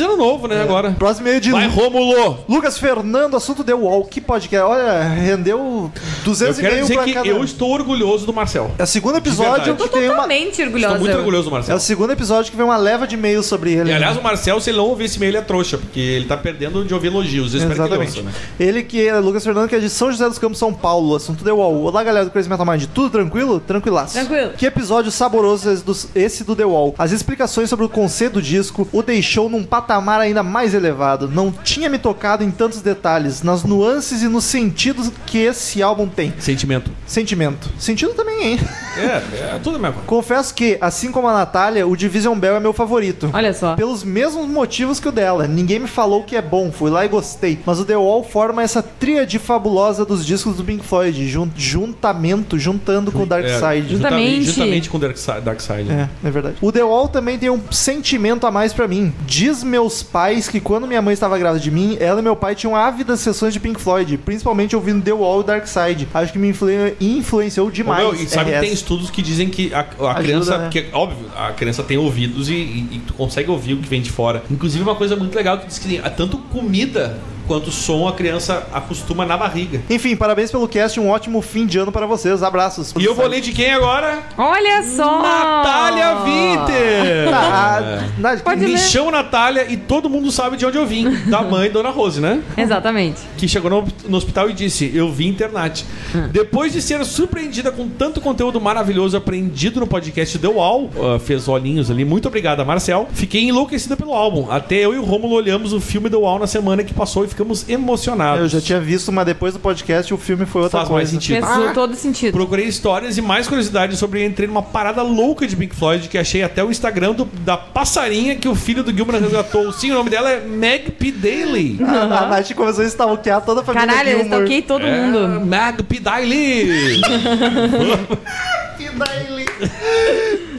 S3: ano novo, né, agora.
S2: Próximo meio de
S3: Vai, Romulo.
S2: Lucas Fernando, assunto The Wall. Que podcast. Olha, rendeu
S3: Eu
S2: 200 e
S3: quero
S2: meio
S3: dizer
S2: pra
S3: que
S2: cada. um.
S3: eu estou orgulhoso do Marcel.
S2: É o segundo
S3: verdade.
S2: episódio
S8: Tô
S2: que tem uma.
S8: totalmente orgulhosa.
S3: Estou muito orgulhoso do
S2: É
S3: Marcel.
S2: o segundo episódio que vem uma leva de e-mails sobre ele.
S3: E aliás,
S2: né?
S3: o Marcel, se ele não ouvir esse e-mail, ele é trouxa, porque ele tá perdendo de ouvir elogios. Eu espero que ele
S2: Exatamente.
S3: ouça, né?
S2: Ele que é Lucas Fernando, que é de São José dos Campos, São Paulo. Assunto The Wall. Olá, galera do Crazy Metal Mind. Tudo tranquilo? Tranquilaço.
S8: Tranquilo.
S2: Que episódio saboroso esse do- esse do The Wall. As explicações sobre o conceito do disco o deixou num patamar ainda mais elevado. Não tinha me tocado em tantos detalhes, nas nuances e nos sentidos que esse álbum tem.
S3: Sentimento.
S2: Sentimento. Sentido também, hein? [laughs]
S3: É, é tudo a mesma coisa.
S2: Confesso que, assim como a Natália, o Division Bell é meu favorito.
S8: Olha só.
S2: Pelos mesmos motivos que o dela. Ninguém me falou que é bom, fui lá e gostei. Mas o The Wall forma essa tríade fabulosa dos discos do Pink Floyd, jun- juntamento, juntando com o Dark
S3: É,
S2: Side.
S8: Justamente.
S3: Justamente com o Dark Side. Dark Side.
S2: É, é verdade. O The Wall também tem um sentimento a mais pra mim. Diz meus pais que quando minha mãe estava grávida de mim, ela e meu pai tinham ávidas sessões de Pink Floyd, principalmente ouvindo The Wall e Dark Side. Acho que me influ- influenciou
S3: Ô,
S2: demais. É,
S3: meu, e sabe que
S2: RS.
S3: tem estudos que dizem que a, a criança.
S2: né?
S3: Que, óbvio, a criança tem ouvidos e, e- e tu consegue ouvir o que vem de fora. Inclusive, uma coisa muito legal que diz que tem, ah, tanto é comida enquanto som a criança acostuma na barriga.
S2: Enfim, parabéns pelo cast, um ótimo fim de ano pra vocês. Abraços.
S3: E eu vou ler de quem agora?
S8: Olha só!
S3: Natália Winter!
S2: Ah,
S3: É.
S2: na-
S8: Pode
S3: Me
S8: ler.
S3: chamo Natália e todo mundo sabe de onde eu vim. Da mãe Dona Rose, né?
S8: Exatamente.
S3: que chegou no, no hospital e disse: Eu vi internet.
S2: Hum.
S3: Depois de ser surpreendida com tanto conteúdo maravilhoso aprendido no podcast The Wall, ah, fez olhinhos ali, muito obrigada, Marcel. Fiquei enlouquecida pelo álbum. Até eu e o Romulo olhamos o filme The Wall na semana que passou e ficamos emocionados.
S2: Eu já tinha visto, mas depois do podcast o filme foi outra
S3: Faz mais
S2: coisa.
S3: sentido.
S8: Fez todo sentido.
S3: Procurei histórias e mais curiosidades sobre entrei numa parada louca de Pink Floyd que achei até o Instagram do- da passarinha que o filho do Gilmar resgatou. Sim, o nome dela é Meg P. Daly.
S2: A, [laughs] a Nath começou a stalkear toda a família
S8: Caralho, eu
S2: Gilmore.
S8: estoquei todo
S3: É.
S8: mundo.
S3: Meg P. Daly.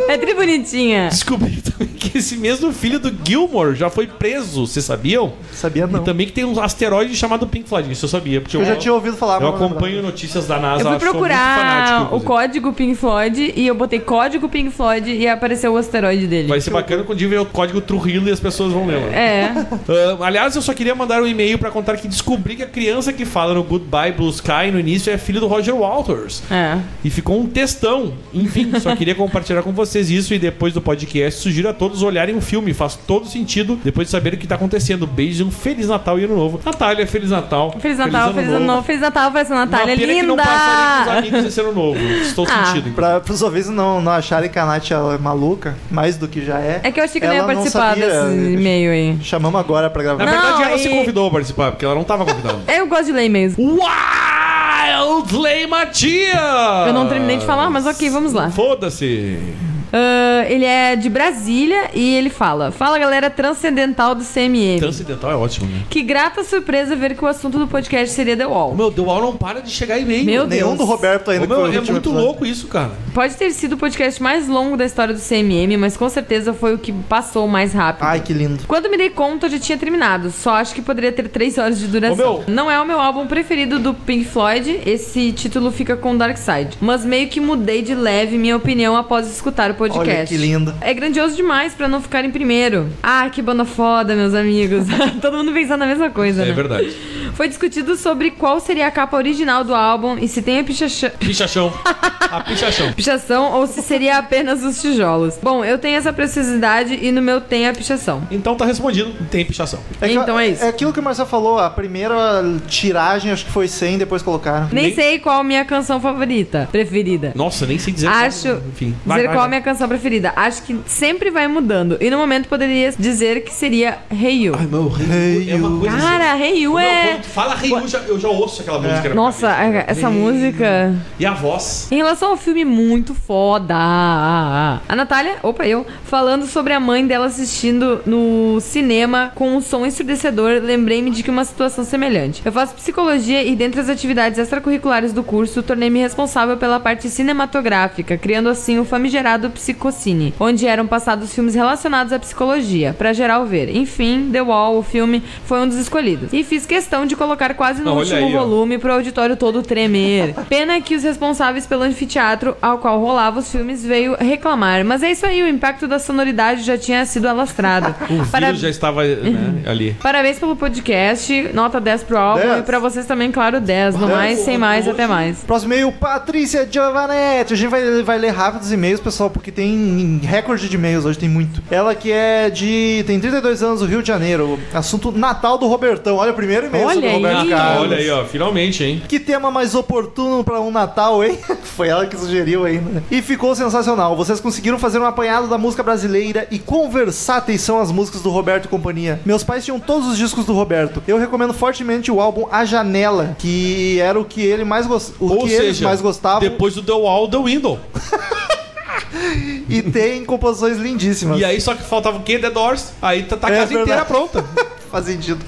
S8: É tri bonitinha.
S3: Descobri também [laughs] que esse mesmo filho do Gilmore já foi preso, vocês sabiam?
S2: Sabia não.
S3: E também que tem um asteroide chamado Pink Floyd, isso eu sabia. Porque
S2: Eu já tinha ouvido falar.
S3: eu
S2: mas não
S3: acompanho notícias da NASA,
S8: Eu fui
S3: sou muito
S8: procurar
S3: fanático,
S8: o
S3: inclusive.
S8: código Pink Floyd e eu botei código Pink Floyd e apareceu o asteroide dele.
S3: Vai ser bacana quando tiver o código Trujillo e as pessoas vão lembrar.
S8: É.
S3: Ah, aliás, eu só queria mandar um e-mail pra contar que descobri que a criança que fala no Goodbye Blue Sky no início é filho do Roger Walters.
S8: É.
S3: E ficou um textão. Enfim, só queria compartilhar com vocês isso e depois do podcast sugiro a todos olharem o filme. Faz todo sentido depois de saber o que tá acontecendo. Beijo, um Feliz Natal e Ano Novo. Natália, Feliz Natal.
S8: Feliz Natal, feliz ano novo, feliz Natal pra essa Natália
S3: Uma pena que não
S8: linda!
S3: passarem com os amigos esse Ano Novo. Estou
S8: Ah.
S3: sentindo.
S2: Pra, pros ouvintes não, não acharem que a Nath ela é maluca, mais do que já é.
S8: É que eu achei que não ia
S2: ela
S8: participar
S2: sabia.
S8: desse e-mail aí.
S2: Chamamos agora pra
S3: Na
S2: gravar.
S8: Não.
S3: verdade, ela se
S8: e-
S3: convidou a participar, porque ela não tava convidada.
S8: Eu gosto de ler e-mails.
S3: [laughs] Wildley Matias!
S8: Eu não terminei de falar, mas ok, vamos lá.
S3: Foda-se!
S8: Ah, ele é de Brasília e ele fala: Fala galera transcendental do CMM.
S3: Transcendental é ótimo, né?
S8: Que grata surpresa ver que o assunto do podcast seria The
S3: O
S8: Wall.
S3: meu, The Wall não para de chegar e-mail.
S8: Meu
S3: Ô,
S2: Nenhum
S8: Deus.
S2: do Roberto ainda. que
S3: meu,
S2: foi o
S3: é
S2: último
S3: muito
S2: episódio.
S3: louco isso, cara.
S8: Pode ter sido o podcast mais longo da história do CMM, mas com certeza foi o que passou mais rápido.
S2: Ai, que lindo.
S8: Quando me dei conta, eu já tinha terminado. Só acho que poderia ter três horas de duração.
S3: Ô, meu.
S8: Não é o meu álbum preferido do Pink Floyd. Esse título fica com Dark Side. Mas meio que mudei de leve minha opinião após escutar o podcast.
S2: Olha que linda.
S8: É grandioso demais pra não ficar em primeiro. Ah, que banda foda, meus amigos. [laughs] Todo mundo pensando na mesma coisa,
S3: É
S8: né?
S3: verdade.
S8: Foi discutido sobre qual seria a capa original do álbum e se tem a pichacha...
S3: [laughs] Pichachão. A pichachão.
S8: pichação ou se seria apenas os tijolos. Bom, eu tenho essa preciosidade e no meu tem a pichação.
S3: Então tá respondido, tem pichação.
S2: que-
S8: Então é isso.
S2: É aquilo que o Marcel falou, a primeira tiragem acho que foi 100, depois colocaram.
S8: Nem,
S3: Nem-
S8: sei qual a minha canção favorita, preferida.
S3: Nossa, nem sei dizer.
S8: Acho.
S3: Enfim.
S8: dizer qual é a minha canção preferida. Acho que sempre vai mudando. E no momento poderia dizer que seria Hey You.
S3: Ai, meu, rei. É uma coisa.
S8: Cara, Hey You
S3: assim, meu,
S8: é.
S3: quando tu fala rei, eu já, eu já ouço aquela música. na
S8: Nossa,
S3: minha cabeça.
S8: essa música.
S3: E a voz.
S8: Em relação ao filme, muito foda. A Natália, opa, eu, falando sobre a mãe dela assistindo no cinema com um som ensurdecedor, lembrei-me de que uma situação semelhante. Eu faço psicologia e, dentre as atividades extracurriculares do curso, tornei-me responsável pela parte cinematográfica, criando assim o famigerado Psicocine, onde eram passados filmes relacionados à psicologia, pra geral ver. Enfim, The Wall, o filme, foi um dos escolhidos. E fiz questão de colocar quase no
S3: Ah, olha
S8: último
S3: aí, ó.
S8: volume volume pro auditório todo tremer. Pena que os responsáveis pelo anfiteatro ao qual rolava os filmes veio reclamar. Mas é isso aí, o impacto da sonoridade já tinha sido alastrado.
S3: [laughs] O
S8: Para-
S3: vírus já estava né,
S8: [laughs]
S3: ali.
S8: Parabéns pelo podcast, nota 10 pro álbum
S2: 10.
S8: e pra vocês também, claro, 10. No
S2: Dez.
S8: mais, sem mais, até mais.
S2: Próximo e-mail, Patrícia Giovanetti. A gente vai, vai ler rápido os e-mails, pessoal, porque tem recorde de e-mails hoje, tem muito. Ela que é de. tem 32 anos, do Rio de Janeiro. Assunto Natal do Robertão. Olha o primeiro e-mail
S8: Olha
S2: sobre o
S8: aí.
S2: Roberto
S3: Ah,
S2: Carlos.
S3: olha aí, ó. Finalmente, hein?
S2: Que tema mais oportuno pra um Natal, hein? [laughs] Foi ela que sugeriu ainda. E ficou sensacional. Vocês conseguiram fazer um apanhado da música brasileira e quão versáteis são as músicas do Roberto e companhia. Meus pais tinham todos os discos do Roberto. Eu recomendo fortemente o álbum A Janela, que era o que ele mais gos- o
S3: Ou
S2: que eles
S3: seja,
S2: mais gostavam
S3: depois do The Wall, The Window.
S2: e tem composições lindíssimas.
S3: E aí só que faltava o quê? The Doors. Aí tá, tá a
S2: É
S3: casa inteira
S2: verdade.
S3: pronta.
S2: [laughs] Faz sentido.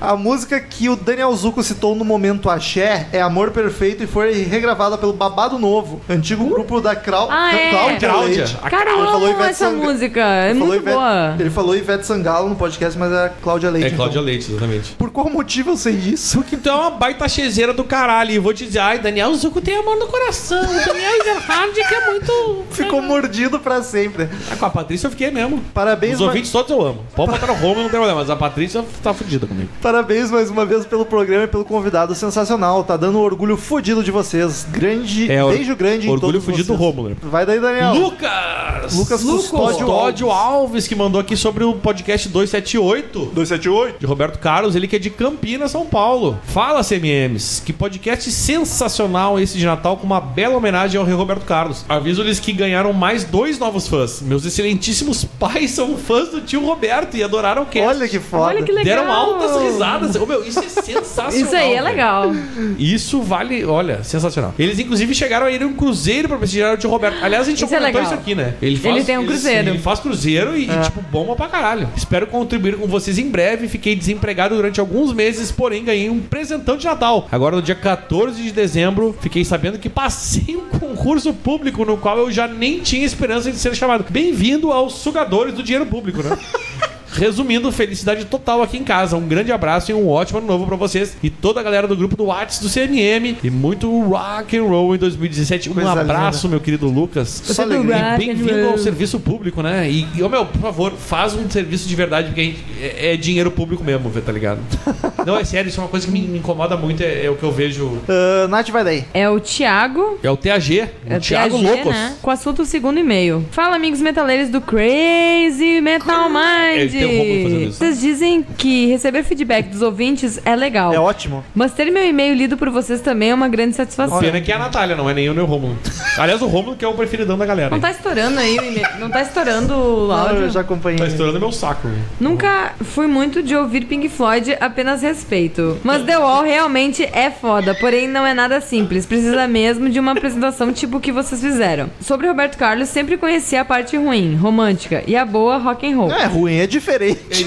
S2: A música que o Daniel Zuko citou no momento axé é Amor Perfeito e foi regravada pelo Babado Novo, antigo grupo da Crau...
S8: Uh! Ah, é.
S3: Cláudia.
S2: Leite.
S3: A
S8: Cara, eu
S2: Ele falou
S8: amo
S2: Ivete
S8: essa
S2: Sanga-
S8: música, é
S2: Ele falou
S8: muito
S2: Ivete-
S8: boa.
S2: Ele falou Ivete Sangalo no podcast, mas é Cláudia Leite.
S3: É
S2: então.
S3: Cláudia Leite, exatamente.
S2: Por qual motivo eu sei disso? [laughs]
S3: Então é uma baita chezeira do caralho. E vou te dizer, ai, Daniel Zuko tem amor no coração. O Daniel hard que é muito.
S2: Ficou mordido pra sempre.
S3: Ah, com a Patrícia eu fiquei mesmo.
S2: Parabéns,
S3: Os
S2: ma-
S3: ouvintes todos eu amo. Pode botar o Roma, não tem problema, mas a Patrícia tá fudida comigo.
S2: parabéns mais uma vez pelo programa e pelo convidado sensacional. Tá dando um orgulho fudido de vocês. Grande,
S3: É, or-
S2: beijo grande em
S3: orgulho
S2: todos
S3: fudido do
S2: vocês.
S3: Rômulo, né?
S2: Vai daí, Daniel.
S3: Lucas!
S2: Lucas Custódio
S3: Custódio Alves, que mandou aqui sobre o podcast 278.
S2: 278.
S3: de Roberto Carlos, ele que é de Campinas, São Paulo. Fala, CMMs, que podcast sensacional esse de Natal, com uma bela homenagem ao rei Roberto Carlos. Aviso-lhes que ganharam mais dois novos fãs. Meus excelentíssimos pais são fãs do tio Roberto e adoraram o cast.
S2: Olha que foda.
S8: Olha que legal.
S3: Deram altas risadas. Ô, meu, isso é [laughs] sensacional.
S8: Isso aí é
S3: velho.
S8: legal.
S3: Isso vale, olha, sensacional. Eles inclusive chegaram a ir a um cruzeiro pra prestigiar o tio Roberto. Aliás, a gente
S8: Isso é
S3: já comentou
S8: legal.
S3: isso aqui, né?
S8: Ele tem um cruzeiro.
S3: Ele faz cruzeiro e, tipo, bomba pra caralho. Espero contribuir com vocês em breve. Fiquei desempregado durante alguns meses, porém ganhei um presentão de Natal. Agora, no dia 14 de dezembro, fiquei sabendo que passei um concurso público no qual eu já nem tinha esperança de ser chamado. Bem-vindo aos sugadores do dinheiro público, né? Resumindo, felicidade total aqui em casa. Um grande abraço e um ótimo ano novo pra vocês e toda a galera do grupo do Whats do CMM e muito rock and roll em 2017. Um
S2: Coisa
S3: abraço, meu querido Lucas.
S2: Só
S8: do
S2: alegria.
S8: Rock and
S3: E bem-vindo
S8: roll.
S3: ao serviço público, né? E, e, ô, meu, por favor, faz um serviço de verdade, porque a gente- é, é dinheiro público mesmo, tá
S8: [laughs]
S3: ligado? Não, é sério, isso é uma coisa que me, me incomoda muito, é, é o que eu vejo.
S2: Ah, Nath, vai daí.
S8: É o Thiago.
S3: É o TAG,
S8: É
S3: o Thiago
S8: TAG,
S3: Loucos.
S8: né? Com assunto o segundo e-mail. Fala, amigos metaleiros do Crazy Metal Mind.
S3: É, tem um robô fazendo isso.
S8: Vocês dizem que receber feedback dos ouvintes é legal.
S2: É ótimo.
S8: mas ter meu e-mail lido por vocês também é uma grande satisfação.
S3: Pena que é a Natália, não é nem eu nem o Romulo. Aliás, o Romulo que é o preferidão da galera.
S8: Não tá estourando aí o e-mail. Não tá estourando o áudio.
S2: Ah, Eu já acompanhei.
S3: Tá estourando meu saco. velho.
S8: Nunca fui muito de ouvir Pink Floyd, apenas respeito. Mas The Wall realmente é foda, porém não é nada simples. Precisa mesmo de uma apresentação tipo o que vocês fizeram. Sobre Roberto Carlos, sempre conheci a parte ruim, romântica, e a boa rock and roll.
S2: Não é ruim, é diferente.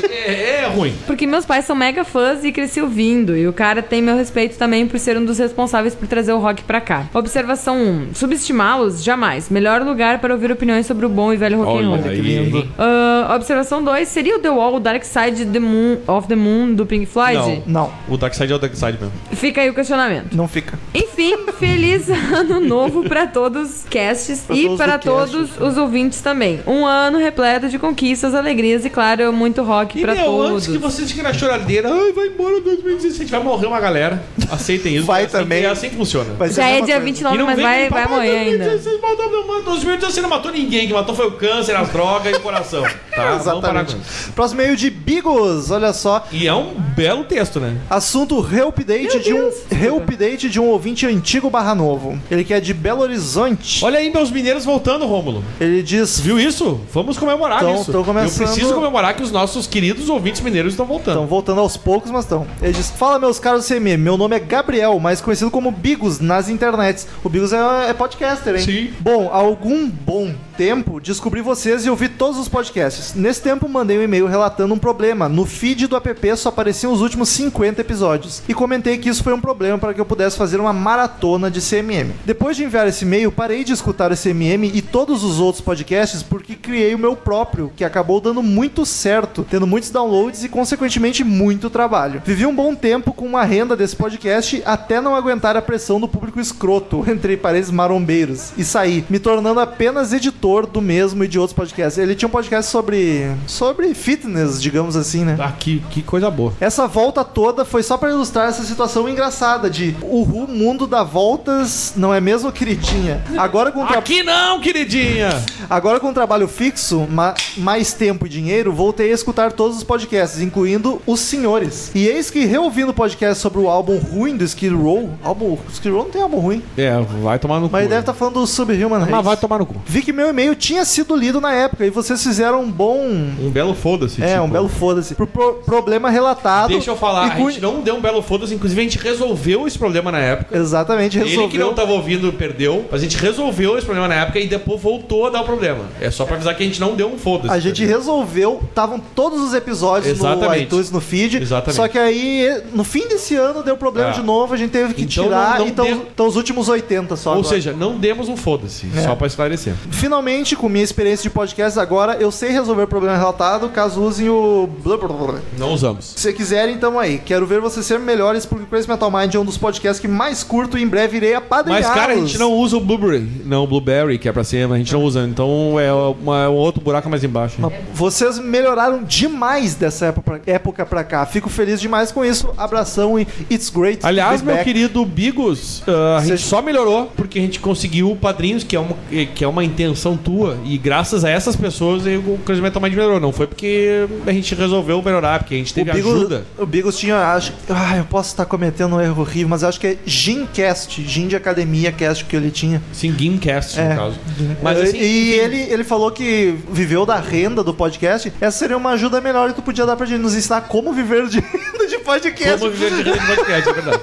S3: É, é- é ruim.
S8: Porque meus pais são mega fãs e cresci ouvindo, e o cara tem meu respeito também por ser um dos responsáveis por trazer o rock pra cá. Observação 1. Subestimá-los? Jamais. Melhor lugar para ouvir opiniões sobre o bom e velho rock and roll.
S3: Olha aí.
S8: Ah, observação 2, seria o The Wall, o Dark Side the Moon, of the Moon do Pink Floyd?
S3: Não.
S2: Não,
S3: O Dark Side é o Dark Side mesmo.
S8: Fica aí o questionamento.
S2: não fica.
S8: Enfim,
S3: [laughs]
S8: feliz ano novo pra todos os casts
S2: Pra
S8: e
S2: todos
S8: para
S2: do cast,
S8: todos os ouvintes também. Um ano repleto de conquistas, alegrias e, claro, muito rock
S3: E
S8: pra
S3: meu,
S8: todos.
S3: antes que vocês fiquem na choradeira, ai, vai embora 2017, vai morrer uma galera. Aceitem isso.
S2: Vai
S3: é assim que-
S2: também.
S3: É assim que funciona.
S2: Vai ser
S8: Já
S2: a
S8: é
S2: mesma
S8: dia
S2: coisa.
S8: 29, mas vai, vai morrer ainda.
S3: 2016 matou, não matou. 2016 não matou ninguém. Que matou foi o câncer, as drogas e o coração. Tá, vamos parar com
S2: Exatamente.
S3: isso.
S2: Próximo meio de Bigos, olha só.
S3: E é um belo texto, né?
S2: Assunto reupdate de um reupdate de um ouvinte antigo barra novo. Ele que é de Belo Horizonte.
S3: Olha aí meus mineiros voltando, Rômulo.
S2: Ele diz.
S3: Viu isso? Vamos comemorar
S2: Tão-
S3: isso.
S2: tão começando-
S3: Eu preciso comemorar que os nossos queridos ouvintes mineiros estão voltando.
S2: Estão voltando aos poucos, mas estão. Ele diz: Fala, meus caros CM, meu nome é Gabriel, mais conhecido como Bigos nas internets. O Bigos é, é podcaster, hein?
S3: Sim.
S2: Bom, há algum bom tempo descobri vocês e ouvi todos os podcasts. Nesse tempo, mandei um e-mail relatando um problema. No feed do app só apareciam os últimos 50 episódios. E comentei que isso foi um problema para que eu pudesse fazer uma maratona de CMM. Depois de enviar esse e-mail, parei de escutar o CMM e todos os outros podcasts porque criei o meu próprio, que acabou dando muito certo, tendo muitos downloads e, consequentemente, muito trabalho. Vivi um bom tempo com uma renda desse podcast até não aguentar a pressão do público escroto, [laughs] entre parênteses marombeiros, e saí, me tornando apenas editor do mesmo e de outros podcasts. Ele tinha um podcast sobre. sobre fitness, digamos assim, né?
S3: Ah, que, que coisa boa.
S2: Essa volta toda foi só pra ilustrar essa situação engraçada de o mundo dá voltas, não é mesmo, queridinha? Agora com, tra-
S3: Aqui não, queridinha!
S2: Agora com um trabalho fixo, ma- mais tempo e dinheiro, voltei a escutar todos os podcasts, incluindo os senhores. E eis que reouvindo o podcast sobre o álbum ruim do Skid Row, álbum Skid Row não tem álbum ruim,
S3: É, vai tomar no cu.
S2: mas deve estar falando do Subhuman Race.
S3: Mas vai tomar no cu.
S2: Vi que meu e-mail tinha sido lido na época e vocês fizeram um bom
S3: Um belo foda-se.
S2: é,
S3: tipo.
S2: um belo foda-se. Pro, pro- problema relatado.
S3: Deixa eu falar,
S2: e
S3: a
S2: cu-
S3: gente não deu um belo foda-se, inclusive a gente resolveu esse problema na época.
S2: Exatamente, resolveu.
S3: Ele que não tava ouvindo perdeu, mas a gente resolveu esse problema na época e depois voltou a dar o problema. É só pra avisar que a gente não deu um foda-se.
S2: A gente resolveu, estavam todos os episódios no
S3: Exatamente.
S2: iTunes, no feed.
S3: Exatamente.
S2: Só que aí, no fim desse ano, deu problema
S3: É.
S2: de novo, a gente teve que
S3: Então,
S2: tirar.
S3: não- não
S2: então,
S3: deu-
S2: então os últimos 80 só.
S3: Ou
S2: agora. É.
S3: seja, não demos um foda-se, só pra esclarecer.
S2: Finalmente, com minha experiência de podcast agora, eu sei resolver o problema relatado, caso usem o. blá, blá, blá.
S3: Não usamos.
S2: Se quiserem, então opinião aí. Quero ver vocês serem melhores, porque o Crazy Metal Mind é um dos podcasts que mais curto e em breve irei apadrinhá-los.
S3: Mas, cara, a gente não usa o Blueberry. Não, o Blueberry, que é pra cima, a gente não usa. Então é uma- um outro buraco mais embaixo.
S2: Mas Vocês melhoraram demais dessa época pra, época pra cá. Fico feliz demais com isso. Abração e It's Great. to
S3: Aliás,
S2: be
S3: meu
S2: back.
S3: querido Bigos, ah, a gente
S2: Seja-
S3: só melhorou porque a gente conseguiu padrinhos, que é uma, eh, que é uma intenção tua. E graças a essas pessoas eh, o crescimento mais melhorou. Não foi porque a gente resolveu melhorar, porque a gente teve
S2: o Bigos,
S3: ajuda.
S2: O Bigos tinha, acho, ah, eu posso estar cometendo um erro horrível, mas eu acho que é Gincast, Gin de Academia Cast que ele tinha.
S3: Sim, Gamecast,
S2: É.
S3: no caso. Mas
S2: Eh,
S3: assim,
S2: e ele, ele falou que viveu da renda do podcast. Essa seria uma ajuda melhor que tu podia dar pra gente nos ensinar como viver de [laughs] renda de podcast.
S3: como viver de rede de podcast,
S2: [laughs]
S3: é verdade.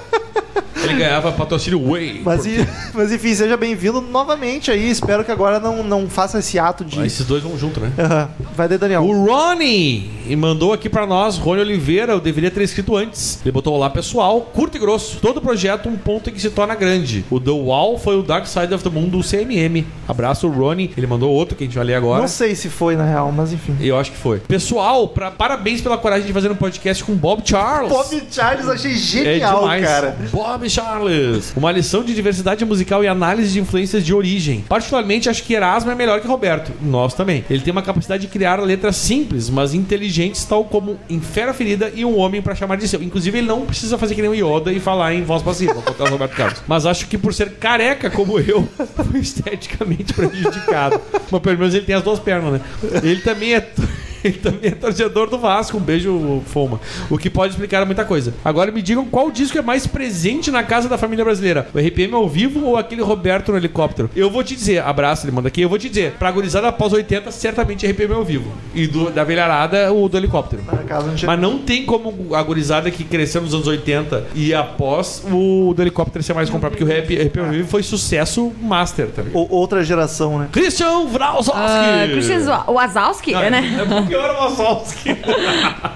S3: Ele ganhava patrocínio Way.
S2: Mas, e- [laughs] mas enfim, seja bem-vindo novamente aí. Espero que agora não, não faça esse ato de.
S3: Esses dois vão junto, né?
S2: [laughs] Aham. Vai daí, Daniel.
S3: O Ronnie e mandou aqui pra nós, Rony Oliveira, eu deveria ter escrito antes. Ele botou lá, pessoal, curto e grosso. Todo projeto, um ponto em que se torna grande. O The Wall foi o Dark Side of the Moon do CMM. Abraço, Ronnie. Ele mandou outro que a gente vai ler agora.
S2: Não sei se foi, na real, mas enfim.
S3: Eu acho que foi. Pessoal, pra- parabéns pela coragem de fazer um podcast com Bob Charles.
S2: Bob Charles achei
S3: É
S2: genial, cara.
S3: Bob Charles. Uma lição de diversidade musical e análise de influências de origem. Particularmente, acho que Erasmo é melhor que Roberto. Nós também. Ele tem uma capacidade de criar letras simples, mas inteligentes, tal como em Fera Ferida e Um Homem pra Chamar de Seu. Inclusive, ele não precisa fazer que nem o Yoda e falar em voz passiva, ao contrário do Roberto Carlos. Mas acho que por ser careca como eu, [laughs] foi esteticamente prejudicado. Mas pelo menos ele tem as duas pernas, né? Ele também é... [laughs] Ele também é torcedor do Vasco. Um beijo, Foma. O que pode explicar muita coisa. Agora me digam qual disco é mais presente na casa da família brasileira: o RPM ao vivo ou aquele Roberto no helicóptero? Eu vou te dizer, abraço, ele manda aqui. Eu vou te dizer, pra gurizada após 80, certamente RPM é ao vivo. E do- da velharada, o do helicóptero.
S2: Por acaso, é não tinha-
S3: Mas não tem como a gurizada que cresceu nos anos 80 e após o do helicóptero ser mais comprado, porque o rap, RPM ao vivo foi sucesso master, tá ligado?
S2: Ou- outra geração, né?
S3: Christian Vrausowski!
S8: Ah, Christian Zwa- Wazowski, é, né?
S3: É pior o Wazowski.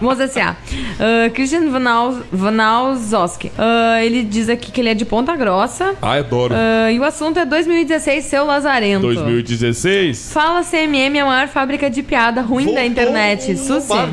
S8: Vamos S.A. Ah, Christian Vanau- Vanauzoski. Ah, ele diz aqui que ele é de Ponta Grossa.
S3: Ah, adoro.
S8: Ah, e o assunto é 2016, seu Lazarento.
S3: 2016.
S8: Fala CMM, é a maior fábrica de piada ruim da internet. Susi.
S3: Bard,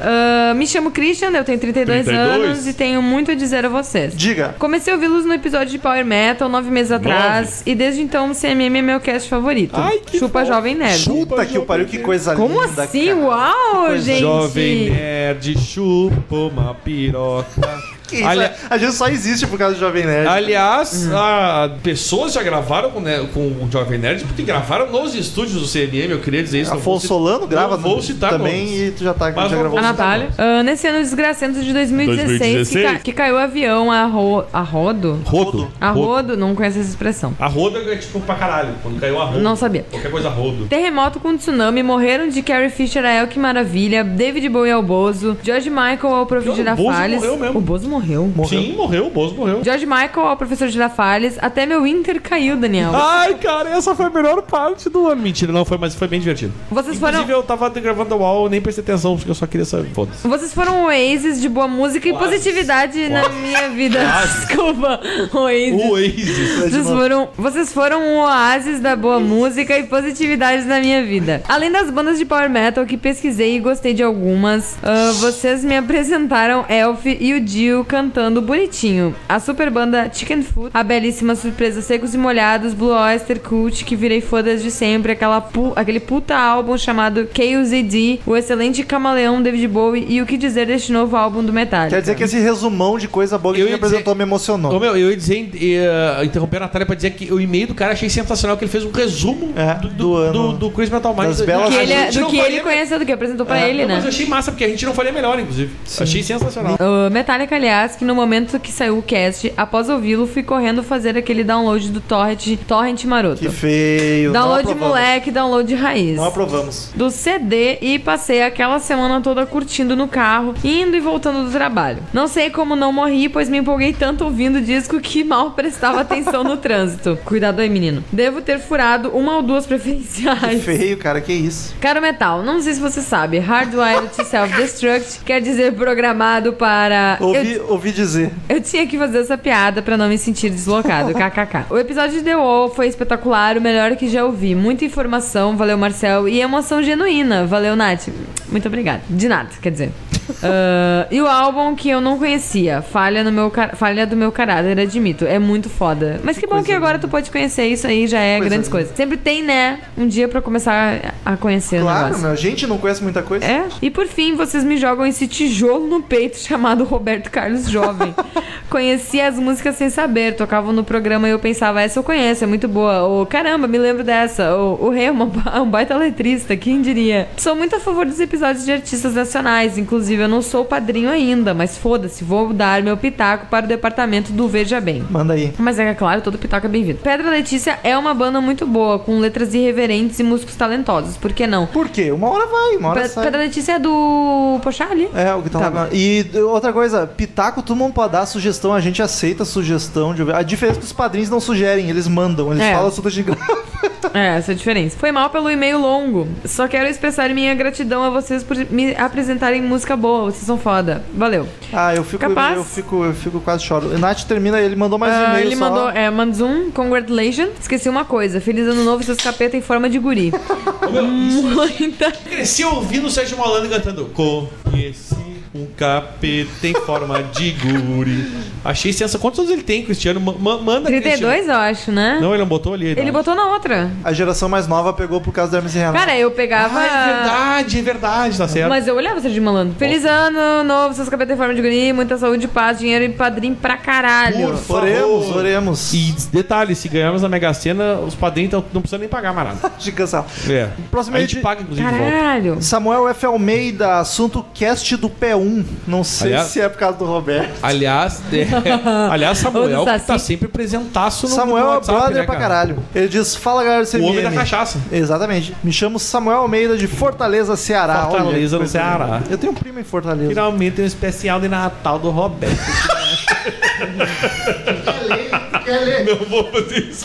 S8: Ah, me chamo Christian, eu tenho 32,
S3: 32.
S8: anos e tenho muito a dizer a vocês.
S2: Diga.
S8: Comecei a ouvi-los no episódio de Power Metal nove meses atrás e desde então o CMM é meu cast favorito.
S3: Ai, que
S8: Chupa
S3: fofo.
S8: Jovem Nerd.
S2: Puta que o pariu, que coisa
S8: É. Como
S2: linda.
S8: assim?
S2: cara.
S8: Uau, gente!
S3: Jovem né? Nerd chupa uma piroca.
S2: Que isso, é-
S3: Ali-
S2: A gente só existe por causa do Jovem Nerd.
S3: [laughs] Aliás, ah, pessoas já gravaram com, né, com o Jovem Nerd, porque gravaram nos estúdios do CNM, eu queria dizer isso. não vou
S2: Afonso Solano
S3: citar-
S2: grava
S3: não vou citar
S2: também
S3: nomes.
S2: e tu já tá já
S3: Mas não
S2: gravou.
S8: A Natália. Ah, nesse ano desgracento de 2016,
S3: 2016?
S8: Que, ca- que caiu o avião a, ro a rodo.
S3: Rodo.
S8: A rodo, não conheço essa expressão.
S3: A roda é tipo pra caralho, quando caiu a roda.
S8: Não sabia.
S3: Qualquer coisa rodo.
S8: Terremoto com tsunami, morreram de Carrie Fisher a El que Maravilha, David Bowie ao Bozo, George Michael ao Professor
S3: Não, o Bozo
S8: Girafales.
S3: morreu mesmo.
S8: O Bozo morreu.
S3: Sim, morreu, o Bozo morreu.
S8: George Michael ao Professor Girafales, até meu Inter caiu, Daniel.
S3: Ai, cara, essa foi a melhor parte do ano. Mentira, não foi, mas foi bem divertido.
S8: Vocês foram.
S3: Inclusive, eu tava gravando a wall, eu nem prestei atenção, porque eu só queria saber. Foda-se.
S8: Vocês foram oasis de boa música e
S3: Quase.
S8: positividade na minha vida. [laughs] Desculpa, oasis.
S3: O Oasis.
S8: Vocês foram, vocês foram um oásis da boa música e positividade na minha vida. Além das bandas de power metal que pesquisei e gostei de algumas, ah, vocês me apresentaram Elf e o Dio cantando bonitinho. A super banda Chicken Food, a belíssima surpresa Secos e Molhados, Blue Oyster Cult, que virei fã desde sempre, aquela pu- aquele puta álbum chamado Chaos ED, o excelente Camaleão David Bowie e o que dizer deste novo álbum do Metallica.
S2: Quer dizer que esse resumão de coisa boa que
S3: Eu
S2: ele
S3: ia
S2: apresentou me emocionou.
S3: Ô, meu, eu ia dizer, eh, interromper a Natália pra dizer que o e-mail do cara achei sensacional, que ele fez um resumo
S2: É,
S3: do, do,
S2: do ano.
S3: do, do Chris Metal Mind.
S2: Das belas-
S8: que
S3: A
S8: ele, é-
S3: gente
S8: do
S3: não
S8: que ele
S3: faria-
S8: conheceu, do que apresentou pra
S3: É,
S8: ele,
S3: não,
S8: né?
S3: Mas eu achei massa, porque a gente não faria melhor, inclusive. Achei sensacional.
S8: O Ah, Metallica, aliás, que no momento que saiu o cast, após ouvi-lo, fui correndo fazer aquele download do torrent, torrent
S3: é
S8: maroto.
S3: tá?
S2: Que feio. não
S8: download
S2: aprovamos.
S8: moleque, download raiz.
S2: Não aprovamos.
S8: do CD e passei aquela semana toda curtindo no carro, indo e voltando do trabalho. Não sei como não morri, pois me empolguei tanto ouvindo o disco que mal [laughs] prestava atenção no trânsito. Cuidado aí, menino. Devo ter furado uma ou duas [laughs]
S2: Que
S8: preferenciais.
S2: feio, cara, que isso.
S8: Caro Metal, não sei se você sabe, Hardwired to Self-Destruct quer dizer programado para...
S2: Ouvi,
S8: Eu-
S2: ouvi dizer.
S8: eu tinha que fazer essa piada pra não me sentir deslocado, kkk. O episódio de The Wall foi espetacular, o melhor que já ouvi. Muita informação, valeu Marcel, e emoção genuína. Valeu, Nath. Muito obrigada. De nada, quer dizer. Ah, e o álbum que eu não conhecia, falha, no meu car- falha do meu caráter, admito. É muito foda. Mas que, bom que agora tu pode conhecer isso aí, já é grandes coisas. Sempre tem, né? Um dia pra começar a a conhecer o
S2: Claro,
S8: negócio.
S2: meu. A gente não conhece muita coisa.
S8: É. E por fim, vocês me jogam esse tijolo no peito [laughs] chamado Roberto Carlos Jovem. Conhecia as músicas sem saber, tocavam no programa e eu pensava, essa eu conheço, é muito boa. Ou caramba, me lembro dessa. Ou o Rei é uma ba- [laughs] um baita letrista, quem diria? Sou muito a favor dos episódios de artistas nacionais, inclusive eu não sou padrinho ainda, mas foda-se, vou dar meu pitaco para o departamento do Veja Bem.
S2: Manda aí.
S8: Mas é claro, todo pitaco é bem-vindo. Pedra Letícia é uma banda muito boa, com letras irreverentes e músicos talentosos, por que não?
S2: Por quê? Uma hora vai, uma hora
S8: Pe-
S2: sai.
S8: Pedra Letícia é do Pochá ali?
S2: É, o que tá,
S8: Tá
S2: lá. E d- outra coisa, pitaco todo mundo pode dar sugestão, a gente aceita a sugestão. De... A diferença é que os padrinhos não sugerem, eles mandam, eles
S8: É.
S2: falam tudo de
S8: [laughs]
S2: graça.
S8: É, essa é a diferença. Foi mal pelo e-mail longo. Só quero expressar minha gratidão a vocês por me apresentarem música boa. Vocês são foda. Valeu.
S2: Ah, eu fico,
S8: Capaz.
S2: eu fico, eu fico quase choro. O Nath termina, ele mandou mais um
S8: Ah,
S2: e-mail
S8: ele
S2: só.
S8: mandou, é, mandou um congratulations. Esqueci uma coisa. Feliz ano novo, seus capeta em forma de guri. Hum. Muita.
S3: Cresci é ouvindo o Sérgio Malandro cantando Conheci um capeta em forma de guri. Achei sensacional. Quantos anos ele tem, Cristiano? Ma- ma- manda,
S8: 32, eu acho, né?
S3: Cristiano. Não, ele não botou ali.
S8: Ele
S3: não.
S8: botou na outra.
S2: A geração mais nova pegou por causa da Hermes e Renato.
S8: Cara, eu pegava.
S3: Ah, é verdade, é verdade, tá certo.
S8: Mas eu olhava Sérgio Malandro. Feliz ano novo, seus cabelos em forma de guri, muita saúde, paz, dinheiro e padrinho pra caralho.
S3: Por
S2: oremos,
S3: favor.
S2: oremos.
S3: E detalhe, se ganharmos na Mega Sena, os padrinhos tão- não precisam nem pagar mais nada.
S2: De cansar.
S3: É.
S2: Próximo
S3: a
S2: aí
S3: gente
S2: de-
S3: paga, inclusive, de volta.
S8: Caralho.
S2: Samuel F. Almeida, assunto cast do P1. Não sei
S3: Aliás-
S2: se é por causa do Roberto.
S3: Aliás,
S8: [laughs]
S3: é- aliás Samuel,
S8: Ô,
S3: que
S8: Saci.
S3: tá sempre presentaço no
S2: Samuel
S3: no
S2: é
S3: WhatsApp,
S2: brother
S3: né,
S2: pra
S3: cara?
S2: caralho. Ele diz: Fala galera do
S3: O homem da
S2: CMM."
S3: cachaça.
S2: Exatamente. Me chamo Samuel Almeida de Fortaleza, Ceará. Olha
S3: Fortaleza,
S2: que
S3: no
S2: coisa
S3: Ceará.
S2: linda. Eu tenho um primo em Fortaleza.
S3: Finalmente um especial de Natal do Roberto.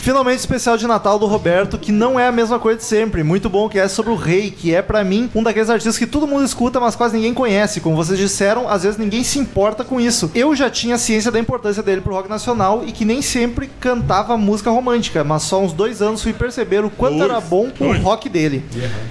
S2: Finalmente o especial de Natal do Roberto, que não é a mesma coisa de sempre. Muito bom que é sobre o Rei, que é pra mim um daqueles artistas que todo mundo escuta, mas quase ninguém conhece. Como vocês disseram, às vezes ninguém se importa com isso. Eu já tinha ciência da importância dele pro rock nacional e que nem sempre cantava música romântica, mas só uns dois anos fui perceber o quanto era bom o rock dele.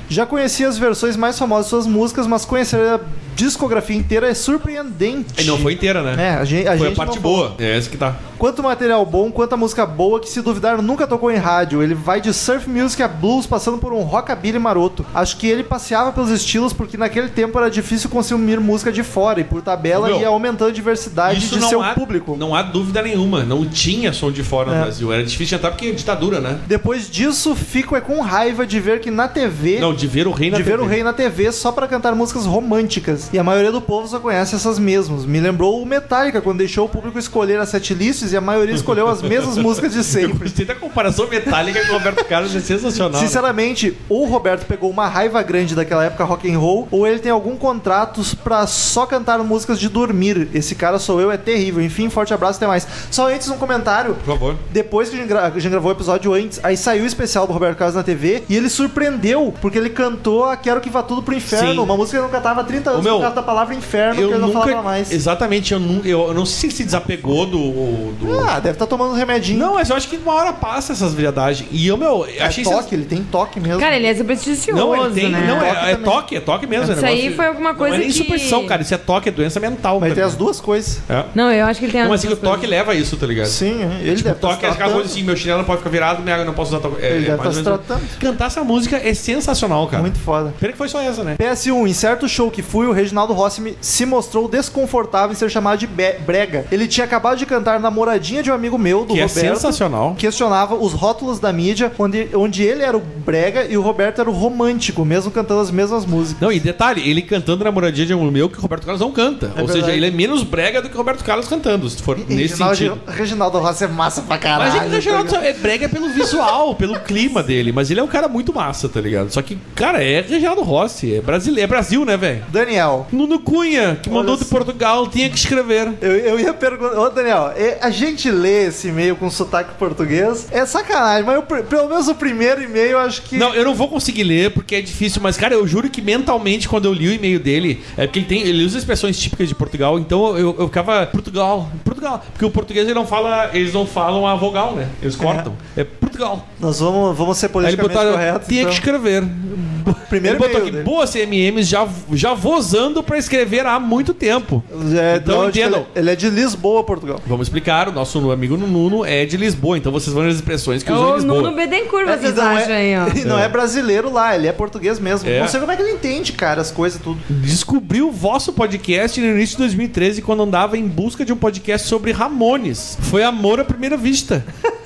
S2: Já conhecia as versões mais famosas de suas músicas, mas conhecer a discografia inteira é surpreendente.
S3: E não foi inteira, né?
S2: É, a gente, a
S3: foi a
S2: gente
S3: parte
S2: não
S3: boa. É essa que tá.
S2: Quanto material bom, quanta música boa que se duvidar nunca tocou em rádio. Ele vai de surf music a blues, passando por um rockabilly maroto. Acho que ele passeava pelos estilos porque naquele tempo era difícil consumir música de fora e por tabela
S3: Meu,
S2: ia aumentando a diversidade de seu público.
S3: Não há dúvida nenhuma. Não tinha som de fora no
S2: É.
S3: Brasil. Era difícil de entrar porque é ditadura, né?
S2: Depois disso, fico é com raiva de ver que na TV
S3: Não, de ver o rei na
S2: de ver
S3: TV.
S2: o rei na TV só pra cantar músicas românticas. E a maioria do povo só conhece essas mesmas. Me lembrou o Metallica quando deixou o público escolher as sete listas e a maioria escolheu as mesmas músicas
S3: [laughs]
S2: de
S3: Eu
S2: sempre.
S3: gostei da comparação metálica com o Roberto Carlos, é sensacional. né?
S2: Sinceramente, ou o Roberto pegou uma raiva grande daquela época rock and roll, ou ele tem algum contrato pra só cantar músicas de dormir. Esse cara sou eu, é terrível. Enfim, forte abraço, até mais. Só antes um comentário.
S3: Por favor.
S2: Depois que a gente, gra- a gente gravou o episódio antes, aí saiu o especial do Roberto Carlos na TV e ele surpreendeu, porque ele cantou a Quero Que Vá Tudo Pro Inferno,
S3: Sim.
S2: uma música que ele não cantava há 30 anos
S3: meu,
S2: por causa da palavra inferno, que
S3: Eu
S2: ele não
S3: nunca.
S2: falava mais.
S3: Exatamente, eu, nu- eu, eu não sei se ele se desapegou do. do-
S2: Ah, deve estar tomando um remedinho.
S3: Não, mas eu acho que uma hora passa essas verdades. E eu, meu,
S2: é
S3: achei.
S2: toque,
S3: sens-
S2: ele tem toque mesmo.
S8: Cara, ele é supersticioso,
S3: Então, Não, ele tem.
S8: né?
S3: Não,
S2: Toque
S3: é, é
S2: também.
S3: toque, é toque mesmo. é
S8: Isso aí
S3: negócio-
S8: foi alguma coisa
S3: Não é nem
S8: que-
S3: superstição, cara. Isso é toque, é doença mental.
S2: Mas tem
S3: cara.
S2: as duas coisas.
S3: É.
S8: Não, eu acho que ele tem
S3: Não, mas
S8: algumas
S3: assim, o toque
S8: coisas.
S3: leva a isso, tá ligado?
S2: Sim, ele
S3: Tipo,
S2: deve tá
S3: toque é
S2: se
S3: aquela coisa
S2: tratando.
S3: assim, meu chinelo não pode ficar virado, minha água não posso usar... to- É,
S2: Ele
S3: é
S2: já tá
S3: mais
S2: se
S3: ou menos-
S2: tratando.
S3: Cantar essa música é sensacional, cara.
S2: Muito foda.
S3: Pena que foi só essa, né?
S2: PS1, em certo show que fui, o Reginaldo Rossi me- se mostrou desconfortável em ser chamado de be- brega. Ele tinha acabado de cantar Namoradinha de um amigo meu, do
S3: Que é
S2: Roberto.
S3: sensacional.
S2: Questionava os rótulos da mídia, onde, onde ele era o brega e o Roberto era o romântico, mesmo cantando as mesmas músicas.
S3: Não, e detalhe, ele cantando na moradia de um meu que o Roberto Carlos não canta. Ou
S2: verdade.
S3: seja, ele é menos brega do que o Roberto Carlos cantando, se for nesse
S2: Reginaldo,
S3: sentido.
S2: Reginaldo Rossi é massa pra caralho.
S3: Mas é que o Reginaldo
S2: tá
S3: só é brega
S2: [laughs]
S3: pelo visual, pelo clima dele. Mas ele é um cara muito massa, tá ligado? Só que, cara, é Reginaldo Rossi. É, brasile... é Brasil, né, velho?
S2: ligado? Daniel,
S3: Nuno Cunha, que mandou de
S2: só.
S3: Portugal, tinha que escrever.
S2: Eu, eu ia perguntar. Ô, Daniel, é- a gente lê esse e-mail com sotaque português é sacanagem, mas eu pr- pelo menos o primeiro e-mail eu acho que.
S3: Não, eu não vou conseguir ler porque é difícil, mas cara, eu juro que mentalmente quando eu li o e-mail dele, é porque ele tem, ele usa expressões típicas de Portugal, então eu, eu ficava Portugal, Portugal, porque o português ele não fala, eles não falam a vogal, né? Eles cortam. É, Portugal. Portugal.
S2: Nós vamos, vamos ser
S3: Aí ele
S2: politicamente
S3: botaram,
S2: corretos.
S3: tinha que
S2: então.
S3: escrever.
S2: Primeiro
S3: ele botou
S2: e-mail
S3: aqui,
S2: dele.
S3: boa CMMs, já, já vozando pra escrever há muito tempo.
S2: É,
S3: Então
S2: não,
S3: entendam.
S2: Ele, ele é de Lisboa, Portugal.
S3: Vamos explicar, o nosso amigo Nuno é de Lisboa, então vocês vão ver as expressões que
S8: É
S3: usam em
S8: o
S3: Lisboa.
S8: Nuno Bedencourt,
S2: É,
S8: vocês
S3: então,
S2: e não é-
S8: acham aí, ó.
S2: E não é. brasileiro lá, ele é português mesmo.
S3: É.
S2: Não sei como é que ele entende, cara, as coisas tudo.
S3: Descobriu o vosso podcast no início de 2013 quando andava em busca de um podcast sobre Ramones. Foi amor à primeira
S8: [laughs]
S3: vista.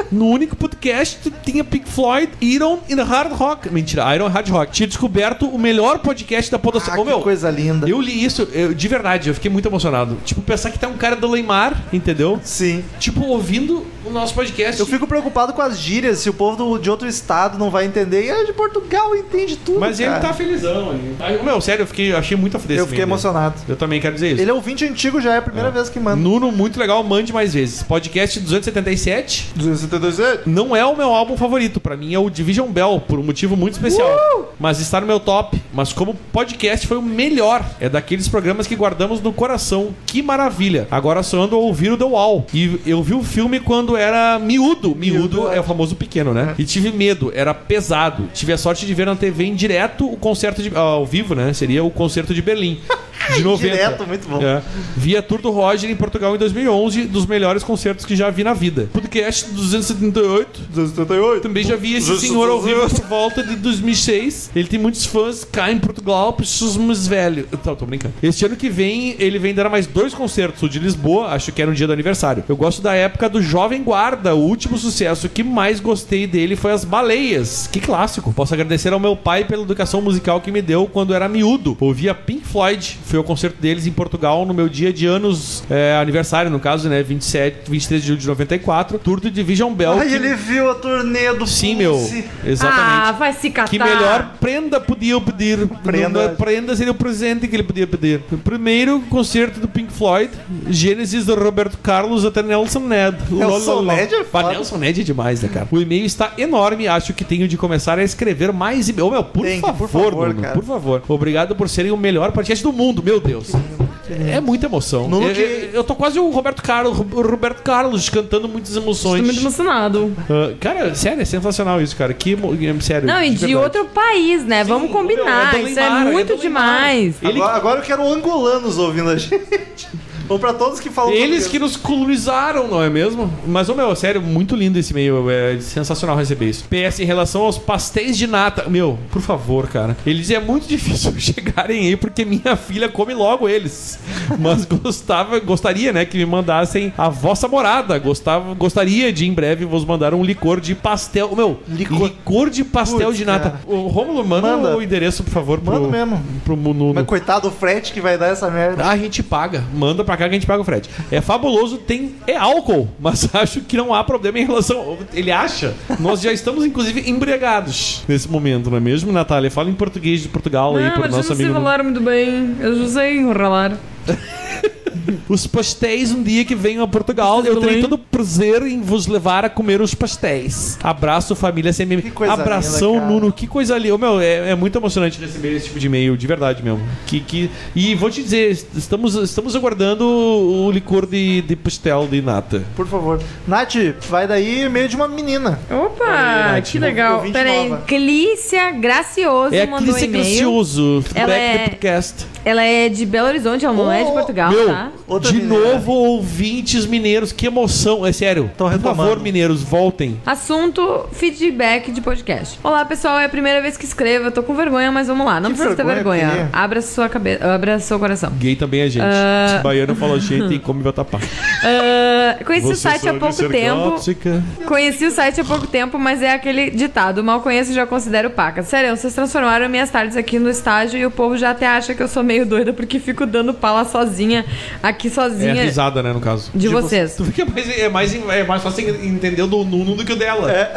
S3: No único podcast tu tinha Pink Floyd, Iron e Hard Rock. Mentira, Iron e Hard Rock. Tinha descoberto o melhor podcast da
S2: Ah,
S3: Podosfera. Ô,
S2: que
S3: meu,
S2: coisa linda.
S3: eu li isso, eu- de verdade, eu fiquei muito emocionado. Tipo, pensar que tá um cara do Leimar, entendeu?
S2: Sim.
S3: Tipo, ouvindo o nosso podcast.
S2: Eu fico preocupado com as gírias, se o povo do- de outro estado não vai entender. E é de Portugal, entende tudo.
S3: Mas ele
S2: cara.
S3: tá felizão. Ele tá... Meu, sério, eu fiquei, eu achei muito feliz.
S2: Eu fiquei emocionado.
S3: Eu também quero dizer isso.
S2: Ele é ouvinte antigo, já é a primeira vez que manda.
S3: Nuno, muito legal, mande mais vezes. Podcast 277
S2: 272
S3: não é o meu álbum favorito, pra mim é o Division Bell, por um motivo muito especial. Mas está no meu top. Mas como podcast foi o melhor, é daqueles programas que guardamos no coração. Que maravilha! Agora só ando a ouvir o The Wall. E eu vi o filme quando era miúdo. Miúdo,
S2: Miúdo, Uhum.
S3: é o famoso pequeno, né? E tive medo, era pesado. Tive a sorte de ver na TV em direto o concerto de- ao vivo, né? Seria o concerto de
S2: [laughs]
S3: Berlim. De 90.
S2: Direto, muito bom.
S3: É. Via Tour do Roger em Portugal em 2011, dos melhores concertos que já vi na vida. Podcast 278.
S2: 278.
S3: Também já vi esse senhor ao vivo por volta de 2006. Ele tem muitos fãs cá em Portugal, pessoas mais velhas. Tá, tô brincando. Este ano que vem, ele vem dar mais dois concertos. O de Lisboa, acho que era no dia do aniversário. Eu gosto da época do Jovem Guarda. O último sucesso que mais gostei dele foi As Baleias. Que clássico. Posso agradecer ao meu pai pela educação musical que me deu quando era miúdo. Ouvia Pink Floyd. Foi ao concerto deles em Portugal no meu dia de anos, é, aniversário, no caso, né? 27, 23 de julho de 94. Tour do Division Bell.
S2: Ai,
S3: É que-
S2: ele viu a turnê do
S3: Sim, meu.
S2: Pulse.
S3: [laughs] Exatamente.
S8: Ah, vai se catar.
S3: que melhor prenda podia eu pedir.
S2: Prenda.
S3: Prenda. prenda seria o presente que ele podia pedir. Primeiro concerto do Pink Floyd, Gênesis do Roberto Carlos até Nelson Ned.
S2: Nelson Ned é foda.
S3: Pá, Nelson Ned é demais, né, cara? O e-mail está enorme, acho que tenho de começar a escrever mais e-mail. Ô, meu, por
S2: Tem,
S3: favor,
S2: por favor,
S3: Nuno,
S2: cara.
S3: por favor. Obrigado por serem o melhor podcast do mundo, meu Deus. É muita emoção.
S2: Nuno
S3: Eu,
S2: que-
S3: eu- eu tô quase o Roberto Carlos, o Roberto Carlos cantando muitas
S8: Estou
S3: emoções.
S8: muito emocionado.
S3: Ah, cara, sério, é sensacional isso, cara. Que emo- é, sério.
S8: Não, e de
S3: verdade.
S8: outro país, né?
S3: Sim,
S8: Vamos combinar.
S3: meu, é do
S8: Isso
S3: Neymar,
S8: é
S3: é
S8: muito
S3: do Neymar.
S8: demais.
S3: Ele-
S2: Agora, agora eu quero angolanos ouvindo a [laughs] gente. Ou pra todos que falam
S3: Eles
S2: português.
S3: que nos colonizaram, não é mesmo? Mas, ô meu, sério, muito lindo esse e-mail. É sensacional receber isso. PS, em relação aos pastéis de nata. Meu, por favor, cara. Eles é muito [laughs] difícil chegarem aí porque minha filha come logo eles. Mas [laughs] gostava, gostaria, né, que me mandassem a vossa morada. Gostava, gostaria de em breve vos mandar um licor de pastel. Meu,
S2: Licor.
S3: licor, de pastel
S2: Putz,
S3: de nata.
S2: cara.
S3: Ô, Rômulo, manda,
S2: Manda.
S3: o endereço, por favor, pro,
S2: Manda mesmo.
S3: pro Nuno.
S2: Mas coitado do frete que vai dar essa merda.
S3: Ah, a gente paga. Manda pra cá que a gente paga o frete. É fabuloso, tem. É álcool, [laughs] mas acho que não há problema em relação. Ele acha? Nós já estamos, inclusive, embriagados nesse momento, não é mesmo, Natália? Fala em português de Portugal aí
S8: Não,
S3: pro
S8: mas eu
S3: nosso
S8: não sei
S3: amigo.
S8: falar muito bem. Eu não sei enrolar.
S3: Os pastéis, um dia que venham a Portugal,
S8: Vocês
S3: eu terei
S8: também?
S3: todo o prazer em vos levar a comer os pastéis. Abraço, família CMM.
S2: Que coisa
S3: Abração,
S2: linda, cara.
S3: Nuno. Que coisa ali. Ô, Meu, é, é muito emocionante receber esse tipo de e-mail, de verdade mesmo. Que, que... E vou te dizer, estamos, estamos aguardando o licor de, de pastel de nata.
S2: Por favor. Nath, vai daí meio de uma menina.
S8: Opa,
S3: Nath.
S8: que legal.
S2: Ouvinte
S8: Peraí,
S2: nova.
S8: Clícia Gracioso
S3: É a
S8: mandou um
S3: Clícia
S8: e-mail.
S3: Gracioso,
S8: Ela
S3: back
S8: é-
S3: do podcast.
S8: Ela é de Belo Horizonte, ela não é de Portugal,
S3: Meu,
S8: tá?
S2: Outra
S3: de
S2: mineira.
S3: novo, ouvintes mineiros, que emoção. É sério.
S2: Tão
S3: Por favor,
S2: retomando.
S3: mineiros, voltem.
S8: Assunto: feedback de podcast. Olá, pessoal, é a primeira vez que escrevo. Eu tô com vergonha, mas vamos lá. Não
S2: Que
S8: precisa ter
S2: vergonha,
S8: vergonha.
S2: queria.
S8: Abra sua cabeça, abra seu coração.
S3: Gay também é gente.
S8: Ah.
S3: Se baiano fala gente e come vatapá.
S8: Ah, conheci o
S3: Você
S8: site há
S3: soube
S8: pouco
S3: ser
S8: tempo.
S3: gótica.
S8: Conheci o site há pouco tempo, mas é aquele ditado: mal conheço já considero paca. Sério, vocês transformaram minhas tardes aqui no estágio e o povo já até acha que eu sou meio doida porque fico dando pala sozinha, aqui
S3: É a
S8: sozinha,
S3: risada, né, no caso.
S8: de vocês.
S3: [laughs] Tu vê que é mais, é mais, é mais fácil entender o do Nuno do que o dela.
S2: É.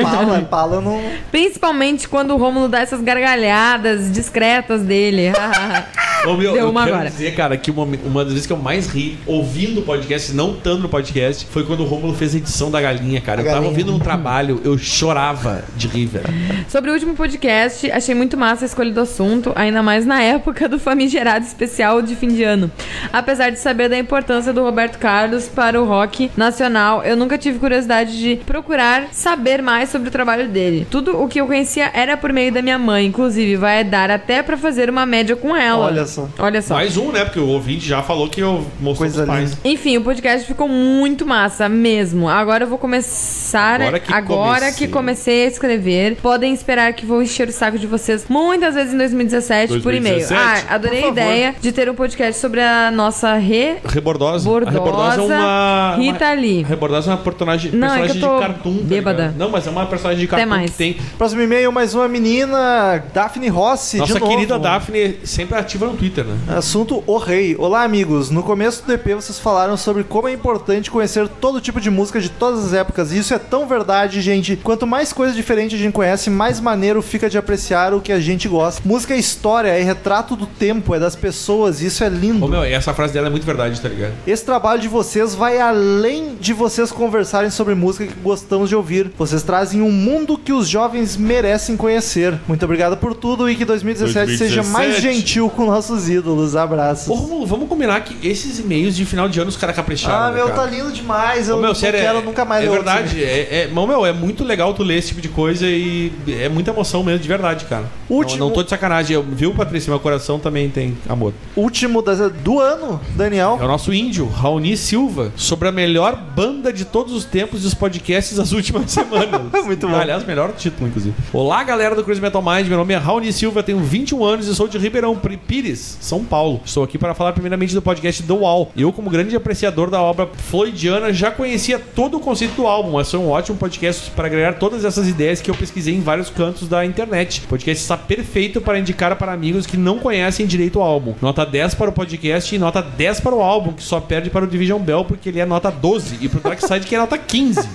S2: Pala, pala não.
S8: Principalmente quando o Rômulo dá essas gargalhadas discretas dele. [laughs]
S3: Ô, meu,
S8: Deu
S3: eu
S8: uma
S3: quero
S8: agora.
S3: dizer, cara, que uma, uma das vezes que eu mais ri ouvindo o podcast, não estando no podcast, foi quando o Rômulo fez a edição da galinha, cara. eu tava
S2: galinha.
S3: ouvindo um trabalho, eu chorava de rir, velho.
S8: Sobre o último podcast, achei muito massa a escolha do assunto, ainda mais na época do famigerado especial de fim de ano. Apesar de saber da importância do Roberto Carlos para o rock nacional, eu nunca tive curiosidade de procurar saber mais sobre o trabalho dele. Tudo o que eu conhecia era por meio da minha mãe, inclusive vai dar até pra fazer uma média com ela.
S2: Olha só.
S8: Olha [laughs] só.
S3: Mais um, né? Porque o ouvinte já falou que eu mostrei
S2: Coisa
S3: os pais.
S2: linda.
S8: Enfim, o podcast ficou muito massa mesmo. Agora eu vou começar.
S3: Agora que
S8: agora
S3: comecei.
S8: que comecei a escrever. Podem esperar que vou encher o saco de vocês muitas vezes em 2017, por e-mail.
S3: 2017?
S8: Ah, adorei a
S2: Por favor.
S8: ideia de ter um podcast sobre a nossa re.
S3: Rebordosa.
S8: Bordosa,
S3: a Rebordosa é uma.
S8: Rita
S3: uma-
S8: Lee.
S3: A Rebordosa é uma personagem,
S8: Não, é que
S3: personagem
S8: eu tô
S3: de cartoon. tá
S8: bêbada.
S3: ligado? não, mas é uma personagem de cartoon
S8: mais.
S3: que tem.
S2: Próximo e-mail, mais uma menina, Daphne Rossi,
S3: Nossa
S2: de novo.
S3: querida Daphne sempre ativa no Twitter, né?
S2: Assunto O Rei. Olá, amigos. No começo do EP vocês falaram sobre como é importante conhecer todo tipo de música de todas as épocas. E isso é tão verdade, gente. Quanto mais coisa diferente a gente conhece, mais maneiro fica de apreciar o que a gente gosta. Música é história, é retrato do tempo, é das pessoas. E isso é lindo.
S3: Ô meu, essa frase dela é muito verdade, tá ligado?
S2: Esse trabalho de vocês vai além de vocês conversarem sobre música que gostamos de ouvir. Vocês trazem um mundo que os jovens merecem conhecer. Muito obrigado por tudo e que 2017, seja mais
S3: 2017.
S2: gentil com nossos ídolos. Abraços.
S3: Ô, Romulo, vamos combinar que esses e-mails de final de ano os caras capricharam.
S2: Ah,
S3: né,
S2: meu,
S3: cara?
S2: tá lindo demais.
S3: Ô,
S2: Eu
S3: meu,
S2: não
S3: sério,
S2: quero
S3: é,
S2: nunca mais
S3: é
S2: ler outro.
S3: verdade. É, é, mas, meu, é muito legal tu ler esse tipo de coisa e é muita emoção mesmo, de verdade, cara.
S2: Último-
S3: Não, não tô de sacanagem. Eu, viu, Patrícia? Meu coração também tem amor.
S2: Último das- do ano, Daniel.
S3: É o nosso índio, Raoni Silva, sobre a melhor banda de todos os tempos dos podcasts das últimas [laughs] semanas.
S2: [laughs] Muito bom.
S3: Aliás, melhor título, inclusive. Olá, galera do Crazy Metal Mind. Meu nome é Raoni Silva, tenho 21 anos e sou de Ribeirão Pri- Pires, São Paulo. Estou aqui para falar primeiramente do podcast The Wall. Eu, como grande apreciador da obra floydiana, já conhecia todo o conceito do álbum, mas foi um ótimo podcast para agregar todas essas ideias que eu pesquisei em vários cantos da internet. O podcast está perfeito para indicar para amigos que não conhecem direito o álbum. Nota 10 para o podcast e nota 10 para o álbum, que só perde para o Division Bell porque ele é nota 12 e para o Dark Side que é nota 15.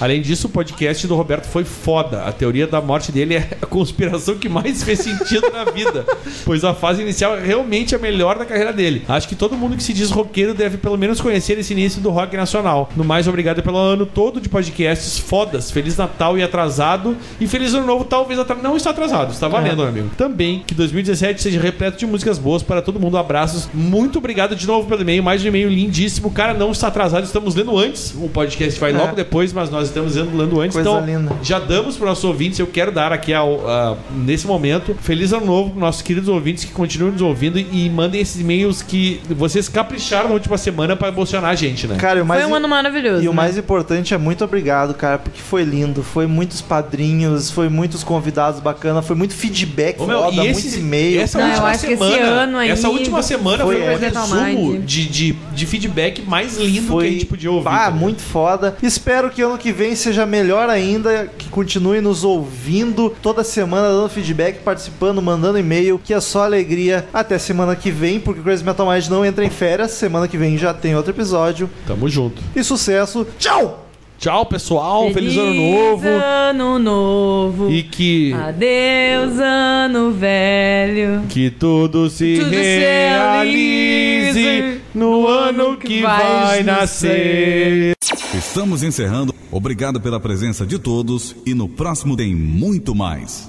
S3: Além disso, o podcast do Roberto foi foda. A teoria da morte dele [laughs] é a conspiração que mais fez sentido na vida, pois a fase inicial é realmente a melhor da carreira dele. Acho que todo mundo que se diz roqueiro deve pelo menos conhecer esse início do rock nacional. No mais, obrigado pelo ano todo de podcasts fodas. Feliz Natal e atrasado. E feliz ano novo, talvez atra- não está atrasado, está valendo, meu amigo. Também que 2017 seja repleto de músicas boas para todo mundo. Abraços. Muito obrigado de novo pelo e-mail. Mais um e-mail lindíssimo. Cara, não está atrasado, estamos lendo antes. O podcast vai logo depois, mas nós estamos lendo, lendo antes.
S2: Coisa
S3: então,
S2: linda.
S3: já damos para nossos ouvintes. Eu quero dar aqui ao- a- nesse momento. Feliz ano novo para nossos queridos ouvintes que continuem nos ouvindo e mandem esses e-mails que vocês capricharam na última semana para emocionar a gente, né?
S2: Cara, e o mais.
S8: Foi um ano maravilhoso.
S2: E o
S8: né?
S2: mais importante é muito obrigado, cara, porque foi lindo, foi muitos padrinhos, foi muitos convidados bacana, foi muito feedback,
S3: Ô, meu,
S2: foda,
S3: e
S2: muito
S3: esse
S2: e-mail.
S3: Essa
S8: Não, eu
S3: última
S8: acho que esse
S3: semana,
S8: ano aí
S3: essa última semana
S2: foi
S3: foi, o
S8: Metal
S3: resumo
S8: Mind.
S3: de, de, de feedback mais lindo que a gente podia ouvir.
S2: Ah,
S3: tá ligado?
S2: muito foda. Espero que ano que vem seja melhor ainda, que continue nos ouvindo toda semana, dando feedback, participando, mandando e-mail, que é só alegria. Até semana que vem, porque o Crazy Metal Mind não entra em férias. Semana que vem já tem outro episódio.
S3: Tamo junto.
S2: E sucesso. Tchau!
S3: Tchau, pessoal. Feliz, ano novo.
S8: Ano novo.
S3: E que,
S8: Adeus, ano velho.
S3: que tudo se
S8: Tudo se
S3: realize
S8: realize
S3: no ano que vai nascer.
S9: Estamos encerrando. Obrigado pela presença de todos e no próximo tem muito mais.